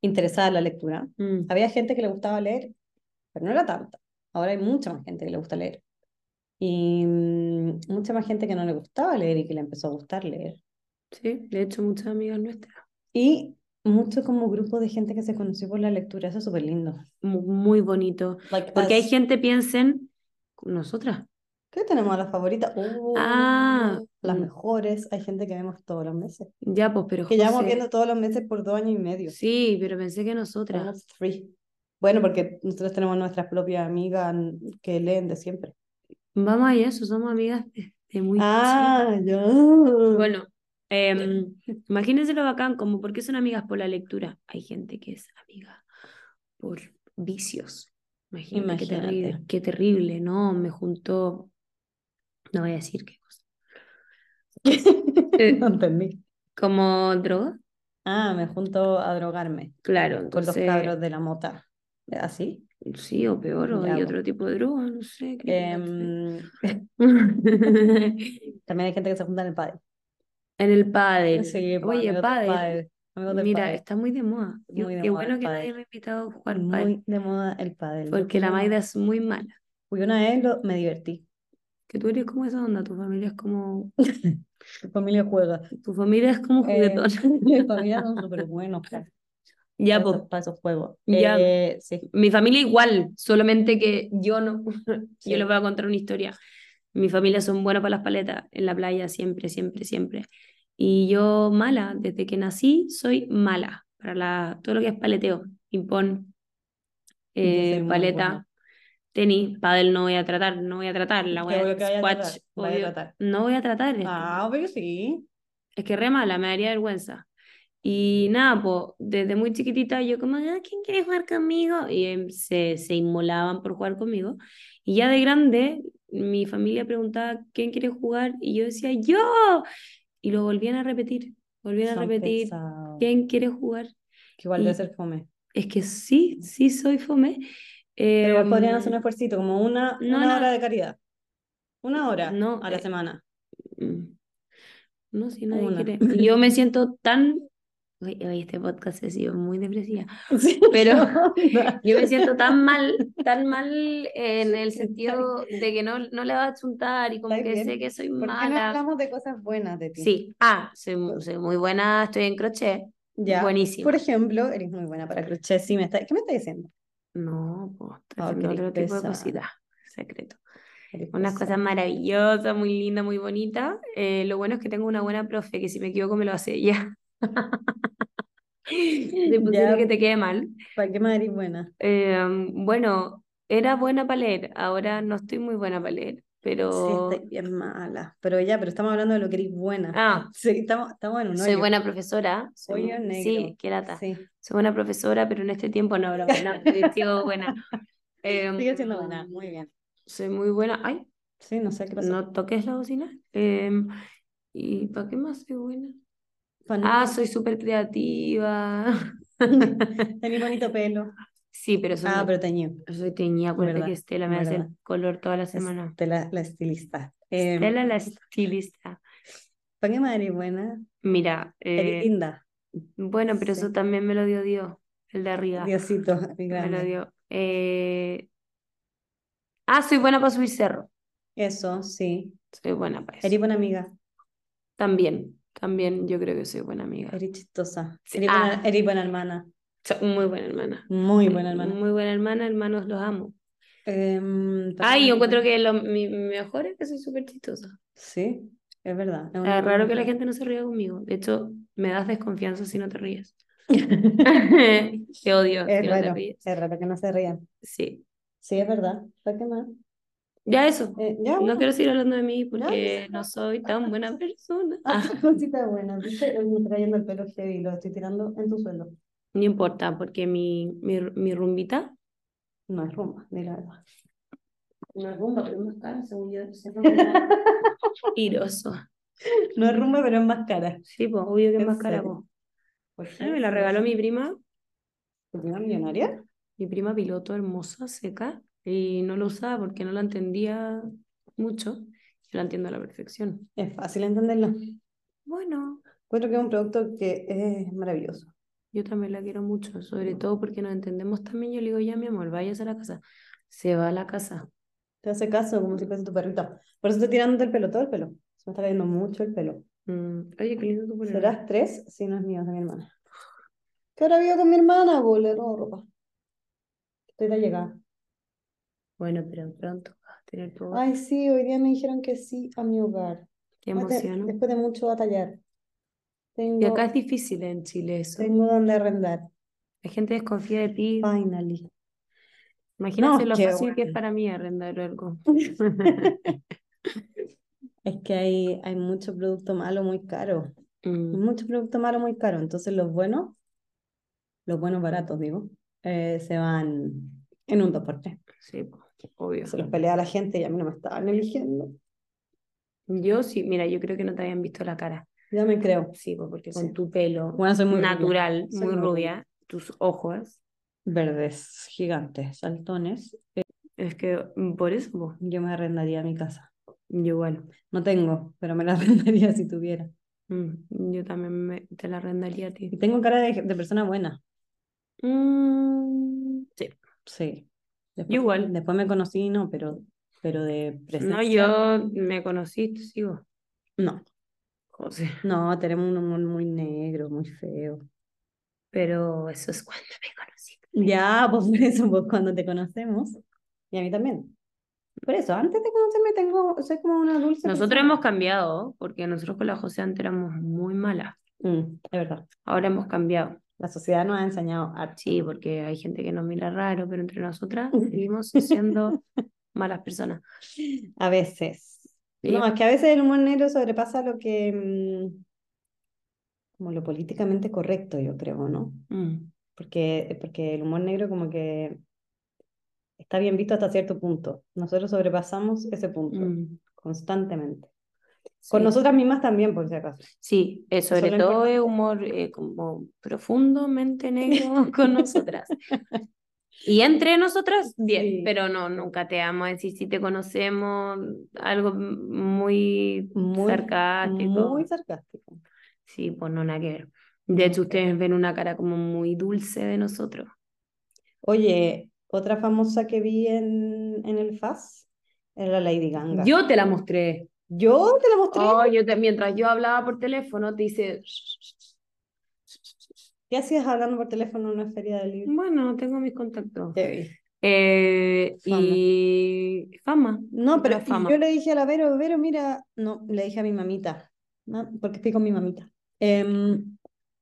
Speaker 1: interesada en la lectura.
Speaker 2: Mm.
Speaker 1: Había gente que le gustaba leer, pero no era tanta. Ahora hay mucha más gente que le gusta leer. Y mm, mucha más gente que no le gustaba leer y que le empezó a gustar leer.
Speaker 2: Sí, de hecho, muchas amigas nuestras.
Speaker 1: Y mucho como grupo de gente que se conoció por la lectura. Eso es súper lindo.
Speaker 2: Mu- Muy bonito.
Speaker 1: Like
Speaker 2: Porque hay
Speaker 1: us.
Speaker 2: gente, piensen, nosotras.
Speaker 1: ¿Qué tenemos a las favoritas? Uh,
Speaker 2: Ah.
Speaker 1: las mejores. Hay gente que vemos todos los meses.
Speaker 2: Ya, pues, pero
Speaker 1: Que llevamos
Speaker 2: José,
Speaker 1: viendo todos los meses por dos años y medio.
Speaker 2: Sí, pero pensé que nosotras.
Speaker 1: Somos Ah, free. Bueno, porque nosotros tenemos nuestras propias amigas que leen de siempre.
Speaker 2: Vamos allá, eso, somos amigas de, de muy
Speaker 1: Ah, ya. <laughs>
Speaker 2: chico. Bueno, em, imagínense lo bacán, como porque son amigas por la lectura. Hay gente que es amiga por vicios. Imagínate, Qué
Speaker 1: Imagínate.
Speaker 2: terrible, qué terrible, ¿no? Me juntó. No voy a decir qué
Speaker 1: <laughs>
Speaker 2: cosa. Eh,
Speaker 1: No entendí.
Speaker 2: como droga.
Speaker 1: Ah, me junto a drogarme
Speaker 2: Claro,
Speaker 1: con los
Speaker 2: entonces-
Speaker 1: cabros de la mota. ¿Así?
Speaker 2: Sí, o peor, o
Speaker 1: Ya,
Speaker 2: hay
Speaker 1: bueno.
Speaker 2: otro tipo de droga, no sé. creo
Speaker 1: Em,
Speaker 2: que-
Speaker 1: <laughs> también hay gente que se junta en el pádel.
Speaker 2: <laughs> En el pádel.
Speaker 1: Sí, pues,
Speaker 2: Oye,
Speaker 1: amigos del
Speaker 2: pádel.
Speaker 1: Amigos del
Speaker 2: Mira,
Speaker 1: pádel.
Speaker 2: está muy de moda. Yo-
Speaker 1: Muy de
Speaker 2: qué
Speaker 1: moda el
Speaker 2: bueno que
Speaker 1: pádel.
Speaker 2: nadie me ha invitado a jugar pádel,
Speaker 1: Muy de moda el pádel. Yo
Speaker 2: porque
Speaker 1: fui
Speaker 2: la
Speaker 1: una-
Speaker 2: Maida es muy mala.
Speaker 1: fui una vez, lo- me divertí.
Speaker 2: Que tú eres como esa onda, tu familia es como
Speaker 1: Mi familia juega.
Speaker 2: <laughs> tu familia es como
Speaker 1: Eh,
Speaker 2: juguetona. <laughs>
Speaker 1: mi familia son súper buenos para,
Speaker 2: Ya,
Speaker 1: para
Speaker 2: pues,
Speaker 1: esos, para esos juegos.
Speaker 2: Ya.
Speaker 1: Eh, sí.
Speaker 2: mi familia igual, solamente que yo no. <laughs>
Speaker 1: Sí.
Speaker 2: Yo les voy a contar una historia. Mi familia son buenas para las paletas, en la playa siempre, siempre, siempre. Y yo mala, desde que nací soy mala para la, todo lo que es paleteo. ping-pong, eh,
Speaker 1: Entonces, muy
Speaker 2: paleta,
Speaker 1: bueno.
Speaker 2: tenis, pádel no voy a tratar, no voy a tratar, la
Speaker 1: Que
Speaker 2: voy a
Speaker 1: obvio que vaya a
Speaker 2: squash,
Speaker 1: tratar, vaya a
Speaker 2: obvio,
Speaker 1: tratar.
Speaker 2: no voy a tratar, es-
Speaker 1: Ah, obvio que sí.
Speaker 2: es que re mala, me daría vergüenza. Y nada, po, desde muy chiquitita yo como, "Ah, ¿quién quiere jugar conmigo? Y em, se, se inmolaban por jugar conmigo. Y ya de grande, mi familia preguntaba, ¿quién quiere jugar? Y yo decía, yo. Y lo volvían a repetir, volvían a
Speaker 1: Son
Speaker 2: repetir, em,
Speaker 1: pesados.
Speaker 2: ¿quién quiere jugar?
Speaker 1: Que igual debe
Speaker 2: Y-
Speaker 1: ser fome.
Speaker 2: Es que sí, sí soy fome.
Speaker 1: Pero igual podrían
Speaker 2: Em,
Speaker 1: hacer un esfuercito, como una,
Speaker 2: no,
Speaker 1: una
Speaker 2: no.
Speaker 1: hora de caridad. Una hora
Speaker 2: No,
Speaker 1: a la
Speaker 2: eh,
Speaker 1: semana.
Speaker 2: Mm. No, si nadie
Speaker 1: Una.
Speaker 2: quiere.
Speaker 1: <laughs>
Speaker 2: Yo me siento tan. Uy, uy, este podcast ha sido muy depresiva.
Speaker 1: <laughs> Sí,
Speaker 2: Pero
Speaker 1: ¿qué onda?
Speaker 2: <laughs> yo me siento tan mal, tan mal en el sentido de que no, no le va a chuntar y como
Speaker 1: Está
Speaker 2: que
Speaker 1: bien.
Speaker 2: sé que soy
Speaker 1: ¿Por qué no
Speaker 2: mala.
Speaker 1: hablamos de cosas buenas de ti?
Speaker 2: Sí, ah, soy, mu- soy muy buena, estoy en crochet.
Speaker 1: Ya.
Speaker 2: Buenísimo.
Speaker 1: Por ejemplo, eres muy buena para crochet. Sí, me está... ¿Qué me estás diciendo?
Speaker 2: No, pues, estoy
Speaker 1: Ah,
Speaker 2: haciendo
Speaker 1: qué
Speaker 2: otro tipo de
Speaker 1: pesada.
Speaker 2: cositas. Secreto.
Speaker 1: Eres
Speaker 2: Unas
Speaker 1: pesada.
Speaker 2: cosas maravillosas, muy lindas, muy bonitas. Eh, lo bueno es que tengo una buena profe que si me equivoco me lo hace ella. <laughs> Es
Speaker 1: Ya.
Speaker 2: posible que te quede mal.
Speaker 1: ¿Para qué más eres buena?
Speaker 2: Eh, bueno, era buena para leer, ahora no estoy muy buena para leer,
Speaker 1: Sí,
Speaker 2: pero...
Speaker 1: estás bien mala. Pero ya, pero estamos hablando de lo que eres buena.
Speaker 2: Ah,
Speaker 1: <laughs> Sí, estamos, estamos en un
Speaker 2: soy
Speaker 1: hoyo.
Speaker 2: buena profesora. soy-
Speaker 1: Hoyo negro.
Speaker 2: Sí, qué lata.
Speaker 1: Sí.
Speaker 2: Soy buena profesora, pero en este tiempo no, broma, no, he
Speaker 1: <laughs>
Speaker 2: sido buena. Eh,
Speaker 1: Sigue siendo buena. Muy bien.
Speaker 2: Soy muy buena. Ay,
Speaker 1: Sí, no sé qué pasó.
Speaker 2: no toques la bocina. Eh, ¿y para qué más soy buena?
Speaker 1: Pa-
Speaker 2: Ah, soy súper creativa. <laughs>
Speaker 1: <laughs> Tenés bonito pelo.
Speaker 2: Sí, pero soy,
Speaker 1: Ah, pero teñido.
Speaker 2: soy teñida. Acuérdate
Speaker 1: verdad,
Speaker 2: que Estela me hace
Speaker 1: verdad.
Speaker 2: el color toda la
Speaker 1: Es-
Speaker 2: semana.
Speaker 1: Te la, la estilista. Eh,
Speaker 2: Estela la estilista.
Speaker 1: ¿Para qué más eres buena?
Speaker 2: Mira,
Speaker 1: Eres
Speaker 2: eh,
Speaker 1: linda.
Speaker 2: bueno, pero
Speaker 1: sí.
Speaker 2: eso también me lo dio Dios, el de arriba.
Speaker 1: Diosito, mi
Speaker 2: Me lo
Speaker 1: grande.
Speaker 2: dio. Eh, Ah, soy buena para subir cerro.
Speaker 1: Eso, sí.
Speaker 2: Soy buena para eso.
Speaker 1: Eres buena amiga.
Speaker 2: También, también yo creo que soy buena amiga.
Speaker 1: Eres chistosa.
Speaker 2: Sí,
Speaker 1: Eres,
Speaker 2: ah.
Speaker 1: buena, eres buena hermana.
Speaker 2: Soy muy buena hermana.
Speaker 1: Muy buena hermana.
Speaker 2: Muy buena hermana, hermanos, los amo.
Speaker 1: Em, ¿para qué más
Speaker 2: Ay,
Speaker 1: eres
Speaker 2: yo encuentro
Speaker 1: buena?
Speaker 2: que lo mi- mi mejor es que soy súper chistosa.
Speaker 1: Sí, es verdad. Es una
Speaker 2: Es Ah, raro que la
Speaker 1: buena-
Speaker 2: gente no se ría conmigo. De hecho, me das desconfianza si no te <laughs> ríes. Te odio si
Speaker 1: <laughs> Es
Speaker 2: no te
Speaker 1: raro.
Speaker 2: ríes.
Speaker 1: Es raro que no se rían.
Speaker 2: Sí.
Speaker 1: Sí, es verdad. ¿Para qué más?
Speaker 2: Ya eso.
Speaker 1: Eh, ya,
Speaker 2: No
Speaker 1: bueno.
Speaker 2: quiero seguir hablando de mí
Speaker 1: Ya,
Speaker 2: porque no soy tan buena persona.
Speaker 1: <laughs> Ah, cosita buena. ¿Viste? Me está cayendo el pelo heavy. Lo estoy tirando en tu suelo.
Speaker 2: No importa, porque mi, mi, mi rumbita.
Speaker 1: No es rumba, di la verdad.
Speaker 2: Una rumba, pero más cara, según yo. <laughs>
Speaker 1: No es rumba, pero es más cara.
Speaker 2: Sí, pues, obvio que es
Speaker 1: ¿En
Speaker 2: más cara.
Speaker 1: serio?
Speaker 2: po. Ay, Ah, me la regaló mi prima,
Speaker 1: ¿Tu prima millonaria?
Speaker 2: mi prima piloto hermosa, seca, y no lo usaba porque no la entendía mucho. Yo la entiendo a la perfección.
Speaker 1: Es fácil entenderlo.
Speaker 2: Bueno,
Speaker 1: Encuentro que es un producto que es maravilloso.
Speaker 2: yo también la quiero mucho, sobre todo porque nos entendemos también. Yo le digo, ya, mi amor, váyase a la casa. Se va a la casa.
Speaker 1: Te hace caso como si fuese tu perrita. Por eso estoy tirando el pelo, todo el pelo. Se me está cayendo mucho el pelo.
Speaker 2: Mm, Oye, qué lindo tu polera.
Speaker 1: Serás tres si no es mío, es de mi hermana. ¿Qué hora vivo con mi hermana? boludo? Le robo ropa. Estoy de llegada.
Speaker 2: Bueno, pero pronto vas a tener tu hogar.
Speaker 1: Ay, sí, hoy día me dijeron que sí a mi hogar.
Speaker 2: Qué
Speaker 1: Más de-
Speaker 2: emoción.
Speaker 1: después de mucho batallar.
Speaker 2: Y acá
Speaker 1: Tengo,
Speaker 2: es difícil en Chile eso.
Speaker 1: tengo donde arrendar.
Speaker 2: La gente desconfía de ti.
Speaker 1: Finally.
Speaker 2: Imagínate
Speaker 1: No,
Speaker 2: lo
Speaker 1: qué
Speaker 2: fácil que es
Speaker 1: bueno.
Speaker 2: para mí arrendar
Speaker 1: <laughs>
Speaker 2: algo. <laughs>
Speaker 1: Es que hay, hay mucho producto malo muy caro.
Speaker 2: Mm,
Speaker 1: Mucho producto malo muy caro. Entonces los buenos, los buenos baratos, digo, eh, se van en un 2x3.
Speaker 2: sí, po, obvio.
Speaker 1: Se los pelea a la gente y a mí no me estaban eligiendo.
Speaker 2: Yo sí, mira, yo creo que no te habían visto la cara.
Speaker 1: Ya me creo.
Speaker 2: Sí, po, porque
Speaker 1: Sí.
Speaker 2: con tu pelo
Speaker 1: Bueno, soy muy rubia.
Speaker 2: natural,
Speaker 1: Soy
Speaker 2: muy
Speaker 1: muy rubia.
Speaker 2: rubia, tus ojos,
Speaker 1: Verdes, gigantes, saltones.
Speaker 2: es que mm, por eso, po,
Speaker 1: Yo me arrendaría mi casa.
Speaker 2: yo igual.
Speaker 1: No tengo, pero me la <laughs> arrendaría si tuviera.
Speaker 2: Mm, yo también me- te la arrendaría a
Speaker 1: Y
Speaker 2: ti.
Speaker 1: tengo cara de, de persona buena.
Speaker 2: Mm, sí.
Speaker 1: Sí. Después,
Speaker 2: Yo igual.
Speaker 1: Después me conocí, no, pero, pero de presencia.
Speaker 2: No, yo me conocí, sigo.
Speaker 1: No,
Speaker 2: José. <laughs>
Speaker 1: no, tenemos un humor muy negro, muy feo.
Speaker 2: Pero eso es cuando me conocí.
Speaker 1: Ya, pues <laughs> por eso, pues cuando te conocemos. Y a mí también. Por eso, antes de conocerme, tengo, soy como una dulce.
Speaker 2: Nosotros
Speaker 1: persona.
Speaker 2: hemos cambiado, porque nosotros con la José antes éramos muy malas.
Speaker 1: Mm, es verdad.
Speaker 2: Ahora hemos cambiado.
Speaker 1: La sociedad nos ha enseñado a
Speaker 2: Sí, porque hay gente que nos mira raro, pero entre <laughs> nosotras vivimos siendo malas personas. Eh,
Speaker 1: A veces.
Speaker 2: Sí.
Speaker 1: No, es que a veces el humor negro sobrepasa lo que... mm, como lo políticamente correcto, yo creo, ¿no?
Speaker 2: Mm.
Speaker 1: Porque, porque el humor negro como que está bien visto hasta cierto punto. Nosotros sobrepasamos ese punto
Speaker 2: Mm.
Speaker 1: constantemente.
Speaker 2: Sí.
Speaker 1: Con nosotras mismas también, por si acaso.
Speaker 2: Sí, eh, sobre
Speaker 1: Solo
Speaker 2: todo
Speaker 1: importante.
Speaker 2: es humor eh, como profundamente negro con nosotras. Y entre nosotras, bien,
Speaker 1: Sí.
Speaker 2: pero no, nunca te amo a decir si te conocemos, algo m- muy,
Speaker 1: Muy,
Speaker 2: sarcástico.
Speaker 1: muy sarcástico.
Speaker 2: Sí, pues no nada que ver. De hecho, ustedes ven una cara como muy dulce de nosotros.
Speaker 1: Oye, otra famosa que vi en, en el FAS era la Lady Gaga.
Speaker 2: Yo te la mostré.
Speaker 1: Yo te la mostré.
Speaker 2: Oh, yo te- mientras yo hablaba por teléfono, te hice.
Speaker 1: ¿Qué hacías hablando por teléfono en una feria de libros?
Speaker 2: Bueno, tengo mis contactos.
Speaker 1: Te vi.
Speaker 2: Eh,
Speaker 1: Fama.
Speaker 2: y fama.
Speaker 1: No, pero
Speaker 2: La
Speaker 1: y
Speaker 2: fama.
Speaker 1: yo le dije a la Vero, Vero, mira, no, le dije a mi mamita, ¿no? porque estoy con mi mamita. Em,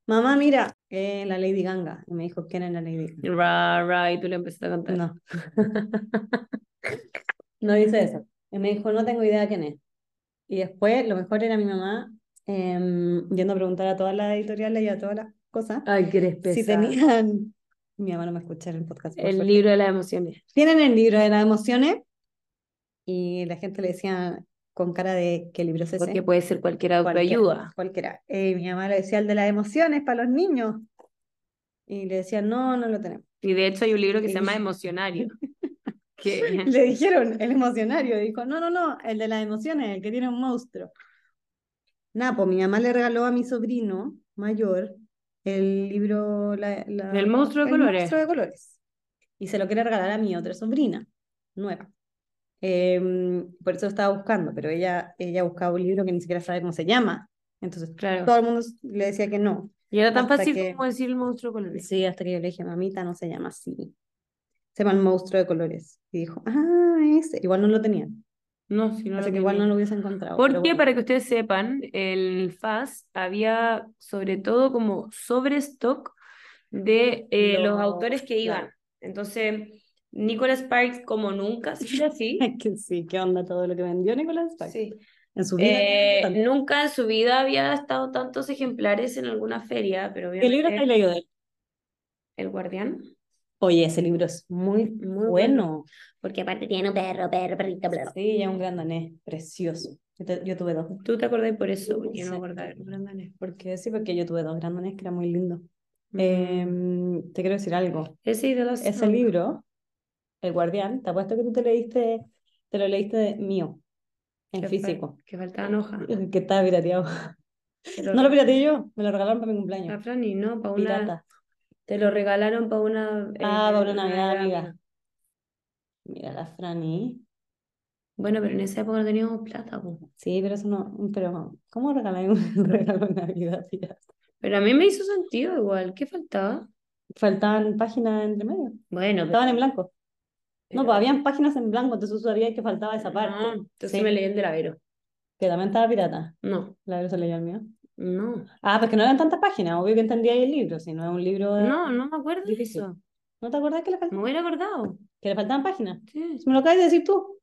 Speaker 1: mamá, mira, eh, la Lady Gaga. Y me dijo, ¿quién es la Lady Gaga?
Speaker 2: Ra, ra, y tú le empezaste a cantar.
Speaker 1: No. <laughs> No dice eso. Y me dijo, no tengo idea quién es. Y después, lo mejor era mi mamá em, yendo a preguntar a todas las editoriales y a todas las cosas
Speaker 2: Ay, que eres
Speaker 1: si
Speaker 2: pesada.
Speaker 1: tenían. Mi mamá no me escucha en el podcast. <laughs> por
Speaker 2: El
Speaker 1: suerte.
Speaker 2: libro de las emociones.
Speaker 1: Tienen el libro de las emociones y la gente le decía con cara de qué libro es ese.
Speaker 2: Porque puede ser cualquier autoayuda.
Speaker 1: Cualquiera. Eh, mi mamá le decía el de las emociones para los niños. Y le decía, no, no lo tenemos.
Speaker 2: Y de hecho hay un libro que se
Speaker 1: Sí. <laughs>
Speaker 2: llama Emocionario. que-
Speaker 1: Le dijeron el emocionario. y dijo, no, no, no, el de las emociones, el que tiene un monstruo. Nada, pues mi mamá le regaló a mi sobrino mayor el libro. La, la-
Speaker 2: El monstruo de
Speaker 1: el
Speaker 2: colores.
Speaker 1: monstruo de colores. Y se lo quiere regalar a mi otra sobrina, nueva. Eh, por eso lo estaba buscando, pero ella, ella buscaba un libro que ni siquiera sabe cómo se llama. Entonces
Speaker 2: <laughs> Claro.
Speaker 1: todo el mundo le decía que no.
Speaker 2: Y era tan
Speaker 1: Hasta
Speaker 2: fácil
Speaker 1: que-
Speaker 2: como decir el monstruo con el
Speaker 1: Sí, hasta que yo le dije, mamita, no se llama así. Se llama el monstruo de colores. Y dijo, ah, ese. Igual no lo tenían.
Speaker 2: No, si no
Speaker 1: así
Speaker 2: lo
Speaker 1: que igual no
Speaker 2: tenía.
Speaker 1: lo hubiese encontrado.
Speaker 2: Porque,
Speaker 1: pero bueno.
Speaker 2: para que ustedes sepan, el FAS había sobre todo como sobrestock de eh, los
Speaker 1: Los-
Speaker 2: autores que iban.
Speaker 1: claro.
Speaker 2: Entonces, Nicholas Sparks, como nunca, sigue así.
Speaker 1: <laughs> Es que sí, qué onda todo lo que vendió Nicolás Sparks.
Speaker 2: Sí.
Speaker 1: En su vida.
Speaker 2: Eh,
Speaker 1: tanto.
Speaker 2: nunca en su vida había estado tantos ejemplares en alguna feria, pero
Speaker 1: ¿Qué libro estáis
Speaker 2: obviamente
Speaker 1: leído de él?
Speaker 2: El Guardián.
Speaker 1: Oye, ese libro es muy,
Speaker 2: Muy
Speaker 1: bueno.
Speaker 2: Porque aparte tiene un perro, perro, perrito, bla, bla.
Speaker 1: Sí, ya un gran danés, precioso. Yo, te- yo tuve dos.
Speaker 2: ¿Tú te acordás por eso? Porque yo
Speaker 1: Sí.
Speaker 2: no me acordaba de los grandanes.
Speaker 1: Porque sí, porque yo tuve dos gran danés que era muy lindo.
Speaker 2: Mm.
Speaker 1: Em, te quiero decir algo.
Speaker 2: Ese y The Last
Speaker 1: ese
Speaker 2: Song.
Speaker 1: libro, El Guardián, te apuesto que tú te leíste, te lo leíste de- mío, en
Speaker 2: Que fal-
Speaker 1: físico,
Speaker 2: Que faltaban
Speaker 1: <laughs>
Speaker 2: hojas.
Speaker 1: que estaba pirateado. <laughs> No lo pirateé yo, me lo regalaron para mi
Speaker 2: A
Speaker 1: cumpleaños.
Speaker 2: Franny, no, para Ah, una.
Speaker 1: Pirata.
Speaker 2: Te lo regalaron para una.
Speaker 1: Ah,
Speaker 2: eh,
Speaker 1: para una Navidad,
Speaker 2: Navidad,
Speaker 1: amiga. Mira la ¿eh? Franny.
Speaker 2: Bueno, pero en esa época no teníamos plata, po.
Speaker 1: Sí, pero eso no, pero ¿cómo regalar <laughs> un regalo de Navidad, pirata?
Speaker 2: Pero a mí me hizo sentido igual. ¿Qué faltaba?
Speaker 1: Faltaban páginas entre medio,
Speaker 2: Bueno,
Speaker 1: estaban en blanco. No,
Speaker 2: pero-
Speaker 1: pues habían páginas en blanco, entonces tú sabías que faltaba esa parte,
Speaker 2: No, Ah, entonces
Speaker 1: Sí.
Speaker 2: me leí el de la Vero.
Speaker 1: que también estaba pirata.
Speaker 2: No,
Speaker 1: La verdad se leía el mío.
Speaker 2: no.
Speaker 1: Ah, pues que no eran tantas páginas, obvio que entendía ahí el libro, si no es un libro de...
Speaker 2: No, no me acuerdo de
Speaker 1: Ah, Difícil.
Speaker 2: eso.
Speaker 1: ¿No te acordás que le, fal-
Speaker 2: Me hubiera acordado.
Speaker 1: que le faltaban páginas?
Speaker 2: Sí.
Speaker 1: ¿Me lo acabas de decir tú?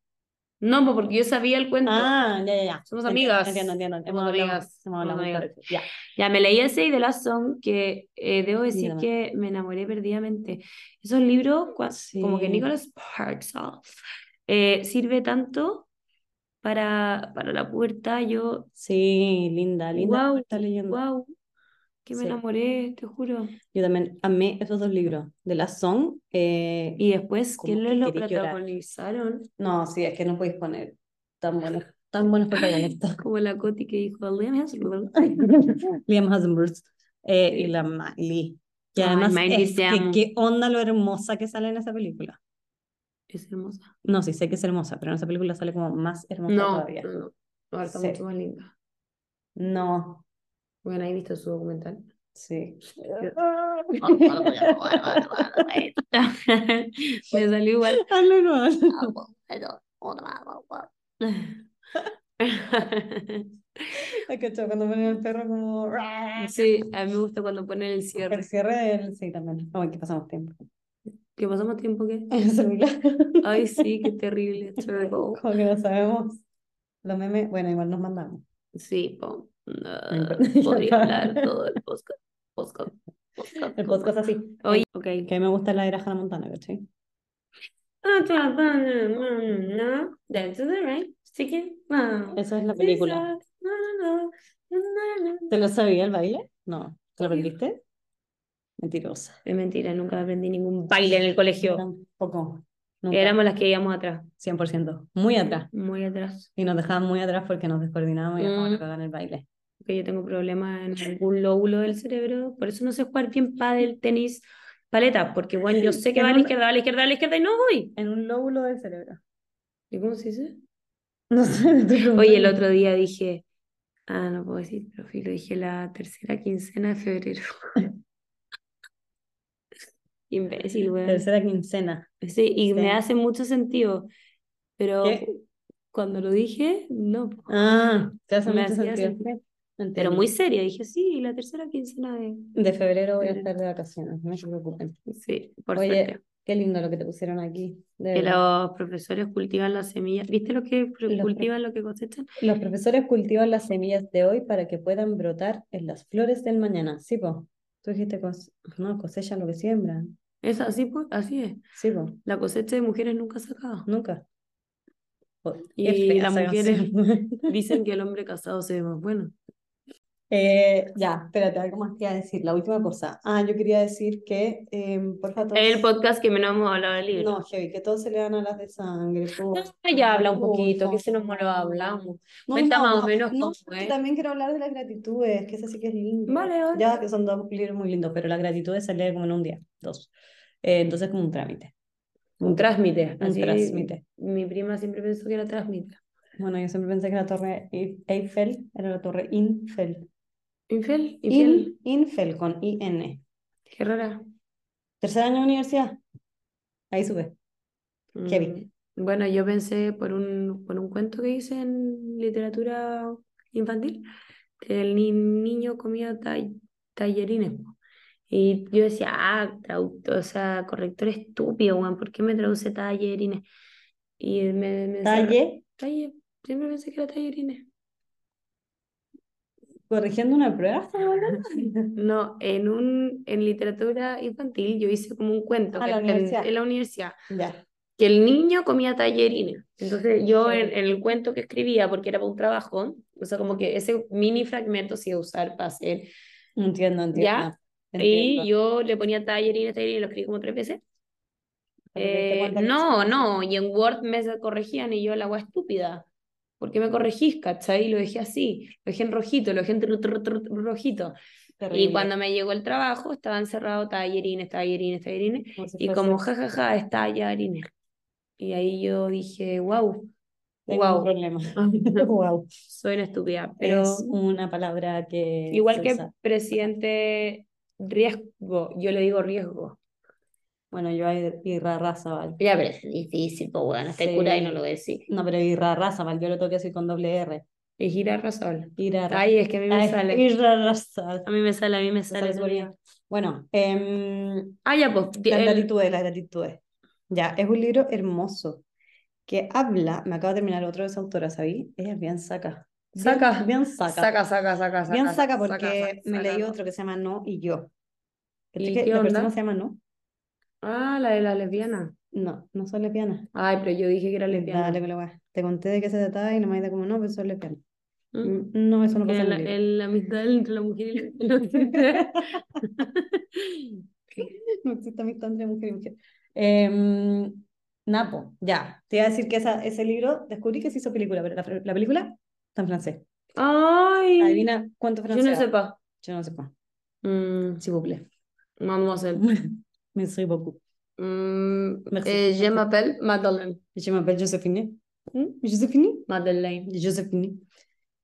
Speaker 2: No, pues porque yo sabía el cuento.
Speaker 1: Ah, ya, ya, ya.
Speaker 2: Somos
Speaker 1: Enti-
Speaker 2: amigas.
Speaker 1: Entiendo, entiendo.
Speaker 2: Somos
Speaker 1: Hemos hablado-
Speaker 2: amigas.
Speaker 1: hemos hablado
Speaker 2: Somos
Speaker 1: mucho
Speaker 2: amigas.
Speaker 1: de eso. Ya.
Speaker 2: Ya me leí ese y The Last Song, que eh, debo decir
Speaker 1: Mira.
Speaker 2: que me enamoré perdidamente. Esos libros, cua- como que
Speaker 1: Sí.
Speaker 2: Nicholas Sparks ah, eh, sirve tanto para, para la pubertad. Yo,
Speaker 1: Sí, linda, linda.
Speaker 2: Guau,
Speaker 1: está leyendo.
Speaker 2: wow, que me
Speaker 1: Sí.
Speaker 2: enamoré, te juro.
Speaker 1: Yo también amé esos dos libros. De la Song. eh,
Speaker 2: Y después,
Speaker 1: Como
Speaker 2: ¿quiénes
Speaker 1: que
Speaker 2: lo
Speaker 1: querí llorar.
Speaker 2: protagonizaron?
Speaker 1: No, sí, es que no podéis poner tan buenos, tan buenos protagonistas.
Speaker 2: Como la Coti que dijo, Liam Hemsworth.
Speaker 1: <laughs> Liam Hemsworth eh, y
Speaker 2: Sí.
Speaker 1: la Miley. Y
Speaker 2: Ay,
Speaker 1: además,
Speaker 2: Miley,
Speaker 1: es
Speaker 2: te
Speaker 1: que
Speaker 2: amo.
Speaker 1: qué onda lo hermosa que sale en esa película.
Speaker 2: Es hermosa.
Speaker 1: No, sí, sé que es hermosa, pero en esa película sale como más hermosa
Speaker 2: No,
Speaker 1: todavía.
Speaker 2: no, no. Ahora está
Speaker 1: Sí.
Speaker 2: mucho más linda.
Speaker 1: No,
Speaker 2: Bueno, ahí he visto
Speaker 1: <laughs>
Speaker 2: su documental. <laughs>
Speaker 1: Sí.
Speaker 2: <laughs> Me Pues salió
Speaker 1: <laughs>
Speaker 2: igual.
Speaker 1: <laughs> Hazlo Ah, igual. Ay, cacho, cuando ponen al perro como...
Speaker 2: <laughs> Sí, a mí me gusta cuando ponen el
Speaker 1: El
Speaker 2: cierre.
Speaker 1: cierre del... Sí, también. Ay, que pasamos tiempo. <laughs>
Speaker 2: Que pasamos tiempo que.
Speaker 1: En el celular.
Speaker 2: Ay, sí, qué
Speaker 1: <laughs>
Speaker 2: terrible. terrible.
Speaker 1: Como que no sabemos. Los memes, bueno, igual nos mandamos.
Speaker 2: Sí, po. No,
Speaker 1: importa.
Speaker 2: podría hablar todo el podcast. podcast, podcast,
Speaker 1: El podcast así.
Speaker 2: Oye, ok.
Speaker 1: Que a mí me gusta la de Hannah Montana, ¿cachai?
Speaker 2: Dance to the right, chicken. Wow.
Speaker 1: Esa es la película. ¿Te lo sabía el baile? No. ¿Te lo
Speaker 2: Obvio.
Speaker 1: aprendiste? Mentirosa.
Speaker 2: Es mentira, nunca aprendí ningún baile en el colegio.
Speaker 1: Tampoco. Nunca.
Speaker 2: Éramos las que íbamos atrás,
Speaker 1: 100%. Muy atrás.
Speaker 2: muy atrás.
Speaker 1: Y nos dejaban muy atrás porque nos descoordinábamos y dejábamos la
Speaker 2: Mm.
Speaker 1: cagada en el baile.
Speaker 2: Porque yo tengo problemas en algún lóbulo del cerebro. Por eso no sé jugar bien pádel, tenis, paleta. Porque bueno, yo sé que
Speaker 1: En
Speaker 2: va a la
Speaker 1: un-
Speaker 2: izquierda, va a la izquierda, va a la izquierda y no voy.
Speaker 1: En un lóbulo del cerebro.
Speaker 2: ¿Y cómo se dice?
Speaker 1: <laughs> No sé.
Speaker 2: Oye, el otro día dije, ah, no puedo decir, pero filo, dije la tercera quincena
Speaker 1: <laughs>
Speaker 2: de febrero. Imbécil, weón.
Speaker 1: Tercera quincena.
Speaker 2: Sí, y me
Speaker 1: Sí.
Speaker 2: hace mucho sentido, pero
Speaker 1: ¿Qué?
Speaker 2: cuando lo dije, no. po.
Speaker 1: Ah, te hace
Speaker 2: Me
Speaker 1: mucho
Speaker 2: hacía
Speaker 1: sentido.
Speaker 2: sentir- Pero
Speaker 1: Entiendo.
Speaker 2: muy seria, dije, sí, la tercera quincena de...
Speaker 1: De febrero voy a
Speaker 2: Febrero.
Speaker 1: estar de vacaciones, no se preocupen.
Speaker 2: Sí, por
Speaker 1: Oye,
Speaker 2: suerte.
Speaker 1: Qué lindo lo que te pusieron aquí. de
Speaker 2: Que
Speaker 1: verdad.
Speaker 2: los profesores cultivan las semillas. ¿Viste eh, los que pro-
Speaker 1: Los
Speaker 2: cultivan lo que cosechan?
Speaker 1: Los profesores cultivan las semillas de hoy para que puedan brotar en las flores del mañana. Sí, po. Tú dijiste, cos- no, cosechan lo que siembran.
Speaker 2: Es así, pues, así es.
Speaker 1: Sí, po.
Speaker 2: La cosecha de mujeres nunca se acaba. <laughs>
Speaker 1: Nunca. Po-
Speaker 2: Y
Speaker 1: es fea
Speaker 2: las
Speaker 1: esa
Speaker 2: mujeres-
Speaker 1: canción.
Speaker 2: <laughs> Dicen que el hombre casado se ve más bueno.
Speaker 1: <laughs> Eh, ya, espérate, algo más quería decir. La última cosa. Ah, yo quería decir que, em, por favor,
Speaker 2: El podcast que menos hemos hablado del libro.
Speaker 1: no, heavy, que todos se le dan alas de sangre. po.
Speaker 2: Ah, ya habla un poquito,
Speaker 1: Ufa.
Speaker 2: que ese no me lo hablamos.
Speaker 1: No,
Speaker 2: Cuenta
Speaker 1: no,
Speaker 2: más o
Speaker 1: no,
Speaker 2: menos
Speaker 1: no,
Speaker 2: cómo
Speaker 1: yo
Speaker 2: es.
Speaker 1: También quiero hablar de las gratitudes, que ese sí que es lindo.
Speaker 2: Vale, vale.
Speaker 1: Ya que son dos libros muy lindos, pero la gratitud se lee como en un día, dos. Eh, entonces como un trámite.
Speaker 2: Un trámite.
Speaker 1: Un
Speaker 2: así
Speaker 1: trámite.
Speaker 2: Mi prima siempre pensó que era trámite.
Speaker 1: Bueno, yo siempre pensé que la torre Eif- Eiffel era la torre Infel.
Speaker 2: Infiel, infiel.
Speaker 1: In- Infel con IN.
Speaker 2: Qué rara.
Speaker 1: Tercer año de universidad. Ahí sube. Heavy.
Speaker 2: Mm, Bueno, yo pensé por un, por un cuento que hice en literatura infantil, que el ni- niño comía ta- tallarines. po. Y yo decía, ah, traductor, o sea, corrector estúpido, weón, ¿por qué me traduce tallerines? Y me, me decía,
Speaker 1: Talle,
Speaker 2: talle, siempre pensé que era tallerines.
Speaker 1: corrigiendo una prueba, ¿estamos hablando?
Speaker 2: No, en un, en literatura infantil yo hice como un cuento
Speaker 1: Ah,
Speaker 2: que
Speaker 1: la
Speaker 2: en-
Speaker 1: universidad.
Speaker 2: en la universidad.
Speaker 1: <laughs> Ya.
Speaker 2: que el niño comía tallerines. Entonces yo
Speaker 1: Sí.
Speaker 2: en, en el cuento que escribía, porque era para un trabajo, o sea, como que ese mini fragmento se iba a usar para hacer.
Speaker 1: Entiendo, entiendo.
Speaker 2: Ya.
Speaker 1: Entiendo.
Speaker 2: Y yo le ponía tallerines, tallerines, lo escribí como tres veces.
Speaker 1: Para que te diste
Speaker 2: Eh,
Speaker 1: cuenta que
Speaker 2: no,
Speaker 1: sí.
Speaker 2: no, y en Word me corregían y yo la agua estúpida. ¿Por qué me corregís, cachai? Y lo dejé así, lo dejé en rojito, lo dejé en tru- tru- tru- tru- rojito. Y
Speaker 1: Terrible.
Speaker 2: cuando me llegó el trabajo, estaban cerrados tallerines, tallerines, tallerines.
Speaker 1: Como si
Speaker 2: Y
Speaker 1: fuese-
Speaker 2: como jajaja, ja, ja, es tallarines. Y ahí yo
Speaker 1: <laughs>
Speaker 2: dije, wow,
Speaker 1: Tengo un <laughs>
Speaker 2: wow,
Speaker 1: problema. Wow.
Speaker 2: soy una estúpida. Pero
Speaker 1: Es una palabra que
Speaker 2: igual
Speaker 1: se
Speaker 2: que
Speaker 1: usa.
Speaker 2: presidente riesgo, yo le digo riesgo.
Speaker 1: Bueno, yo hay irrarraza, ¿vale?
Speaker 2: Ya, pero es difícil, pues bueno,
Speaker 1: Sí.
Speaker 2: te cura y no lo decís.
Speaker 1: No, pero irrarraza, ¿vale? Yo lo toqué así con doble R.
Speaker 2: Es razón.
Speaker 1: Irarraza.
Speaker 2: Ay, es que a mí me sale. A mí me sale, a mí me
Speaker 1: sale
Speaker 2: sale.
Speaker 1: súper bien. Bueno, em,
Speaker 2: Ah, ya, pues.
Speaker 1: Las
Speaker 2: el-
Speaker 1: gratitudes, las gratitudes. Ya, es un libro hermoso que habla, me acabo de terminar otro de esa autora, ¿sabí? Ella es bien saca. Bien-
Speaker 2: Saca.
Speaker 1: Bien saca.
Speaker 2: saca, saca, saca,
Speaker 1: Bien saca
Speaker 2: saca, saca,
Speaker 1: porque
Speaker 2: saca,
Speaker 1: me
Speaker 2: saca.
Speaker 1: leí otro que se llama No y yo. ¿Cachai
Speaker 2: ¿Y
Speaker 1: que
Speaker 2: qué
Speaker 1: la
Speaker 2: onda?
Speaker 1: persona se llama No?
Speaker 2: Ah, la de las lesbianas.
Speaker 1: No, no soy lesbiana.
Speaker 2: Ay, pero yo dije que era lesbiana.
Speaker 1: Dale, con la weá. Te conté de qué se trataba y no me dijiste como no, pero soy lesbiana.
Speaker 2: ¿Mm?
Speaker 1: Mm, No, eso no pasa en
Speaker 2: En la,
Speaker 1: el libro.
Speaker 2: en la amistad entre la mujer y el hombre. <laughs>
Speaker 1: No existe amistad entre mujer y mujer. Em, Napo, ya. Te iba a decir que esa- ese libro descubrí que se hizo película, pero la, la película está en francés.
Speaker 2: Ay,
Speaker 1: Adivina cuánto
Speaker 2: yo no
Speaker 1: francés.
Speaker 2: sepa.
Speaker 1: Yo no sé cuánto.
Speaker 2: Mm,
Speaker 1: S'il vous <laughs> plaît.
Speaker 2: mademoiselle.
Speaker 1: Merci beaucoup.
Speaker 2: Mm,
Speaker 1: Merci.
Speaker 2: eh, je m'appelle Madeleine.
Speaker 1: Je m'appelle Josephine. ¿Mm? Josephine.
Speaker 2: Madeleine.
Speaker 1: Josephine.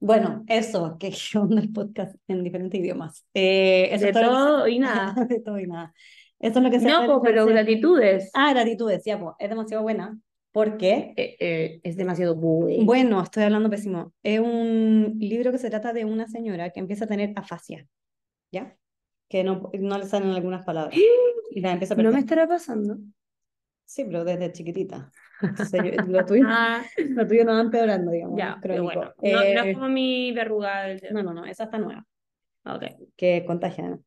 Speaker 1: Bueno, eso, que <laughs> qué onda el podcast en diferentes idiomas. Eh, eso
Speaker 2: De
Speaker 1: es todo lo que se-
Speaker 2: todo y
Speaker 1: <laughs>
Speaker 2: nada.
Speaker 1: de todo y nada. Eso es lo que se
Speaker 2: No,
Speaker 1: hace en
Speaker 2: po, pero
Speaker 1: francés.
Speaker 2: gratitudes.
Speaker 1: Ah, gratitudes, ya, po, es demasiado buena. Porque,
Speaker 2: Eh, eh, es demasiado bueno.
Speaker 1: bueno, estoy hablando pésimo, es un libro que se trata de una señora que empieza a tener afasia, ¿ya? Que no, no le salen algunas palabras. Y la empieza a
Speaker 2: No
Speaker 1: perder.
Speaker 2: me estará pasando.
Speaker 1: Sí, pero desde
Speaker 2: <laughs>
Speaker 1: chiquitita. Entonces, yo- lo, tuyo, lo tuyo no va empeorando, digamos,
Speaker 2: Ah. ya,
Speaker 1: es
Speaker 2: pero
Speaker 1: crónico.
Speaker 2: bueno. No, no
Speaker 1: Eh,
Speaker 2: es como mi verruga del dedo.
Speaker 1: no, no, no, esa está nueva,
Speaker 2: Ok.
Speaker 1: que contagia. ¿no?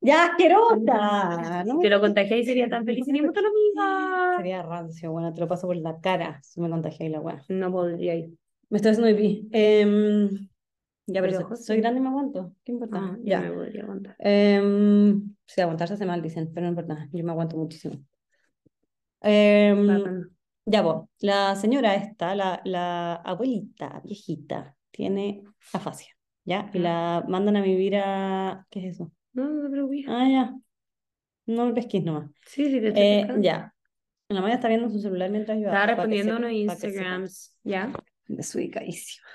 Speaker 1: ¡Ya asquerosa! No me
Speaker 2: Te lo contagié y sería tan feliz. Sería la amiga.
Speaker 1: Sería rancio, bueno, te lo paso por la cara si me contagié la weá.
Speaker 2: No podría ir.
Speaker 1: Me estoy haciendo pipí. Em, ya, pero
Speaker 2: Los
Speaker 1: so-
Speaker 2: ojos,
Speaker 1: soy
Speaker 2: sí.
Speaker 1: grande y me aguanto. ¿Qué importa?
Speaker 2: Ah,
Speaker 1: ya.
Speaker 2: ya me podría aguantar.
Speaker 1: Em, sí, aguantarse hace mal, dicen, pero no importa, yo me aguanto muchísimo. Em,
Speaker 2: Bacán.
Speaker 1: ya, vos, la señora esta, la, la abuelita viejita, tiene afasia, ¿ya? Y
Speaker 2: Ah.
Speaker 1: la mandan a vivir a... ¿Qué es eso?
Speaker 2: No, no te preocupes.
Speaker 1: Ah, ya. No lo pesquís nomás.
Speaker 2: Sí, sí, te estoy
Speaker 1: Eh,
Speaker 2: pescando.
Speaker 1: ya. La Maya está viendo su celular mientras yo
Speaker 2: Estaba
Speaker 1: hablo, para que
Speaker 2: respondiendo a unos
Speaker 1: sepa- para que sepa.
Speaker 2: Instagrams. Ya.
Speaker 1: Desubicadísima.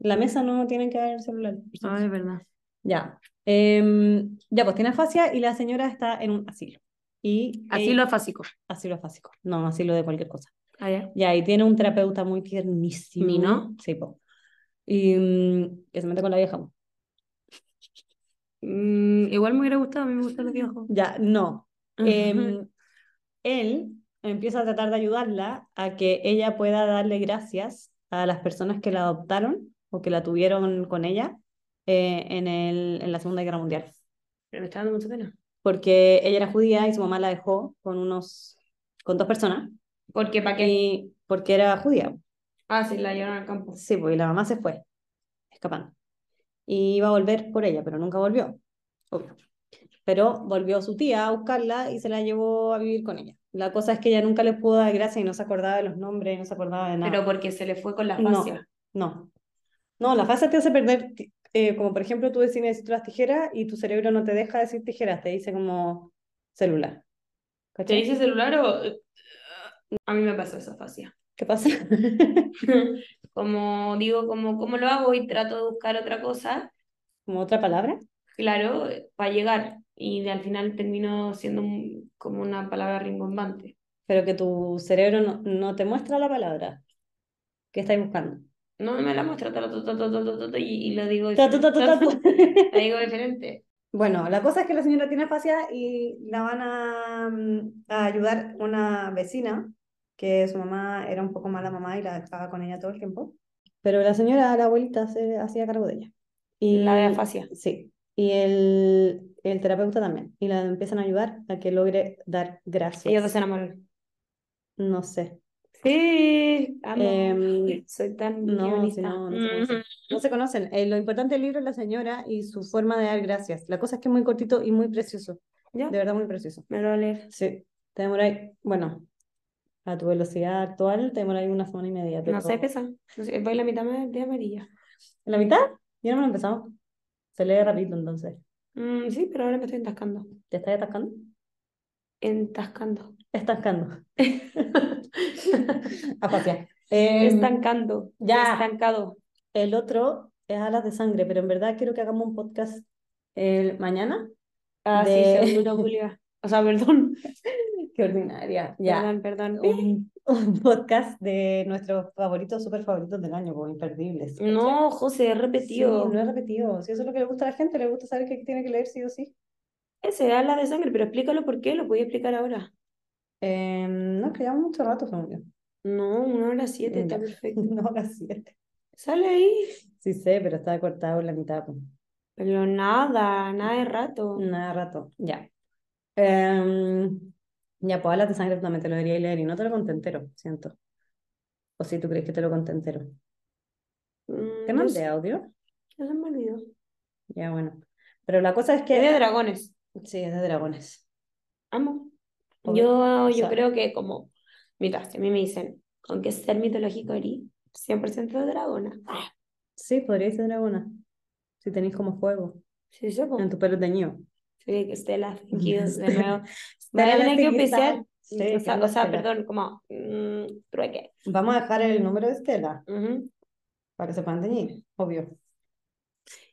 Speaker 1: La mesa no tiene que ver el celular.
Speaker 2: Ah, es verdad.
Speaker 1: Ya. Em, ya, pues tiene afasia y la señora está en un asilo. Y
Speaker 2: Así lo
Speaker 1: eh,
Speaker 2: fásico.
Speaker 1: asilo afásico. No, asilo de cualquier cosa.
Speaker 2: Ah, ya.
Speaker 1: Ya, y tiene un terapeuta muy tiernísimo.
Speaker 2: ¿Nino?
Speaker 1: Sí, po. Y mm, que se mete con la vieja. po.
Speaker 2: Mm, igual me hubiera gustado, a mí me gustan los
Speaker 1: Em,
Speaker 2: viejos.
Speaker 1: Ya, no.
Speaker 2: Ujú.
Speaker 1: Em, él empieza a tratar de ayudarla a que ella pueda darle gracias a las personas que la adoptaron o que la tuvieron con ella eh, en el, en la Segunda Guerra Mundial.
Speaker 2: Pero me está dando mucha pena.
Speaker 1: porque ella era judía y su mamá la dejó con unos con dos personas
Speaker 2: Porque para
Speaker 1: y porque era judía
Speaker 2: Ah, sí, la llevaron al campo.
Speaker 1: sí pues y la mamá se fue escapando y iba a volver por ella pero nunca volvió obvio. pero volvió su tía a buscarla y se la llevó a vivir con ella la cosa es que ella nunca le pudo dar gracias y no se acordaba de los nombres no se acordaba de nada
Speaker 2: Pero porque se le fue con la
Speaker 1: No.
Speaker 2: fascia.
Speaker 1: no no la fase te hace perder ti- eh, como por ejemplo tú decides decir las tijeras y tu cerebro no te deja decir tijeras te dice como celular
Speaker 2: ¿Te
Speaker 1: ¿Cachai?
Speaker 2: dice celular o.? eh, A mí me pasó esa fascia. <laughs>
Speaker 1: ¿qué pasa? <laughs>
Speaker 2: Como digo, como, ¿cómo lo hago? Y trato de buscar otra cosa,
Speaker 1: ¿Como otra palabra?
Speaker 2: claro, para llegar. Y al final termino siendo un- como una palabra rimbombante.
Speaker 1: Pero que tu cerebro no, no te muestra la palabra que estáis buscando.
Speaker 2: No me la muestra, ta, ta, ta, ta, ta, ta, ta, ta, y, y lo digo
Speaker 1: Ta, ta, ta,
Speaker 2: <laughs>
Speaker 1: ta, ta,
Speaker 2: diferente.
Speaker 1: ta.
Speaker 2: La digo diferente.
Speaker 1: <laughs> Bueno, la cosa es que la señora tiene afasia y la van a, mm, a ayudar una vecina, que su mamá era un poco mala mamá y la estaba con ella todo el tiempo. Pero la señora, la abuelita, se hacía cargo de ella. Y,
Speaker 2: La de afasia.
Speaker 1: Sí. Y el, el terapeuta también. Y la empiezan a ayudar a que logre dar
Speaker 2: Ellos dos
Speaker 1: gracias.
Speaker 2: se enamoraron.
Speaker 1: No sé.
Speaker 2: Sí, amo. <laughs>
Speaker 1: Em,
Speaker 2: Soy tan
Speaker 1: No, si
Speaker 2: guionista.
Speaker 1: no, no se
Speaker 2: Ujú.
Speaker 1: conocen. No se conocen. Eh, lo importante del libro es la señora y su forma de dar gracias. La cosa es que es muy cortito y muy precioso.
Speaker 2: Ya,
Speaker 1: De verdad, muy precioso.
Speaker 2: me lo voy a leer.
Speaker 1: Sí. Te demoráis, bueno, a tu velocidad actual te demoráis una semana y media. pero-
Speaker 2: No sé, pesa. No sé, voy la mitad me- de amarilla.
Speaker 1: ¿En la mitad? Ya no me lo empezamos. Se lee rápido entonces.
Speaker 2: Mm, sí, pero ahora me estoy entascando.
Speaker 1: ¿Te estás atascando?
Speaker 2: Entascando.
Speaker 1: Estancando. <laughs> Afasia. Eh,
Speaker 2: Estancando.
Speaker 1: ya.
Speaker 2: Estancado.
Speaker 1: el otro es Alas de Sangre, pero en verdad quiero que hagamos un podcast eh, mañana.
Speaker 2: Ah,
Speaker 1: De- <laughs>
Speaker 2: sí, seguro, Julia. O sea, perdón.
Speaker 1: Qué ordinaria. Ya.
Speaker 2: Perdón, perdón.
Speaker 1: un, un podcast de nuestros favoritos, super favoritos del año, como imperdibles. ¿cachai?
Speaker 2: No, José, he
Speaker 1: Sí,
Speaker 2: repetido.
Speaker 1: no es repetido. Si eso es lo que le gusta a la gente, le gusta saber que tiene que leer sí o sí.
Speaker 2: Ese ala de sangre, pero explícalo por qué, lo podía explicar ahora.
Speaker 1: Eh, no, que llevamos mucho rato, según yo. Eh,
Speaker 2: No, una hora siete, está
Speaker 1: Ya.
Speaker 2: perfecto.
Speaker 1: <laughs> No, casi.
Speaker 2: Sale ahí.
Speaker 1: Sí sé, pero estaba cortado en la mitad. pues.
Speaker 2: Pero nada, nada de rato.
Speaker 1: Nada, rato. Ya. Eh, ya, pues hablas de sangre, tú también te lo debería leer y no te lo conté entero, siento. O si tú crees que te lo conté entero.
Speaker 2: Mm,
Speaker 1: ¿Te
Speaker 2: no
Speaker 1: mandé
Speaker 2: sé,
Speaker 1: audio?
Speaker 2: ya se me olvidó.
Speaker 1: Ya, bueno. Pero la cosa es
Speaker 2: Es de
Speaker 1: que...
Speaker 2: dragones.
Speaker 1: <laughs> Sí, es de dragones.
Speaker 2: Amo.
Speaker 1: Obvio.
Speaker 2: Yo, yo
Speaker 1: sea-
Speaker 2: creo que como, mira, si a mí me dicen, con qué ser mitológico erí, 100% dragona.
Speaker 1: Sí, podría ser dragona. Si tenéis como fuego
Speaker 2: Sí, yo
Speaker 1: en tu pelo teñido.
Speaker 2: Sí,
Speaker 1: <laughs>
Speaker 2: que Estela, thank yous,
Speaker 1: Este,
Speaker 2: de nuevo.
Speaker 1: Vale,
Speaker 2: Estela tiene que
Speaker 1: Stella.
Speaker 2: oficiar.
Speaker 1: Sí,
Speaker 2: o sea,
Speaker 1: que
Speaker 2: o sea,
Speaker 1: Estela.
Speaker 2: perdón, como, mmm, trueque.
Speaker 1: Vamos a dejar el número de Estela
Speaker 2: Ujú.
Speaker 1: para que se puedan teñir, obvio.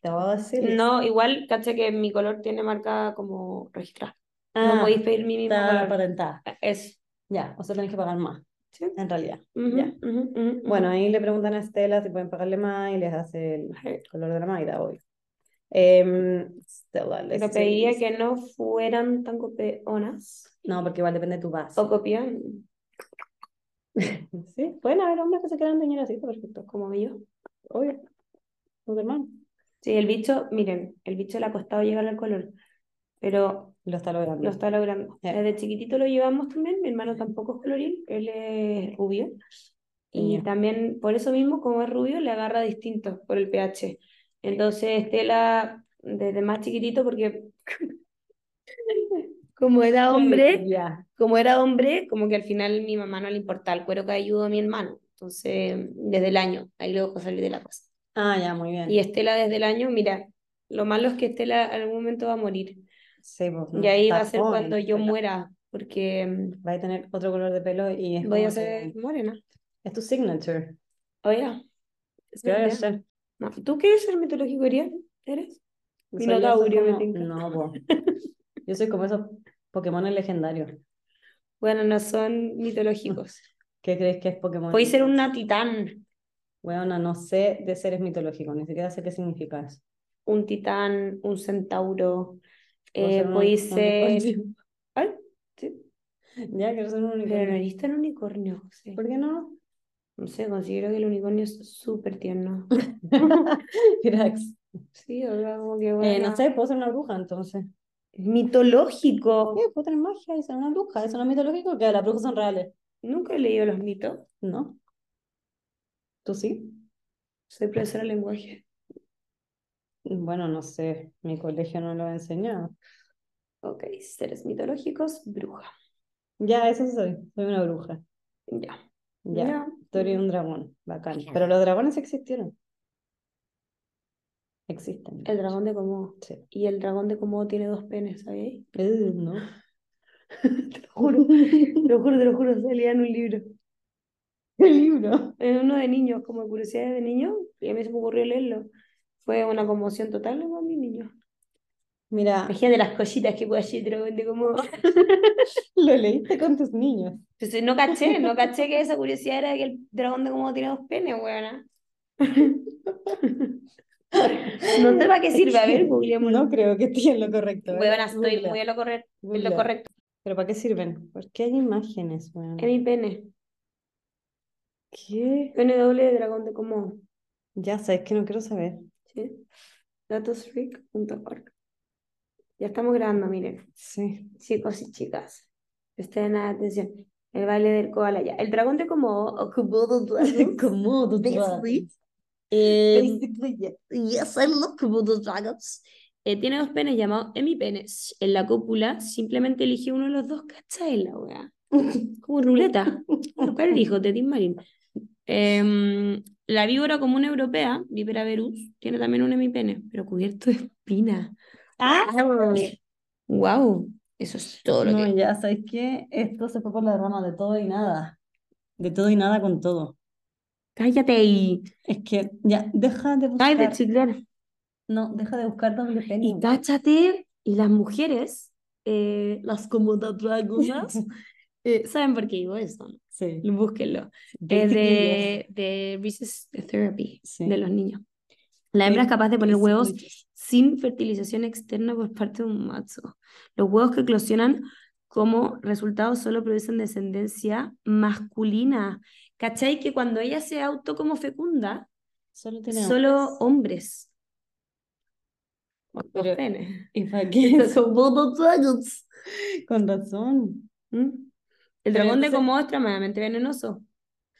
Speaker 1: Te voy a decir.
Speaker 2: No, igual, caché que mi color tiene marca como registrada.
Speaker 1: Ah,
Speaker 2: no podéis pedir mi mismo
Speaker 1: está
Speaker 2: color. Ah,
Speaker 1: patentada.
Speaker 2: Es,
Speaker 1: Ya, o sea, tenés que pagar más.
Speaker 2: Sí.
Speaker 1: en realidad.
Speaker 2: Ujú,
Speaker 1: Ya.
Speaker 2: ujú, ujú, ujú.
Speaker 1: Bueno, ahí le preguntan a Estela si pueden pagarle más y les hace el
Speaker 2: Sí.
Speaker 1: color de la maida, obvio. Em, Estela les
Speaker 2: Le pediría que no fueran tan copeonas
Speaker 1: No, porque igual depende de tu base.
Speaker 2: o copión,
Speaker 1: Sí, pueden haber hombres que se quedan de dinero así, está perfecto.
Speaker 2: como yo.
Speaker 1: Obvio. Tu hermano.
Speaker 2: Sí, el bicho, miren, el bicho le ha costado llegar al color, pero
Speaker 1: Lo está logrando.
Speaker 2: lo está logrando.
Speaker 1: Eh.
Speaker 2: Desde chiquitito lo llevamos también, mi hermano tampoco es colorín, él es rubio. Y
Speaker 1: Ya.
Speaker 2: también por eso mismo, como es rubio, le agarra distinto por el pH. Entonces, Estela, desde más chiquitito, porque <laughs> como era hombre,
Speaker 1: Ya.
Speaker 2: como era hombre, como que al final mi mamá no le importaba el cuero que ayudó a mi hermano. Entonces, desde el año, ahí luego salir de la casa.
Speaker 1: Ah, ya, muy bien.
Speaker 2: Y Estela desde el año, mira, lo malo es que Estela en algún momento va a morir.
Speaker 1: Sí, pues,
Speaker 2: Y
Speaker 1: no,
Speaker 2: ahí va a
Speaker 1: está
Speaker 2: ser
Speaker 1: joven,
Speaker 2: cuando yo
Speaker 1: Estela.
Speaker 2: muera, porque mm,
Speaker 1: Va a tener otro color de pelo y es
Speaker 2: voy
Speaker 1: como
Speaker 2: a ser
Speaker 1: tu-
Speaker 2: morena.
Speaker 1: Es tu signature.
Speaker 2: Oiga, es
Speaker 1: Yo voy a
Speaker 2: verdad.
Speaker 1: ser-
Speaker 2: No, ¿Tú quieres ser mitológico, Ariel? ¿Eres?
Speaker 1: soy
Speaker 2: Minotaurio,
Speaker 1: yo, soy
Speaker 2: me
Speaker 1: como-
Speaker 2: tinca.
Speaker 1: No,
Speaker 2: <laughs>
Speaker 1: po. Yo soy como esos Pokémon legendarios.
Speaker 2: Bueno, no
Speaker 1: <laughs>
Speaker 2: son mitológicos.
Speaker 1: ¿Qué crees que es Pokémon?
Speaker 2: Podéis ser una titán,
Speaker 1: Weona, no sé de seres mitológicos, ni siquiera sé qué significa eso.
Speaker 2: un titán, un centauro.
Speaker 1: Puedo
Speaker 2: Eh,
Speaker 1: ser un
Speaker 2: podéis ser.
Speaker 1: <laughs> unicornio.
Speaker 2: Ay, sí,
Speaker 1: Ya, quiero ser un
Speaker 2: Pero no
Speaker 1: unicornio.
Speaker 2: eres tan unicornio, José.
Speaker 1: ¿Por qué
Speaker 2: <laughs>
Speaker 1: no?
Speaker 2: No sé, considero que el unicornio es súper
Speaker 1: <laughs>
Speaker 2: tierno.
Speaker 1: Cracks.
Speaker 2: Eh, Sí, o sea, como que
Speaker 1: Eh,
Speaker 2: bueno.
Speaker 1: no sé, puedo ser una bruja entonces.
Speaker 2: Mitológico.
Speaker 1: Sí, puedo tener magia y ser una bruja. Eso no es mitológico, que las brujas son reales.
Speaker 2: Nunca he leído los mitos.
Speaker 1: ¿No? ¿Tú sí?
Speaker 2: Soy profesora de lenguaje.
Speaker 1: Bueno, no sé. Mi colegio no lo ha enseñado.
Speaker 2: Ok, seres mitológicos, bruja.
Speaker 1: Ya, eso soy. Soy una bruja.
Speaker 2: Ya.
Speaker 1: Ya.
Speaker 2: Ya.
Speaker 1: Historia de un dragón. Bacán.
Speaker 2: Ya.
Speaker 1: Pero los dragones existieron. Existen.
Speaker 2: El dragón de Komodo.
Speaker 1: Sí.
Speaker 2: Y el dragón de Komodo tiene dos penes,
Speaker 1: <laughs>
Speaker 2: ¿sabéis?
Speaker 1: Eh, no.
Speaker 2: Te lo juro. Te lo juro, te lo juro, salía en un libro.
Speaker 1: <laughs> El libro.
Speaker 2: En uno de niños, como curiosidades de niño, y a mí se me ocurrió leerlo. Fue una conmoción total con mi niño.
Speaker 1: Mira,
Speaker 2: Imagínate las cositas que puede hacer el dragón de Komodo.
Speaker 1: <laughs> lo leíste con tus niños.
Speaker 2: Entonces, no caché, no caché que esa curiosidad era que el dragón de Komodo tiene dos penes,
Speaker 1: <laughs>
Speaker 2: weona. No sé para qué sirve, a ver, googleémoslo.
Speaker 1: No creo que esté en lo correcto. a ver,
Speaker 2: Weona, estoy
Speaker 1: Googlea,
Speaker 2: muy en lo correcto. En lo
Speaker 1: googlea.
Speaker 2: correcto.
Speaker 1: ¿Pero para qué sirven? ¿Por qué hay imágenes, weón?
Speaker 2: Es mi pene.
Speaker 1: ¿Qué?
Speaker 2: Pene doble de dragón de Komodo.
Speaker 1: Ya sabes que no quiero saber.
Speaker 2: ¿Sí? Datosfreak.org. Ya estamos grabando, miren.
Speaker 1: Sí.
Speaker 2: Chicos y chicas, presten atención. El baile del koala ya. El dragón de Komodo, o Komodo Dragon,
Speaker 1: ¿Cómo tú
Speaker 2: basically,
Speaker 1: Eh,
Speaker 2: basically, yeah. yes, I love Komodo Dragons. Eh, tiene dos penes llamados hemipenes. En la cópula simplemente elige uno de los dos, ¿cachai? La weá. Como ruleta. ¿Cuál dijo? De Tim Marín. Em, la víbora común europea, Vipera verus, tiene también un hemipene, pero cubierto de espina.
Speaker 1: Ah,
Speaker 2: ¡Wow! Eso es todo lo
Speaker 1: no,
Speaker 2: que.
Speaker 1: ya sabes que esto se fue por la rama de todo y nada. De todo y nada con todo.
Speaker 2: Cállate y.
Speaker 1: Es que ya, deja de buscar.
Speaker 2: Cállate, sí, claro.
Speaker 1: No, deja de buscar doble
Speaker 2: Y
Speaker 1: penny.
Speaker 2: cáchate, y las mujeres, eh, las
Speaker 1: <laughs>
Speaker 2: comododragonas, eh, ¿saben por qué digo eso? no?
Speaker 1: Sí.
Speaker 2: Búsquenlo.
Speaker 1: Bien
Speaker 2: Es
Speaker 1: chiquillas.
Speaker 2: de, de Reese's Therapy,
Speaker 1: Sí.
Speaker 2: de los niños. La hembra es capaz de poner
Speaker 1: Sí,
Speaker 2: huevos
Speaker 1: muchas.
Speaker 2: sin fertilización externa por parte de un macho. Los huevos que eclosionan como resultado solo producen descendencia masculina. ¿Cachai? Que cuando ella se auto como fecunda,
Speaker 1: Solo tiene
Speaker 2: solo hombres. Los
Speaker 1: Pero-
Speaker 2: penes.
Speaker 1: ¿Y <laughs> para
Speaker 2: Estos
Speaker 1: qué?
Speaker 2: <laughs> son both dragons.
Speaker 1: Con razón.
Speaker 2: ¿Mm? El
Speaker 1: Pero
Speaker 2: dragón de
Speaker 1: entonces-
Speaker 2: Komodo es extremadamente venenoso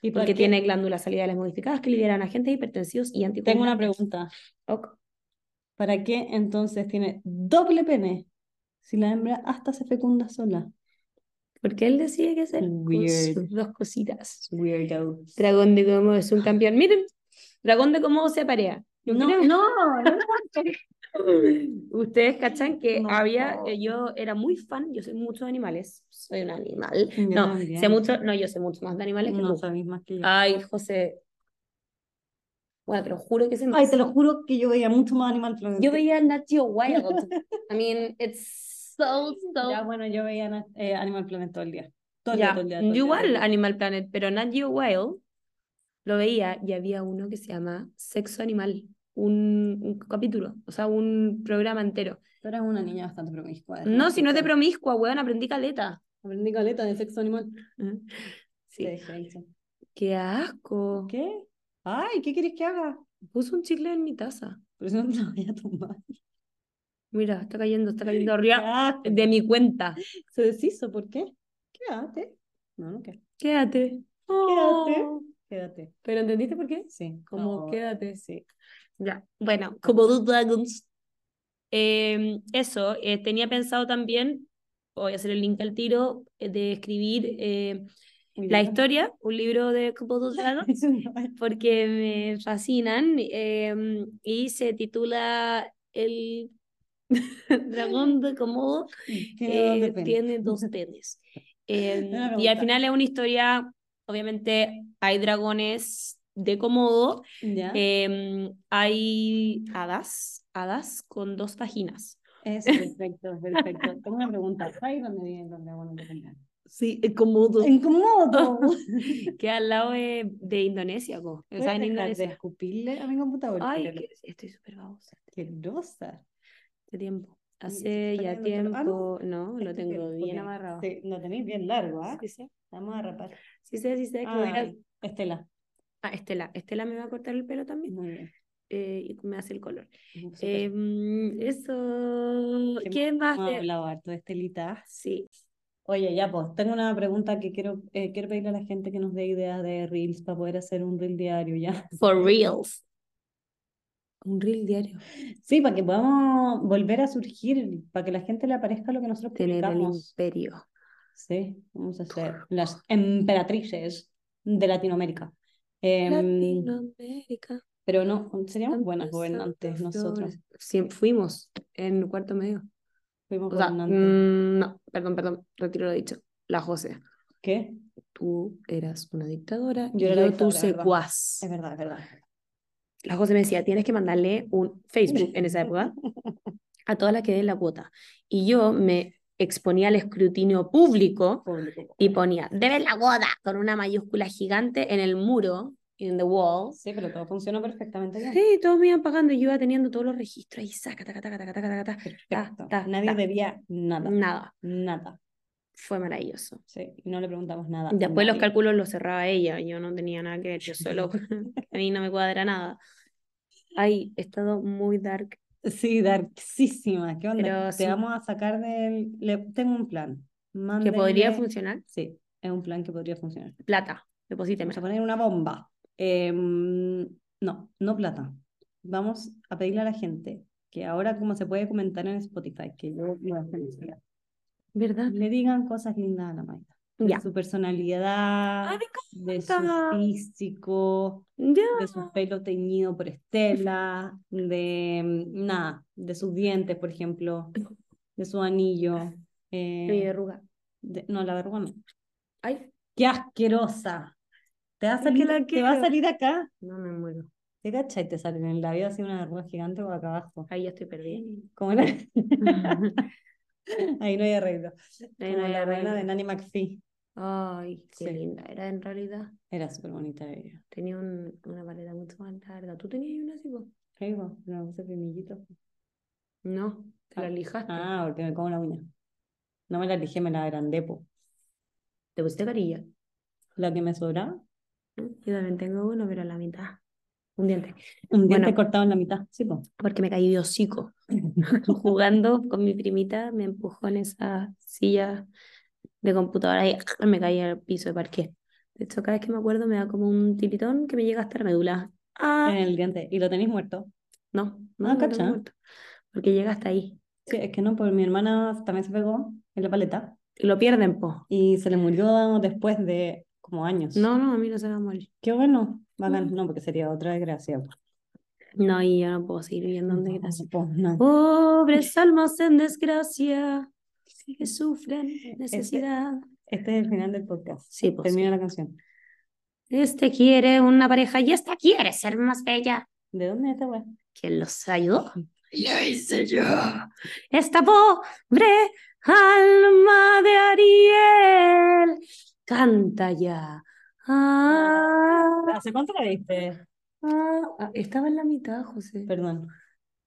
Speaker 1: ¿Y para
Speaker 2: porque
Speaker 1: qué?
Speaker 2: tiene glándulas salivales modificadas que liberan agentes hipertensivos y
Speaker 1: Tengo
Speaker 2: anticoagulantes.
Speaker 1: una pregunta.
Speaker 2: Ok.
Speaker 1: ¿Para qué entonces tiene doble pene si la hembra hasta se fecunda sola?
Speaker 2: Porque él decide que hacer con
Speaker 1: Weird.
Speaker 2: sus dos cositas.
Speaker 1: Weirdo.
Speaker 2: Dragón de Komodo es un campeón. Miren, Dragón de Komodo se aparea. Yo
Speaker 1: No,
Speaker 2: creo-
Speaker 1: no, no.
Speaker 2: <laughs> Ustedes cachan que
Speaker 1: No.
Speaker 2: había, eh, yo era muy fan, yo soy mucho de animales, soy un animal.
Speaker 1: Yo
Speaker 2: no,
Speaker 1: también.
Speaker 2: sé mucho, no, yo sé mucho más de animales que Ah,
Speaker 1: No
Speaker 2: tú.
Speaker 1: sabéis más que yo.
Speaker 2: Ay, José. Bueno, te lo juro que sé más.
Speaker 1: Ay, te lo juro que yo veía mucho más Animal Planet.
Speaker 2: Yo veía Nat
Speaker 1: <laughs>
Speaker 2: Geo Wild. I mean, it's so, so
Speaker 1: Ya, bueno, yo veía na- eh, Animal Planet todo el día. Todo el día,
Speaker 2: Ya,
Speaker 1: todo el día, todo el
Speaker 2: yo
Speaker 1: día.
Speaker 2: igual Animal Planet, pero Nat Geo Wild lo veía y había uno que se llama Sexo Animal, un, un capítulo, o sea, un programa entero.
Speaker 1: Tú eras una niña bastante promiscua. ¿eh?
Speaker 2: No, si no es de promiscua, weón,
Speaker 1: <laughs>
Speaker 2: aprendí caleta.
Speaker 1: Aprendí caleta de sexo animal. Te
Speaker 2: Sí.
Speaker 1: dejé, Isa.
Speaker 2: Qué asco.
Speaker 1: ¿Qué? Ay, ¿qué quieres que haga?
Speaker 2: Puso un chicle en mi taza.
Speaker 1: Pero si no <laughs> te lo voy a tomar.
Speaker 2: Mira, está
Speaker 1: <laughs>
Speaker 2: cayendo, está cayendo arriba
Speaker 1: Ah,
Speaker 2: de mi cuenta.
Speaker 1: se deshizo, ¿por qué? Quédate. No, no, quédate.
Speaker 2: Quédate.
Speaker 1: Quédate.
Speaker 2: ¿Pero entendiste por qué?
Speaker 1: Sí.
Speaker 2: Como
Speaker 1: no,
Speaker 2: quédate.
Speaker 1: Sí.
Speaker 2: Ya, bueno, como The Dragons. Eh, eso, eh, tenía pensado también, voy a hacer el link al tiro, eh, de escribir eh, la historia, un libro de Couple
Speaker 1: <laughs>
Speaker 2: of Dragons, porque me fascinan eh, y se titula El <laughs> dragón de Komodo
Speaker 1: Tiene dos
Speaker 2: eh,
Speaker 1: de pene.
Speaker 2: tiene dos penes. Eh,
Speaker 1: Buena
Speaker 2: y al
Speaker 1: pregunta.
Speaker 2: final es una historia, obviamente hay dragones de Komodo,
Speaker 1: Ya.
Speaker 2: Em, hay hadas, hadas con dos vaginas.
Speaker 1: <laughs> Eso, perfecto, perfecto. Tengo una pregunta. ¿Sabes dónde viven los dragones de Komodo?
Speaker 2: Sí, Komodo.
Speaker 1: ¡En
Speaker 2: <laughs>
Speaker 1: Komodo!
Speaker 2: Que al lado de, de Indonesia, po. O sea, en
Speaker 1: dejar de
Speaker 2: Indonesia.
Speaker 1: escupirle a mi computador?
Speaker 2: Ay,
Speaker 1: Pero-
Speaker 2: que estoy súper babosa.
Speaker 1: Asquerosa.
Speaker 2: Hace tiempo.
Speaker 1: se
Speaker 2: Hace
Speaker 1: está
Speaker 2: ya
Speaker 1: cayendo todo. Ah, no.
Speaker 2: tiempo. No, Uh, lo
Speaker 1: Este
Speaker 2: tengo
Speaker 1: pelo,
Speaker 2: bien
Speaker 1: ok.
Speaker 2: amarrado.
Speaker 1: Sí, lo tenéis bien largo, ¿ah?
Speaker 2: Sí sé,
Speaker 1: Vamos a rapar.
Speaker 2: sí sé, sí sé que voy a ir
Speaker 1: Ah,
Speaker 2: a-
Speaker 1: Estela.
Speaker 2: Ah, Estela. Estela me va a cortar el pelo también.
Speaker 1: Muy bien.
Speaker 2: eh, y me hace el color.
Speaker 1: Súper.
Speaker 2: Em, eso.
Speaker 1: ¿Qué
Speaker 2: ¿Qué más?
Speaker 1: Hemos
Speaker 2: te-
Speaker 1: hablado harto de Estelita.
Speaker 2: Sí.
Speaker 1: Oye, ya pues, tengo una pregunta que quiero, eh, quiero pedirle a la gente que nos dé ideas de reels para poder hacer un reel diario ya. <laughs>
Speaker 2: For reals. Un reel diario.
Speaker 1: Sí, para que podamos volver a surgir, para que la gente le aparezca lo que nosotros
Speaker 2: Tener el
Speaker 1: publicamos.
Speaker 2: imperio.
Speaker 1: Sí, vamos a hacer las emperatrices de Latinoamérica. Em,
Speaker 2: Latinoamérica.
Speaker 1: pero no, seríamos buenas
Speaker 2: tantas
Speaker 1: gobernantes
Speaker 2: santas
Speaker 1: nosotros.
Speaker 2: flores. Siem- fuimos en cuarto medio.
Speaker 1: Fuimos
Speaker 2: O sea,
Speaker 1: gobernantes.
Speaker 2: mm, no, perdón, perdón, retiro lo dicho. La José,
Speaker 1: ¿Qué?
Speaker 2: tú eras una dictadora
Speaker 1: Yo
Speaker 2: y
Speaker 1: era la
Speaker 2: yo tu
Speaker 1: dictadora, ¿verdad?
Speaker 2: secuaz.
Speaker 1: Es verdad, es verdad.
Speaker 2: La José me decía, tienes que mandarle un Facebook en esa época a todas las que den la cuota. Y yo me exponía al escrutinio público
Speaker 1: Público.
Speaker 2: y ponía, debes la cuota con una mayúscula gigante en el muro, in the wall.
Speaker 1: Sí, pero todo funcionó perfectamente bien.
Speaker 2: Sí, todos me iban pagando y yo iba teniendo todos los registros ahí, saca, taca, taca, taca, taca, taca, taca.
Speaker 1: Perfecto.
Speaker 2: ta,
Speaker 1: Nadie
Speaker 2: ta. Mm.
Speaker 1: debía nada,
Speaker 2: Nada,
Speaker 1: nada.
Speaker 2: fue maravilloso.
Speaker 1: Sí, y no le preguntamos nada. a
Speaker 2: Después pues, los
Speaker 1: nadie.
Speaker 2: cálculos los cerraba ella, yo no tenía nada que ver, yo <laughs> solo, a mí no me cuadra nada. Ay, he estado muy dark.
Speaker 1: Sí, darksísima. ¿Qué onda?
Speaker 2: Pero
Speaker 1: Te
Speaker 2: sí.
Speaker 1: vamos a sacar del. le- Tengo un plan.
Speaker 2: ¿Que podría
Speaker 1: Mándenle-
Speaker 2: funcionar?
Speaker 1: Sí, es un plan que podría funcionar.
Speaker 2: Plata, deposíteme.
Speaker 1: Vamos a poner una bomba. Em, no, no plata. Vamos a pedirle a la gente que ahora, como se puede comentar en Spotify, que yo lo hago en Instagram,
Speaker 2: ¿Verdad?
Speaker 1: le digan cosas lindas a la Maida. De
Speaker 2: Ya.
Speaker 1: su personalidad,
Speaker 2: Ay,
Speaker 1: de su
Speaker 2: encanta. Ah.
Speaker 1: físico,
Speaker 2: Ya.
Speaker 1: de su pelo teñido por Estela, de mm, nada, de sus dientes, por ejemplo, de su anillo. eh,
Speaker 2: Mi verruga.
Speaker 1: de- no, la vergüenza.
Speaker 2: Ay,
Speaker 1: ¡Qué asquerosa! Te va a
Speaker 2: Es que
Speaker 1: salir,
Speaker 2: la
Speaker 1: te va a
Speaker 2: quiero.
Speaker 1: salir acá.
Speaker 2: no me muero.
Speaker 1: ¿Te cachai? Te salen en la vida así una verruga gigante o acá abajo.
Speaker 2: Ahí ya estoy <laughs> perdida.
Speaker 1: Como la- <laughs> Ahí no hay arreglo.
Speaker 2: Ahí no
Speaker 1: Como
Speaker 2: hay
Speaker 1: la reina
Speaker 2: arreglo.
Speaker 1: de Nanny McPhee.
Speaker 2: Ay, qué
Speaker 1: Sí.
Speaker 2: linda. Era en realidad.
Speaker 1: Era súper bonita ella.
Speaker 2: Tenía un- una paleta mucho más larga. ¿Tú tenías una así, po?
Speaker 1: Ahí va, me la puse primillito.
Speaker 2: No, te la
Speaker 1: Ah.
Speaker 2: lijaste.
Speaker 1: Ah, porque me como la uña. No me la dije, me la agrandé, po.
Speaker 2: ¿Te pusiste carilla?
Speaker 1: La que me sobraba,
Speaker 2: Yo también tengo uno, pero a la mitad. Un diente.
Speaker 1: un diente
Speaker 2: Bueno.
Speaker 1: cortado en la mitad. Sí,
Speaker 2: <laughs>
Speaker 1: po.
Speaker 2: Porque me caí de hocico. <laughs> Jugando con mi primita, me empujó en esa silla de computadora y me caí al piso de parqué. De hecho, cada vez que me acuerdo me da como un tiritón que me llega hasta la médula.
Speaker 1: En
Speaker 2: Ah,
Speaker 1: el diente. Y lo tenéis muerto.
Speaker 2: no, no,
Speaker 1: Ah,
Speaker 2: no, no,
Speaker 1: cacha.
Speaker 2: no, porque llega hasta ahí.
Speaker 1: Sí, es que no, pues mi hermana también se pegó en la paleta.
Speaker 2: Y lo pierden, po.
Speaker 1: Y se le murió después de como años.
Speaker 2: No, no, a mí no se me va a morir.
Speaker 1: Qué bueno. Bacán.
Speaker 2: Mm.
Speaker 1: No, porque sería otra desgracia. po.
Speaker 2: No, y yo no puedo seguir viviendo en
Speaker 1: No,
Speaker 2: desgracia.
Speaker 1: po, no.
Speaker 2: Pobres almas en desgracia que sufren necesidad.
Speaker 1: Este es el final del podcast.
Speaker 2: Sí, pues.
Speaker 1: Termina la canción.
Speaker 2: Este quiere una pareja y esta quiere ser más bella.
Speaker 1: ¿De dónde es esta weá?
Speaker 2: ¿Quién los ayudó? Lo hice yo. Esta pobre Alma de Ariel, canta ya. Ah,
Speaker 3: ¿Hace cuánto la viste?
Speaker 2: ah, ah. Estaba en la mitad, José.
Speaker 1: Perdón.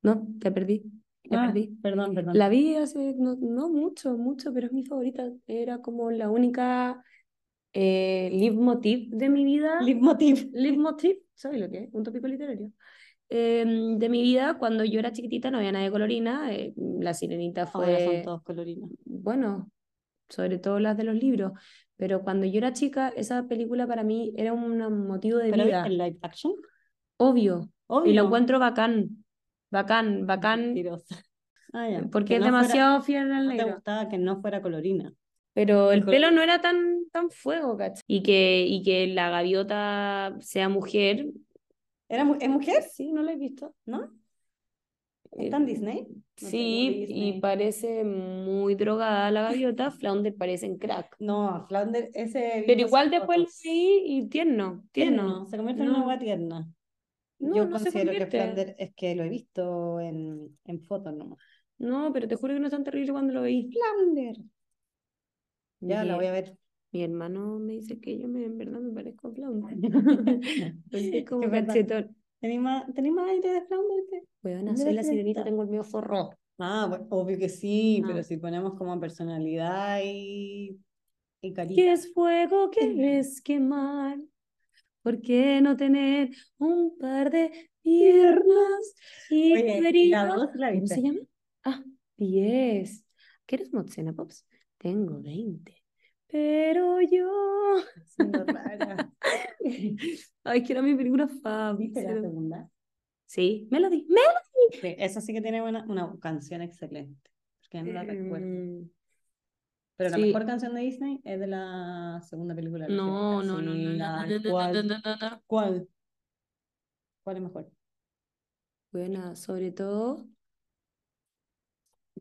Speaker 2: No, la perdí. La
Speaker 1: Ah,
Speaker 2: perdí.
Speaker 1: perdón, perdón.
Speaker 2: La vi hace no, no mucho, mucho, pero es mi favorita. Era como la única eh, leitmotiv de mi vida.
Speaker 1: Leitmotiv.
Speaker 2: Leitmotiv, ¿sabes lo que es? Un tópico literario. Em, de mi vida, cuando yo era chiquitita no había nadie colorina. eh, la sirenita
Speaker 1: Ahora son
Speaker 2: fue
Speaker 1: todos colorinos.
Speaker 2: bueno, sobre todo las de los libros, pero cuando yo era chica, esa película para mí era un motivo de
Speaker 1: ¿Pero
Speaker 2: vida,
Speaker 1: viste el live action?
Speaker 2: obvio,
Speaker 1: Obvio.
Speaker 2: y lo encuentro bacán, bacán, bacán,
Speaker 1: Mentirosa. Ah, ya.
Speaker 2: porque
Speaker 1: Que
Speaker 2: es
Speaker 1: no fuera-
Speaker 2: demasiado fiel al
Speaker 1: no te
Speaker 2: negro,
Speaker 1: gustaba que no fuera colorina.
Speaker 2: pero el
Speaker 1: Mejor-
Speaker 2: pelo no era tan, tan fuego, ¿cachai? Y que, y que la gaviota sea mujer,
Speaker 1: ¿Era mu- ¿Es mujer?
Speaker 2: sí, no la he visto.
Speaker 1: ¿No?
Speaker 2: Eh,
Speaker 1: ¿Está en Disney? No
Speaker 2: sí,
Speaker 1: tengo Disney.
Speaker 2: y parece muy drogada la gaviota, Flounder parece
Speaker 1: <laughs>
Speaker 2: en crack.
Speaker 1: No, Flounder, ese.
Speaker 2: Pero igual después lo vi y tierno, tierno.
Speaker 1: Tierno, se convierte en una
Speaker 2: No.
Speaker 1: agua tierna.
Speaker 2: No,
Speaker 1: Yo
Speaker 2: no se
Speaker 1: considero que
Speaker 2: convierte.
Speaker 1: Flounder es que lo he visto en, en fotos nomás.
Speaker 2: No, pero te juro que no es tan terrible cuando lo veí.
Speaker 1: Flounder. Ya
Speaker 2: mi,
Speaker 1: la voy a ver.
Speaker 2: mi hermano me dice que yo me, en verdad me parezco a Flounder.
Speaker 1: <laughs> Sí,
Speaker 2: <laughs> Soy como
Speaker 1: es verdad.
Speaker 2: cachetón.
Speaker 1: ¿Tenís más, tenís más aire de Flounder? que-
Speaker 2: Weona,
Speaker 1: Me
Speaker 2: soy la
Speaker 1: despierta.
Speaker 2: sirenita, tengo el mío forro.
Speaker 1: Ah, bu- obvio que sí,
Speaker 2: Ah.
Speaker 1: pero si ponemos como personalidad y, y carita.
Speaker 2: ¿Qué es
Speaker 1: <laughs>
Speaker 2: fuego? ¿Quieres quemar? ¿Por qué no tener un par de
Speaker 1: <laughs>
Speaker 2: piernas y
Speaker 1: Oye, la
Speaker 2: cueritos?
Speaker 1: dos la
Speaker 2: ¿Cómo se
Speaker 1: viste.
Speaker 2: llama? Ah, 10. ¿Quieres Mozzena Pops? Tengo 20. Pero yo. <laughs>
Speaker 1: Siendo rara.
Speaker 2: Ay, que era mi película favorita.
Speaker 1: ¿Viste la segunda?
Speaker 2: Sí, Melody.
Speaker 1: Sí, esa sí que tiene una, una canción excelente. Porque no la recuerdo.
Speaker 2: Mm,
Speaker 1: Pero la
Speaker 2: sí.
Speaker 1: mejor canción de Disney es de la segunda película. de la
Speaker 2: No,
Speaker 1: sirenita,
Speaker 2: no, no, no,
Speaker 1: sí,
Speaker 2: no,
Speaker 1: tal
Speaker 2: no, no,
Speaker 1: cual.
Speaker 2: no, <laughs> no, no, no.
Speaker 1: ¿Cuál? ¿Cuál es mejor?
Speaker 2: Buena, sobre todo.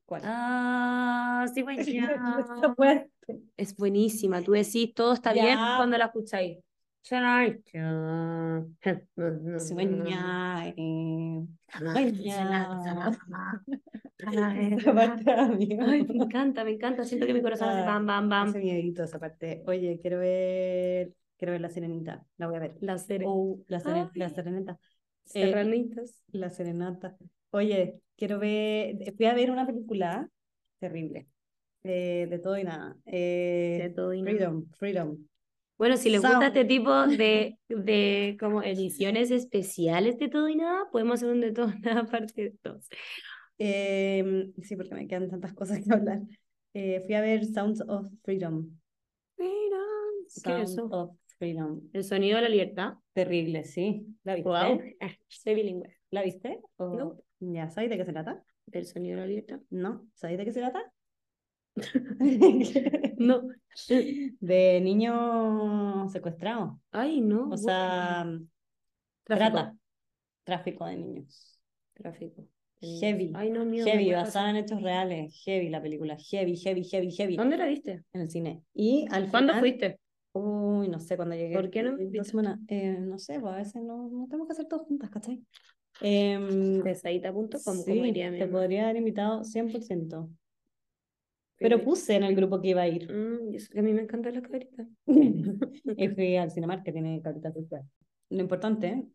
Speaker 1: ¿Cuál? <laughs>
Speaker 2: Ah, <laughs> sí, bueno,
Speaker 1: Esta
Speaker 2: ya. <laughs>
Speaker 1: fue-
Speaker 2: Es buenísima. Tú decís, todo está
Speaker 1: Ya.
Speaker 2: bien cuando la escucháis. <laughs> Sueña.
Speaker 1: Sueña. eh,
Speaker 2: <laughs>
Speaker 1: Sueña. <laughs> Esa
Speaker 2: Ay,
Speaker 1: parte, amigo. <laughs>
Speaker 2: me encanta, me encanta. Siento que mi corazón hace
Speaker 1: Ah,
Speaker 2: bam, bam, bam.
Speaker 1: Hace miedito esa parte. Oye, quiero ver, quiero ver la serenita. La voy a ver.
Speaker 2: La serie.
Speaker 1: Oh, la, seren- la
Speaker 2: Ay.
Speaker 1: serenata. eh,
Speaker 2: Serranitas.
Speaker 1: La serenata. Oye, quiero ver, fui a ver una película terrible. eh, de todo y nada. eh,
Speaker 2: de todo y nada.
Speaker 1: Freedom, Freedom.
Speaker 2: Bueno, si les gusta
Speaker 1: Sound.
Speaker 2: este tipo de, de como ediciones especiales de todo y nada, podemos hacer un de todo y nada parte 2.
Speaker 1: Eh, sí, porque me quedan tantas cosas que hablar. Eh, fui a ver Sounds of Freedom.
Speaker 2: Mira, ¿qué
Speaker 1: Sounds
Speaker 2: es eso?
Speaker 1: of Freedom.
Speaker 2: El sonido de la libertad.
Speaker 1: Terrible, sí. ¿La viste?
Speaker 2: Wow. Soy bilingüe.
Speaker 1: ¿La viste? O-
Speaker 2: No.
Speaker 1: ¿Ya sabéis de qué se trata?
Speaker 2: ¿Del sonido de la libertad?
Speaker 1: ¿No? ¿Sabéis de qué se
Speaker 2: <laughs>
Speaker 1: trata?
Speaker 2: No.
Speaker 1: De niños secuestrados.
Speaker 2: Ay, no.
Speaker 1: O sea, trata. Tráfico de niños.
Speaker 2: Tráfico.
Speaker 1: Heavy.
Speaker 2: Ay, no, miedo, me
Speaker 1: Heavy,
Speaker 2: cuesta.
Speaker 1: basada en hechos reales. Heavy la película. Heavy, heavy, heavy, heavy.
Speaker 2: ¿Dónde la viste?
Speaker 1: En el cine. Y al
Speaker 2: ¿Cuándo
Speaker 1: final-
Speaker 2: fuiste?
Speaker 1: Uy, no sé, cuando llegué.
Speaker 2: ¿Por qué no me
Speaker 1: eh,
Speaker 2: invitas?
Speaker 1: Dos semanas. Eh, no sé, pues a veces no, no tenemos que hacer todo juntas, ¿cachai? Em,
Speaker 2: Pesadita.com,
Speaker 1: sí,
Speaker 2: como diría mi
Speaker 1: te
Speaker 2: mamá.
Speaker 1: podría haber invitado 100%. Pero
Speaker 2: Feliz.
Speaker 1: puse en el grupo que iba a ir.
Speaker 2: Mm, y eso que a mí me encantan las cabritas.
Speaker 1: y fui al Cinemark que tiene Capital Cultural. Lo importante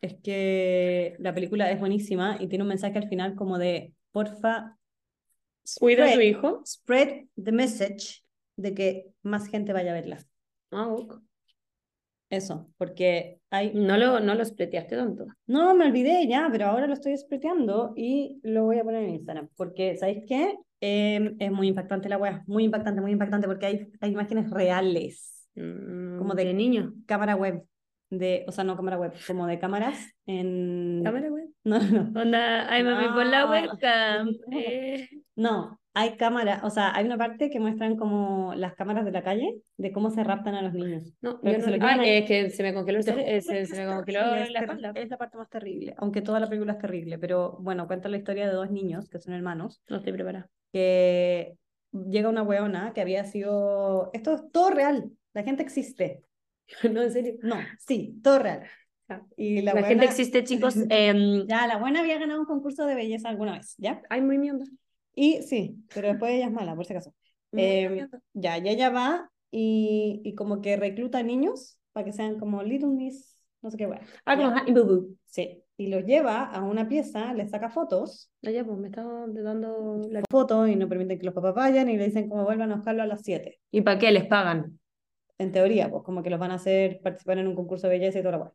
Speaker 1: es que la película es buenísima y tiene un mensaje al final como de, porfa,
Speaker 2: ¿Cuida a
Speaker 1: spread,
Speaker 2: tu hijo?
Speaker 1: spread the message de que más gente vaya a verla.
Speaker 2: Ah, ok.
Speaker 1: Eso, porque hay...
Speaker 2: No lo, no los pleteaste tanto.
Speaker 1: No, me olvidé ya, pero ahora lo estoy spreadeando y lo voy a poner en Instagram, porque ¿sabéis qué? Em, es muy impactante la web, muy impactante, muy impactante, porque hay, hay imágenes reales.
Speaker 2: Como
Speaker 1: de-
Speaker 2: Mm, de niño.
Speaker 1: cámara web de, o sea, no cámara web, como de cámaras en
Speaker 2: Cámara web.
Speaker 1: <laughs>
Speaker 2: Ah.
Speaker 1: no, no,
Speaker 2: Mm. Onda, ay, mami, pon la
Speaker 1: No.
Speaker 2: <laughs> webcam. Eh,
Speaker 1: no, hay cámara, o sea, hay una parte que muestran como las cámaras de la calle de cómo se raptan a los niños.
Speaker 2: no,
Speaker 1: Pero
Speaker 2: yo
Speaker 1: que
Speaker 2: no-
Speaker 1: se lo
Speaker 2: ay,
Speaker 1: llevan ahí.
Speaker 2: es que se me congeló el
Speaker 1: Te
Speaker 2: cere-
Speaker 1: juro
Speaker 2: eh, <laughs> se,
Speaker 1: que
Speaker 2: se
Speaker 1: pues, es
Speaker 2: me
Speaker 1: terrible,
Speaker 2: congeló
Speaker 1: es
Speaker 2: la
Speaker 1: terri-
Speaker 2: espalda.
Speaker 1: es la parte más terrible, aunque toda la película es terrible, pero bueno, cuenta la historia de dos niños que son hermanos
Speaker 2: No estoy preparada. <laughs>
Speaker 1: que llega una weona que había sido, esto es todo real, la gente existe,
Speaker 2: No, en serio.
Speaker 1: no, sí, todo real.
Speaker 2: Ah.
Speaker 1: Y la,
Speaker 2: La, gente
Speaker 1: weona-
Speaker 2: <laughs> existe, chicos. em,
Speaker 1: Ya, la buena había ganado un concurso de belleza alguna vez, ¿ya?
Speaker 2: ay, muy mierda.
Speaker 1: Y sí, pero después ella es mala, por si acaso.
Speaker 2: No,
Speaker 1: Eh,
Speaker 2: entiendo.
Speaker 1: Ya, y ella va y, y como que recluta niños para que sean como Little Miss, no sé qué, bueno.
Speaker 2: Ah, como
Speaker 1: ya.
Speaker 2: Honey Boo Boo.
Speaker 1: Sí. Y los lleva a una pieza, les saca fotos,
Speaker 2: Ah, ya, pues me estaba dando la...
Speaker 1: fotos y no permiten que los papás vayan y le dicen como vuelvan a buscarlo a las 7.
Speaker 2: ¿Y para qué les pagan?
Speaker 1: En teoría, pues como que los van a hacer participar en un concurso de belleza y toda la cosa.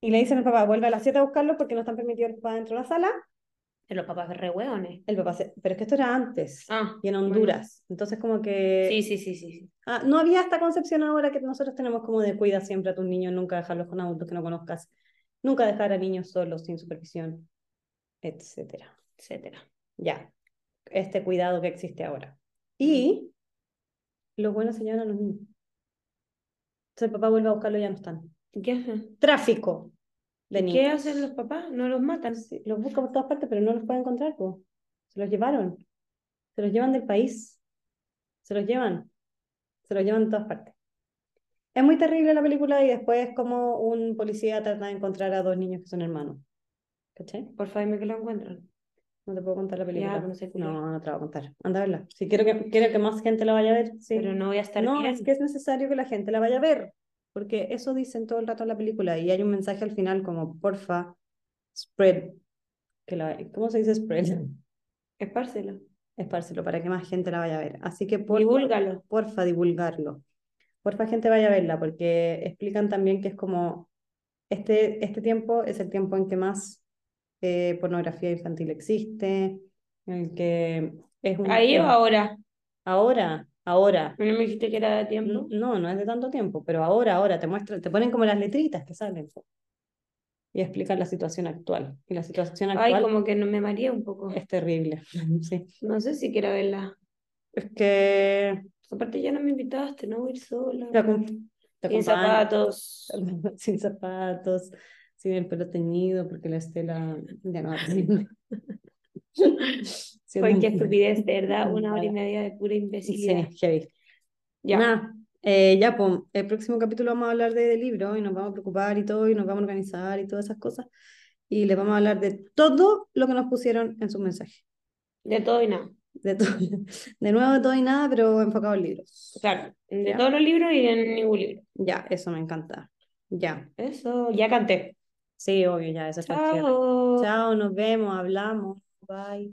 Speaker 1: Y le dicen al papá, vuelve a las 7 a buscarlo porque no están permitidos los papás dentro de la sala.
Speaker 2: Los papás re hueones.
Speaker 1: El papá se- Pero es que esto era antes
Speaker 2: Ah,
Speaker 1: y en
Speaker 2: bueno.
Speaker 1: Honduras. Entonces como que...
Speaker 2: Sí, sí, sí, sí. sí.
Speaker 1: Ah, no había esta concepción ahora que nosotros tenemos como de cuida siempre a tus niños, nunca dejarlos con adultos que no conozcas, nunca dejar a niños solos, sin supervisión, etcétera, etcétera. Ya, este cuidado que existe ahora. Y los buenos se llevan a los niños. Entonces el papá vuelve a buscarlo y ya no están.
Speaker 2: ¿Y ¿Qué hacen?
Speaker 1: Tráfico de
Speaker 2: ¿Y
Speaker 1: niños.
Speaker 2: ¿Qué hacen los papás? No los matan.
Speaker 1: Sí, los busca por todas partes, pero no los puede encontrar, po. Se los llevaron. Se los llevan del país. Se los llevan. Se los llevan de todas partes. Es muy terrible la película y después como un policía trata de encontrar a dos niños que son hermanos. ¿Cachai?
Speaker 2: Por favor, dime que lo encuentran.
Speaker 1: No te puedo contar la película.
Speaker 2: pero no sé cuál es.
Speaker 1: no, no te la voy a contar. Anda a verla. Si quiero que, quiero que más gente la vaya a ver, sí.
Speaker 2: Pero no voy a estar
Speaker 1: No,
Speaker 2: bien.
Speaker 1: es que es necesario que la gente la vaya a ver, porque eso dicen todo el rato en la película y hay un mensaje al final como, porfa, spread, que la, ¿cómo se dice spread? <laughs>
Speaker 2: Espárselo.
Speaker 1: Espárselo para que más gente la vaya a ver. Así que porfa,
Speaker 2: Divúlgalo.
Speaker 1: porfa divulgarlo. Porfa gente vaya a verla, porque explican también que es como, este, este tiempo es el tiempo en que más eh, pornografía infantil existe, en el que es un...
Speaker 2: Ahí o ahora.
Speaker 1: Ahora, ahora.
Speaker 2: No me dijiste que era de tiempo.
Speaker 1: No, no es de tanto tiempo, pero ahora, ahora te muestran, te ponen como las letritas que salen po, y explican la situación actual. Y la situación
Speaker 2: Ay,
Speaker 1: actual
Speaker 2: como que no me mareé un poco.
Speaker 1: es terrible. <laughs> Sí.
Speaker 2: No sé si quiero verla.
Speaker 1: Es que
Speaker 2: Aparte, ya no me invitaste, no voy a ir sola.
Speaker 1: te, acom- te
Speaker 2: Sin
Speaker 1: acompañan-
Speaker 2: zapatos.
Speaker 1: <laughs> sin zapatos, sin el pelo teñido, porque la estela ya no
Speaker 2: <laughs>
Speaker 1: atiende. Siendo
Speaker 2: Fue
Speaker 1: un-
Speaker 2: <laughs> qué estupidez, de verdad. Una hora y
Speaker 1: Nada.
Speaker 2: media de pura
Speaker 1: Sí,
Speaker 2: imbecilidad.
Speaker 1: heavy.
Speaker 2: Ya.
Speaker 1: Nada, eh, ya, pues, el próximo capítulo vamos a hablar de, de libro y nos vamos a preocupar y todo, y nos vamos a organizar y todas esas cosas. Y les vamos a hablar de todo lo que nos pusieron en sus mensajes.
Speaker 2: De todo y nada.
Speaker 1: De, to- <laughs> de nuevo, de todo y nada, pero enfocado en libros.
Speaker 2: Claro. De
Speaker 1: Ya.
Speaker 2: todos los libros y de ningún libro.
Speaker 1: Ya, eso me encanta. Ya.
Speaker 2: Eso, ya canté.
Speaker 1: Sí, obvio, ya, eso es el cierre.
Speaker 2: Chao.
Speaker 1: Chao, nos vemos, hablamos. Bye.